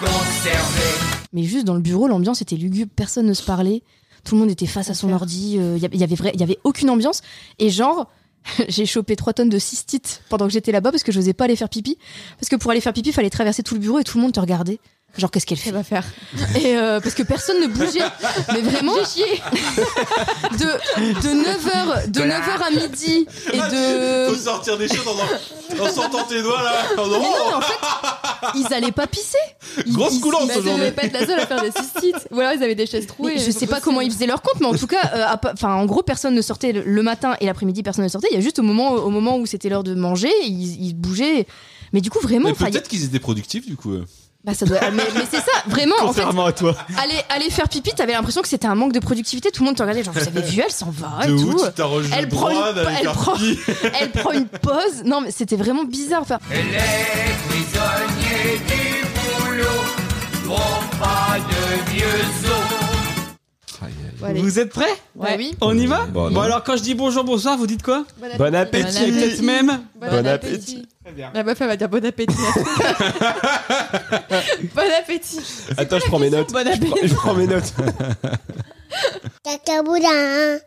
L: conserver.
D: Mais juste dans le bureau, l'ambiance était lugubre, personne ne se parlait. Tout le monde était face à son
F: Enfer.
D: ordi, euh, y avait- il y avait vrai- il y avait aucune ambiance. Et genre, j'ai chopé 3 tonnes de cystite pendant que j'étais là-bas parce que je n'osais pas aller faire pipi. Parce que pour aller faire pipi, il fallait traverser tout le bureau et tout le monde te regardait. Genre, qu'est-ce qu'elle fait
F: va faire
D: Et euh, parce que personne ne bougeait. Mais vraiment. de, de 9h, de 9h à midi et
B: Faut
D: de.
B: sortir des choses en, en sortant tes doigts là. En-
D: Mais
B: oh,
D: non, en fait, ils allaient pas pisser. Ils-
B: Grosse
D: ils-
B: coulance
F: Bah, je
B: aujourd'hui.
F: devais pas être la seule à faire des cystites. Ou alors ils avaient des chaises
D: Mais
F: trouées.
D: je sais pas comment ils faisaient leur compte, mais en tout cas, euh, à pa- enfin, en gros, personne ne sortait le- le matin et l'après-midi, personne ne sortait. Il y a juste au moment, au moment où c'était l'heure de manger, ils, ils bougeaient. Mais du coup, vraiment,
B: Mais
D: enfin, il y a-
B: peut-être qu'ils étaient productifs du coup.
D: bah, ça doit. Mais, mais c'est ça, vraiment. En fait,
A: Contrairement à toi.
D: aller, aller faire pipi, t'avais l'impression que c'était un manque de productivité. Tout le monde te regardait, genre, vous avez vu, elle s'en va et
B: de
D: Ah, tout.
B: où tu t'arranges
D: Elle
B: le
D: prend
B: droit
D: une-
B: d'aller
D: elle
B: faire
D: prend-
B: pipi
D: Elle prend une pause. Non, mais c'était vraiment bizarre. Enfin,
L: Les prisonniers du boulot font pas de vieux os.
A: Vous êtes prêts
F: Ouais, Bah oui.
A: On y va
B: Bon,
A: bon,
B: non.
A: alors quand je dis bonjour, bonsoir, vous dites quoi
I: Bon
D: Bah,
I: appétit.
A: Et peut-être même.
F: Bon,
I: Bon
F: appétit.
A: Très bien.
F: La meuf, elle va dire bon appétit. bon appétit.
I: Attends, je prends mes notes.
H: Bon appétit.
I: Je prends mes notes.
G: Cacaboudin.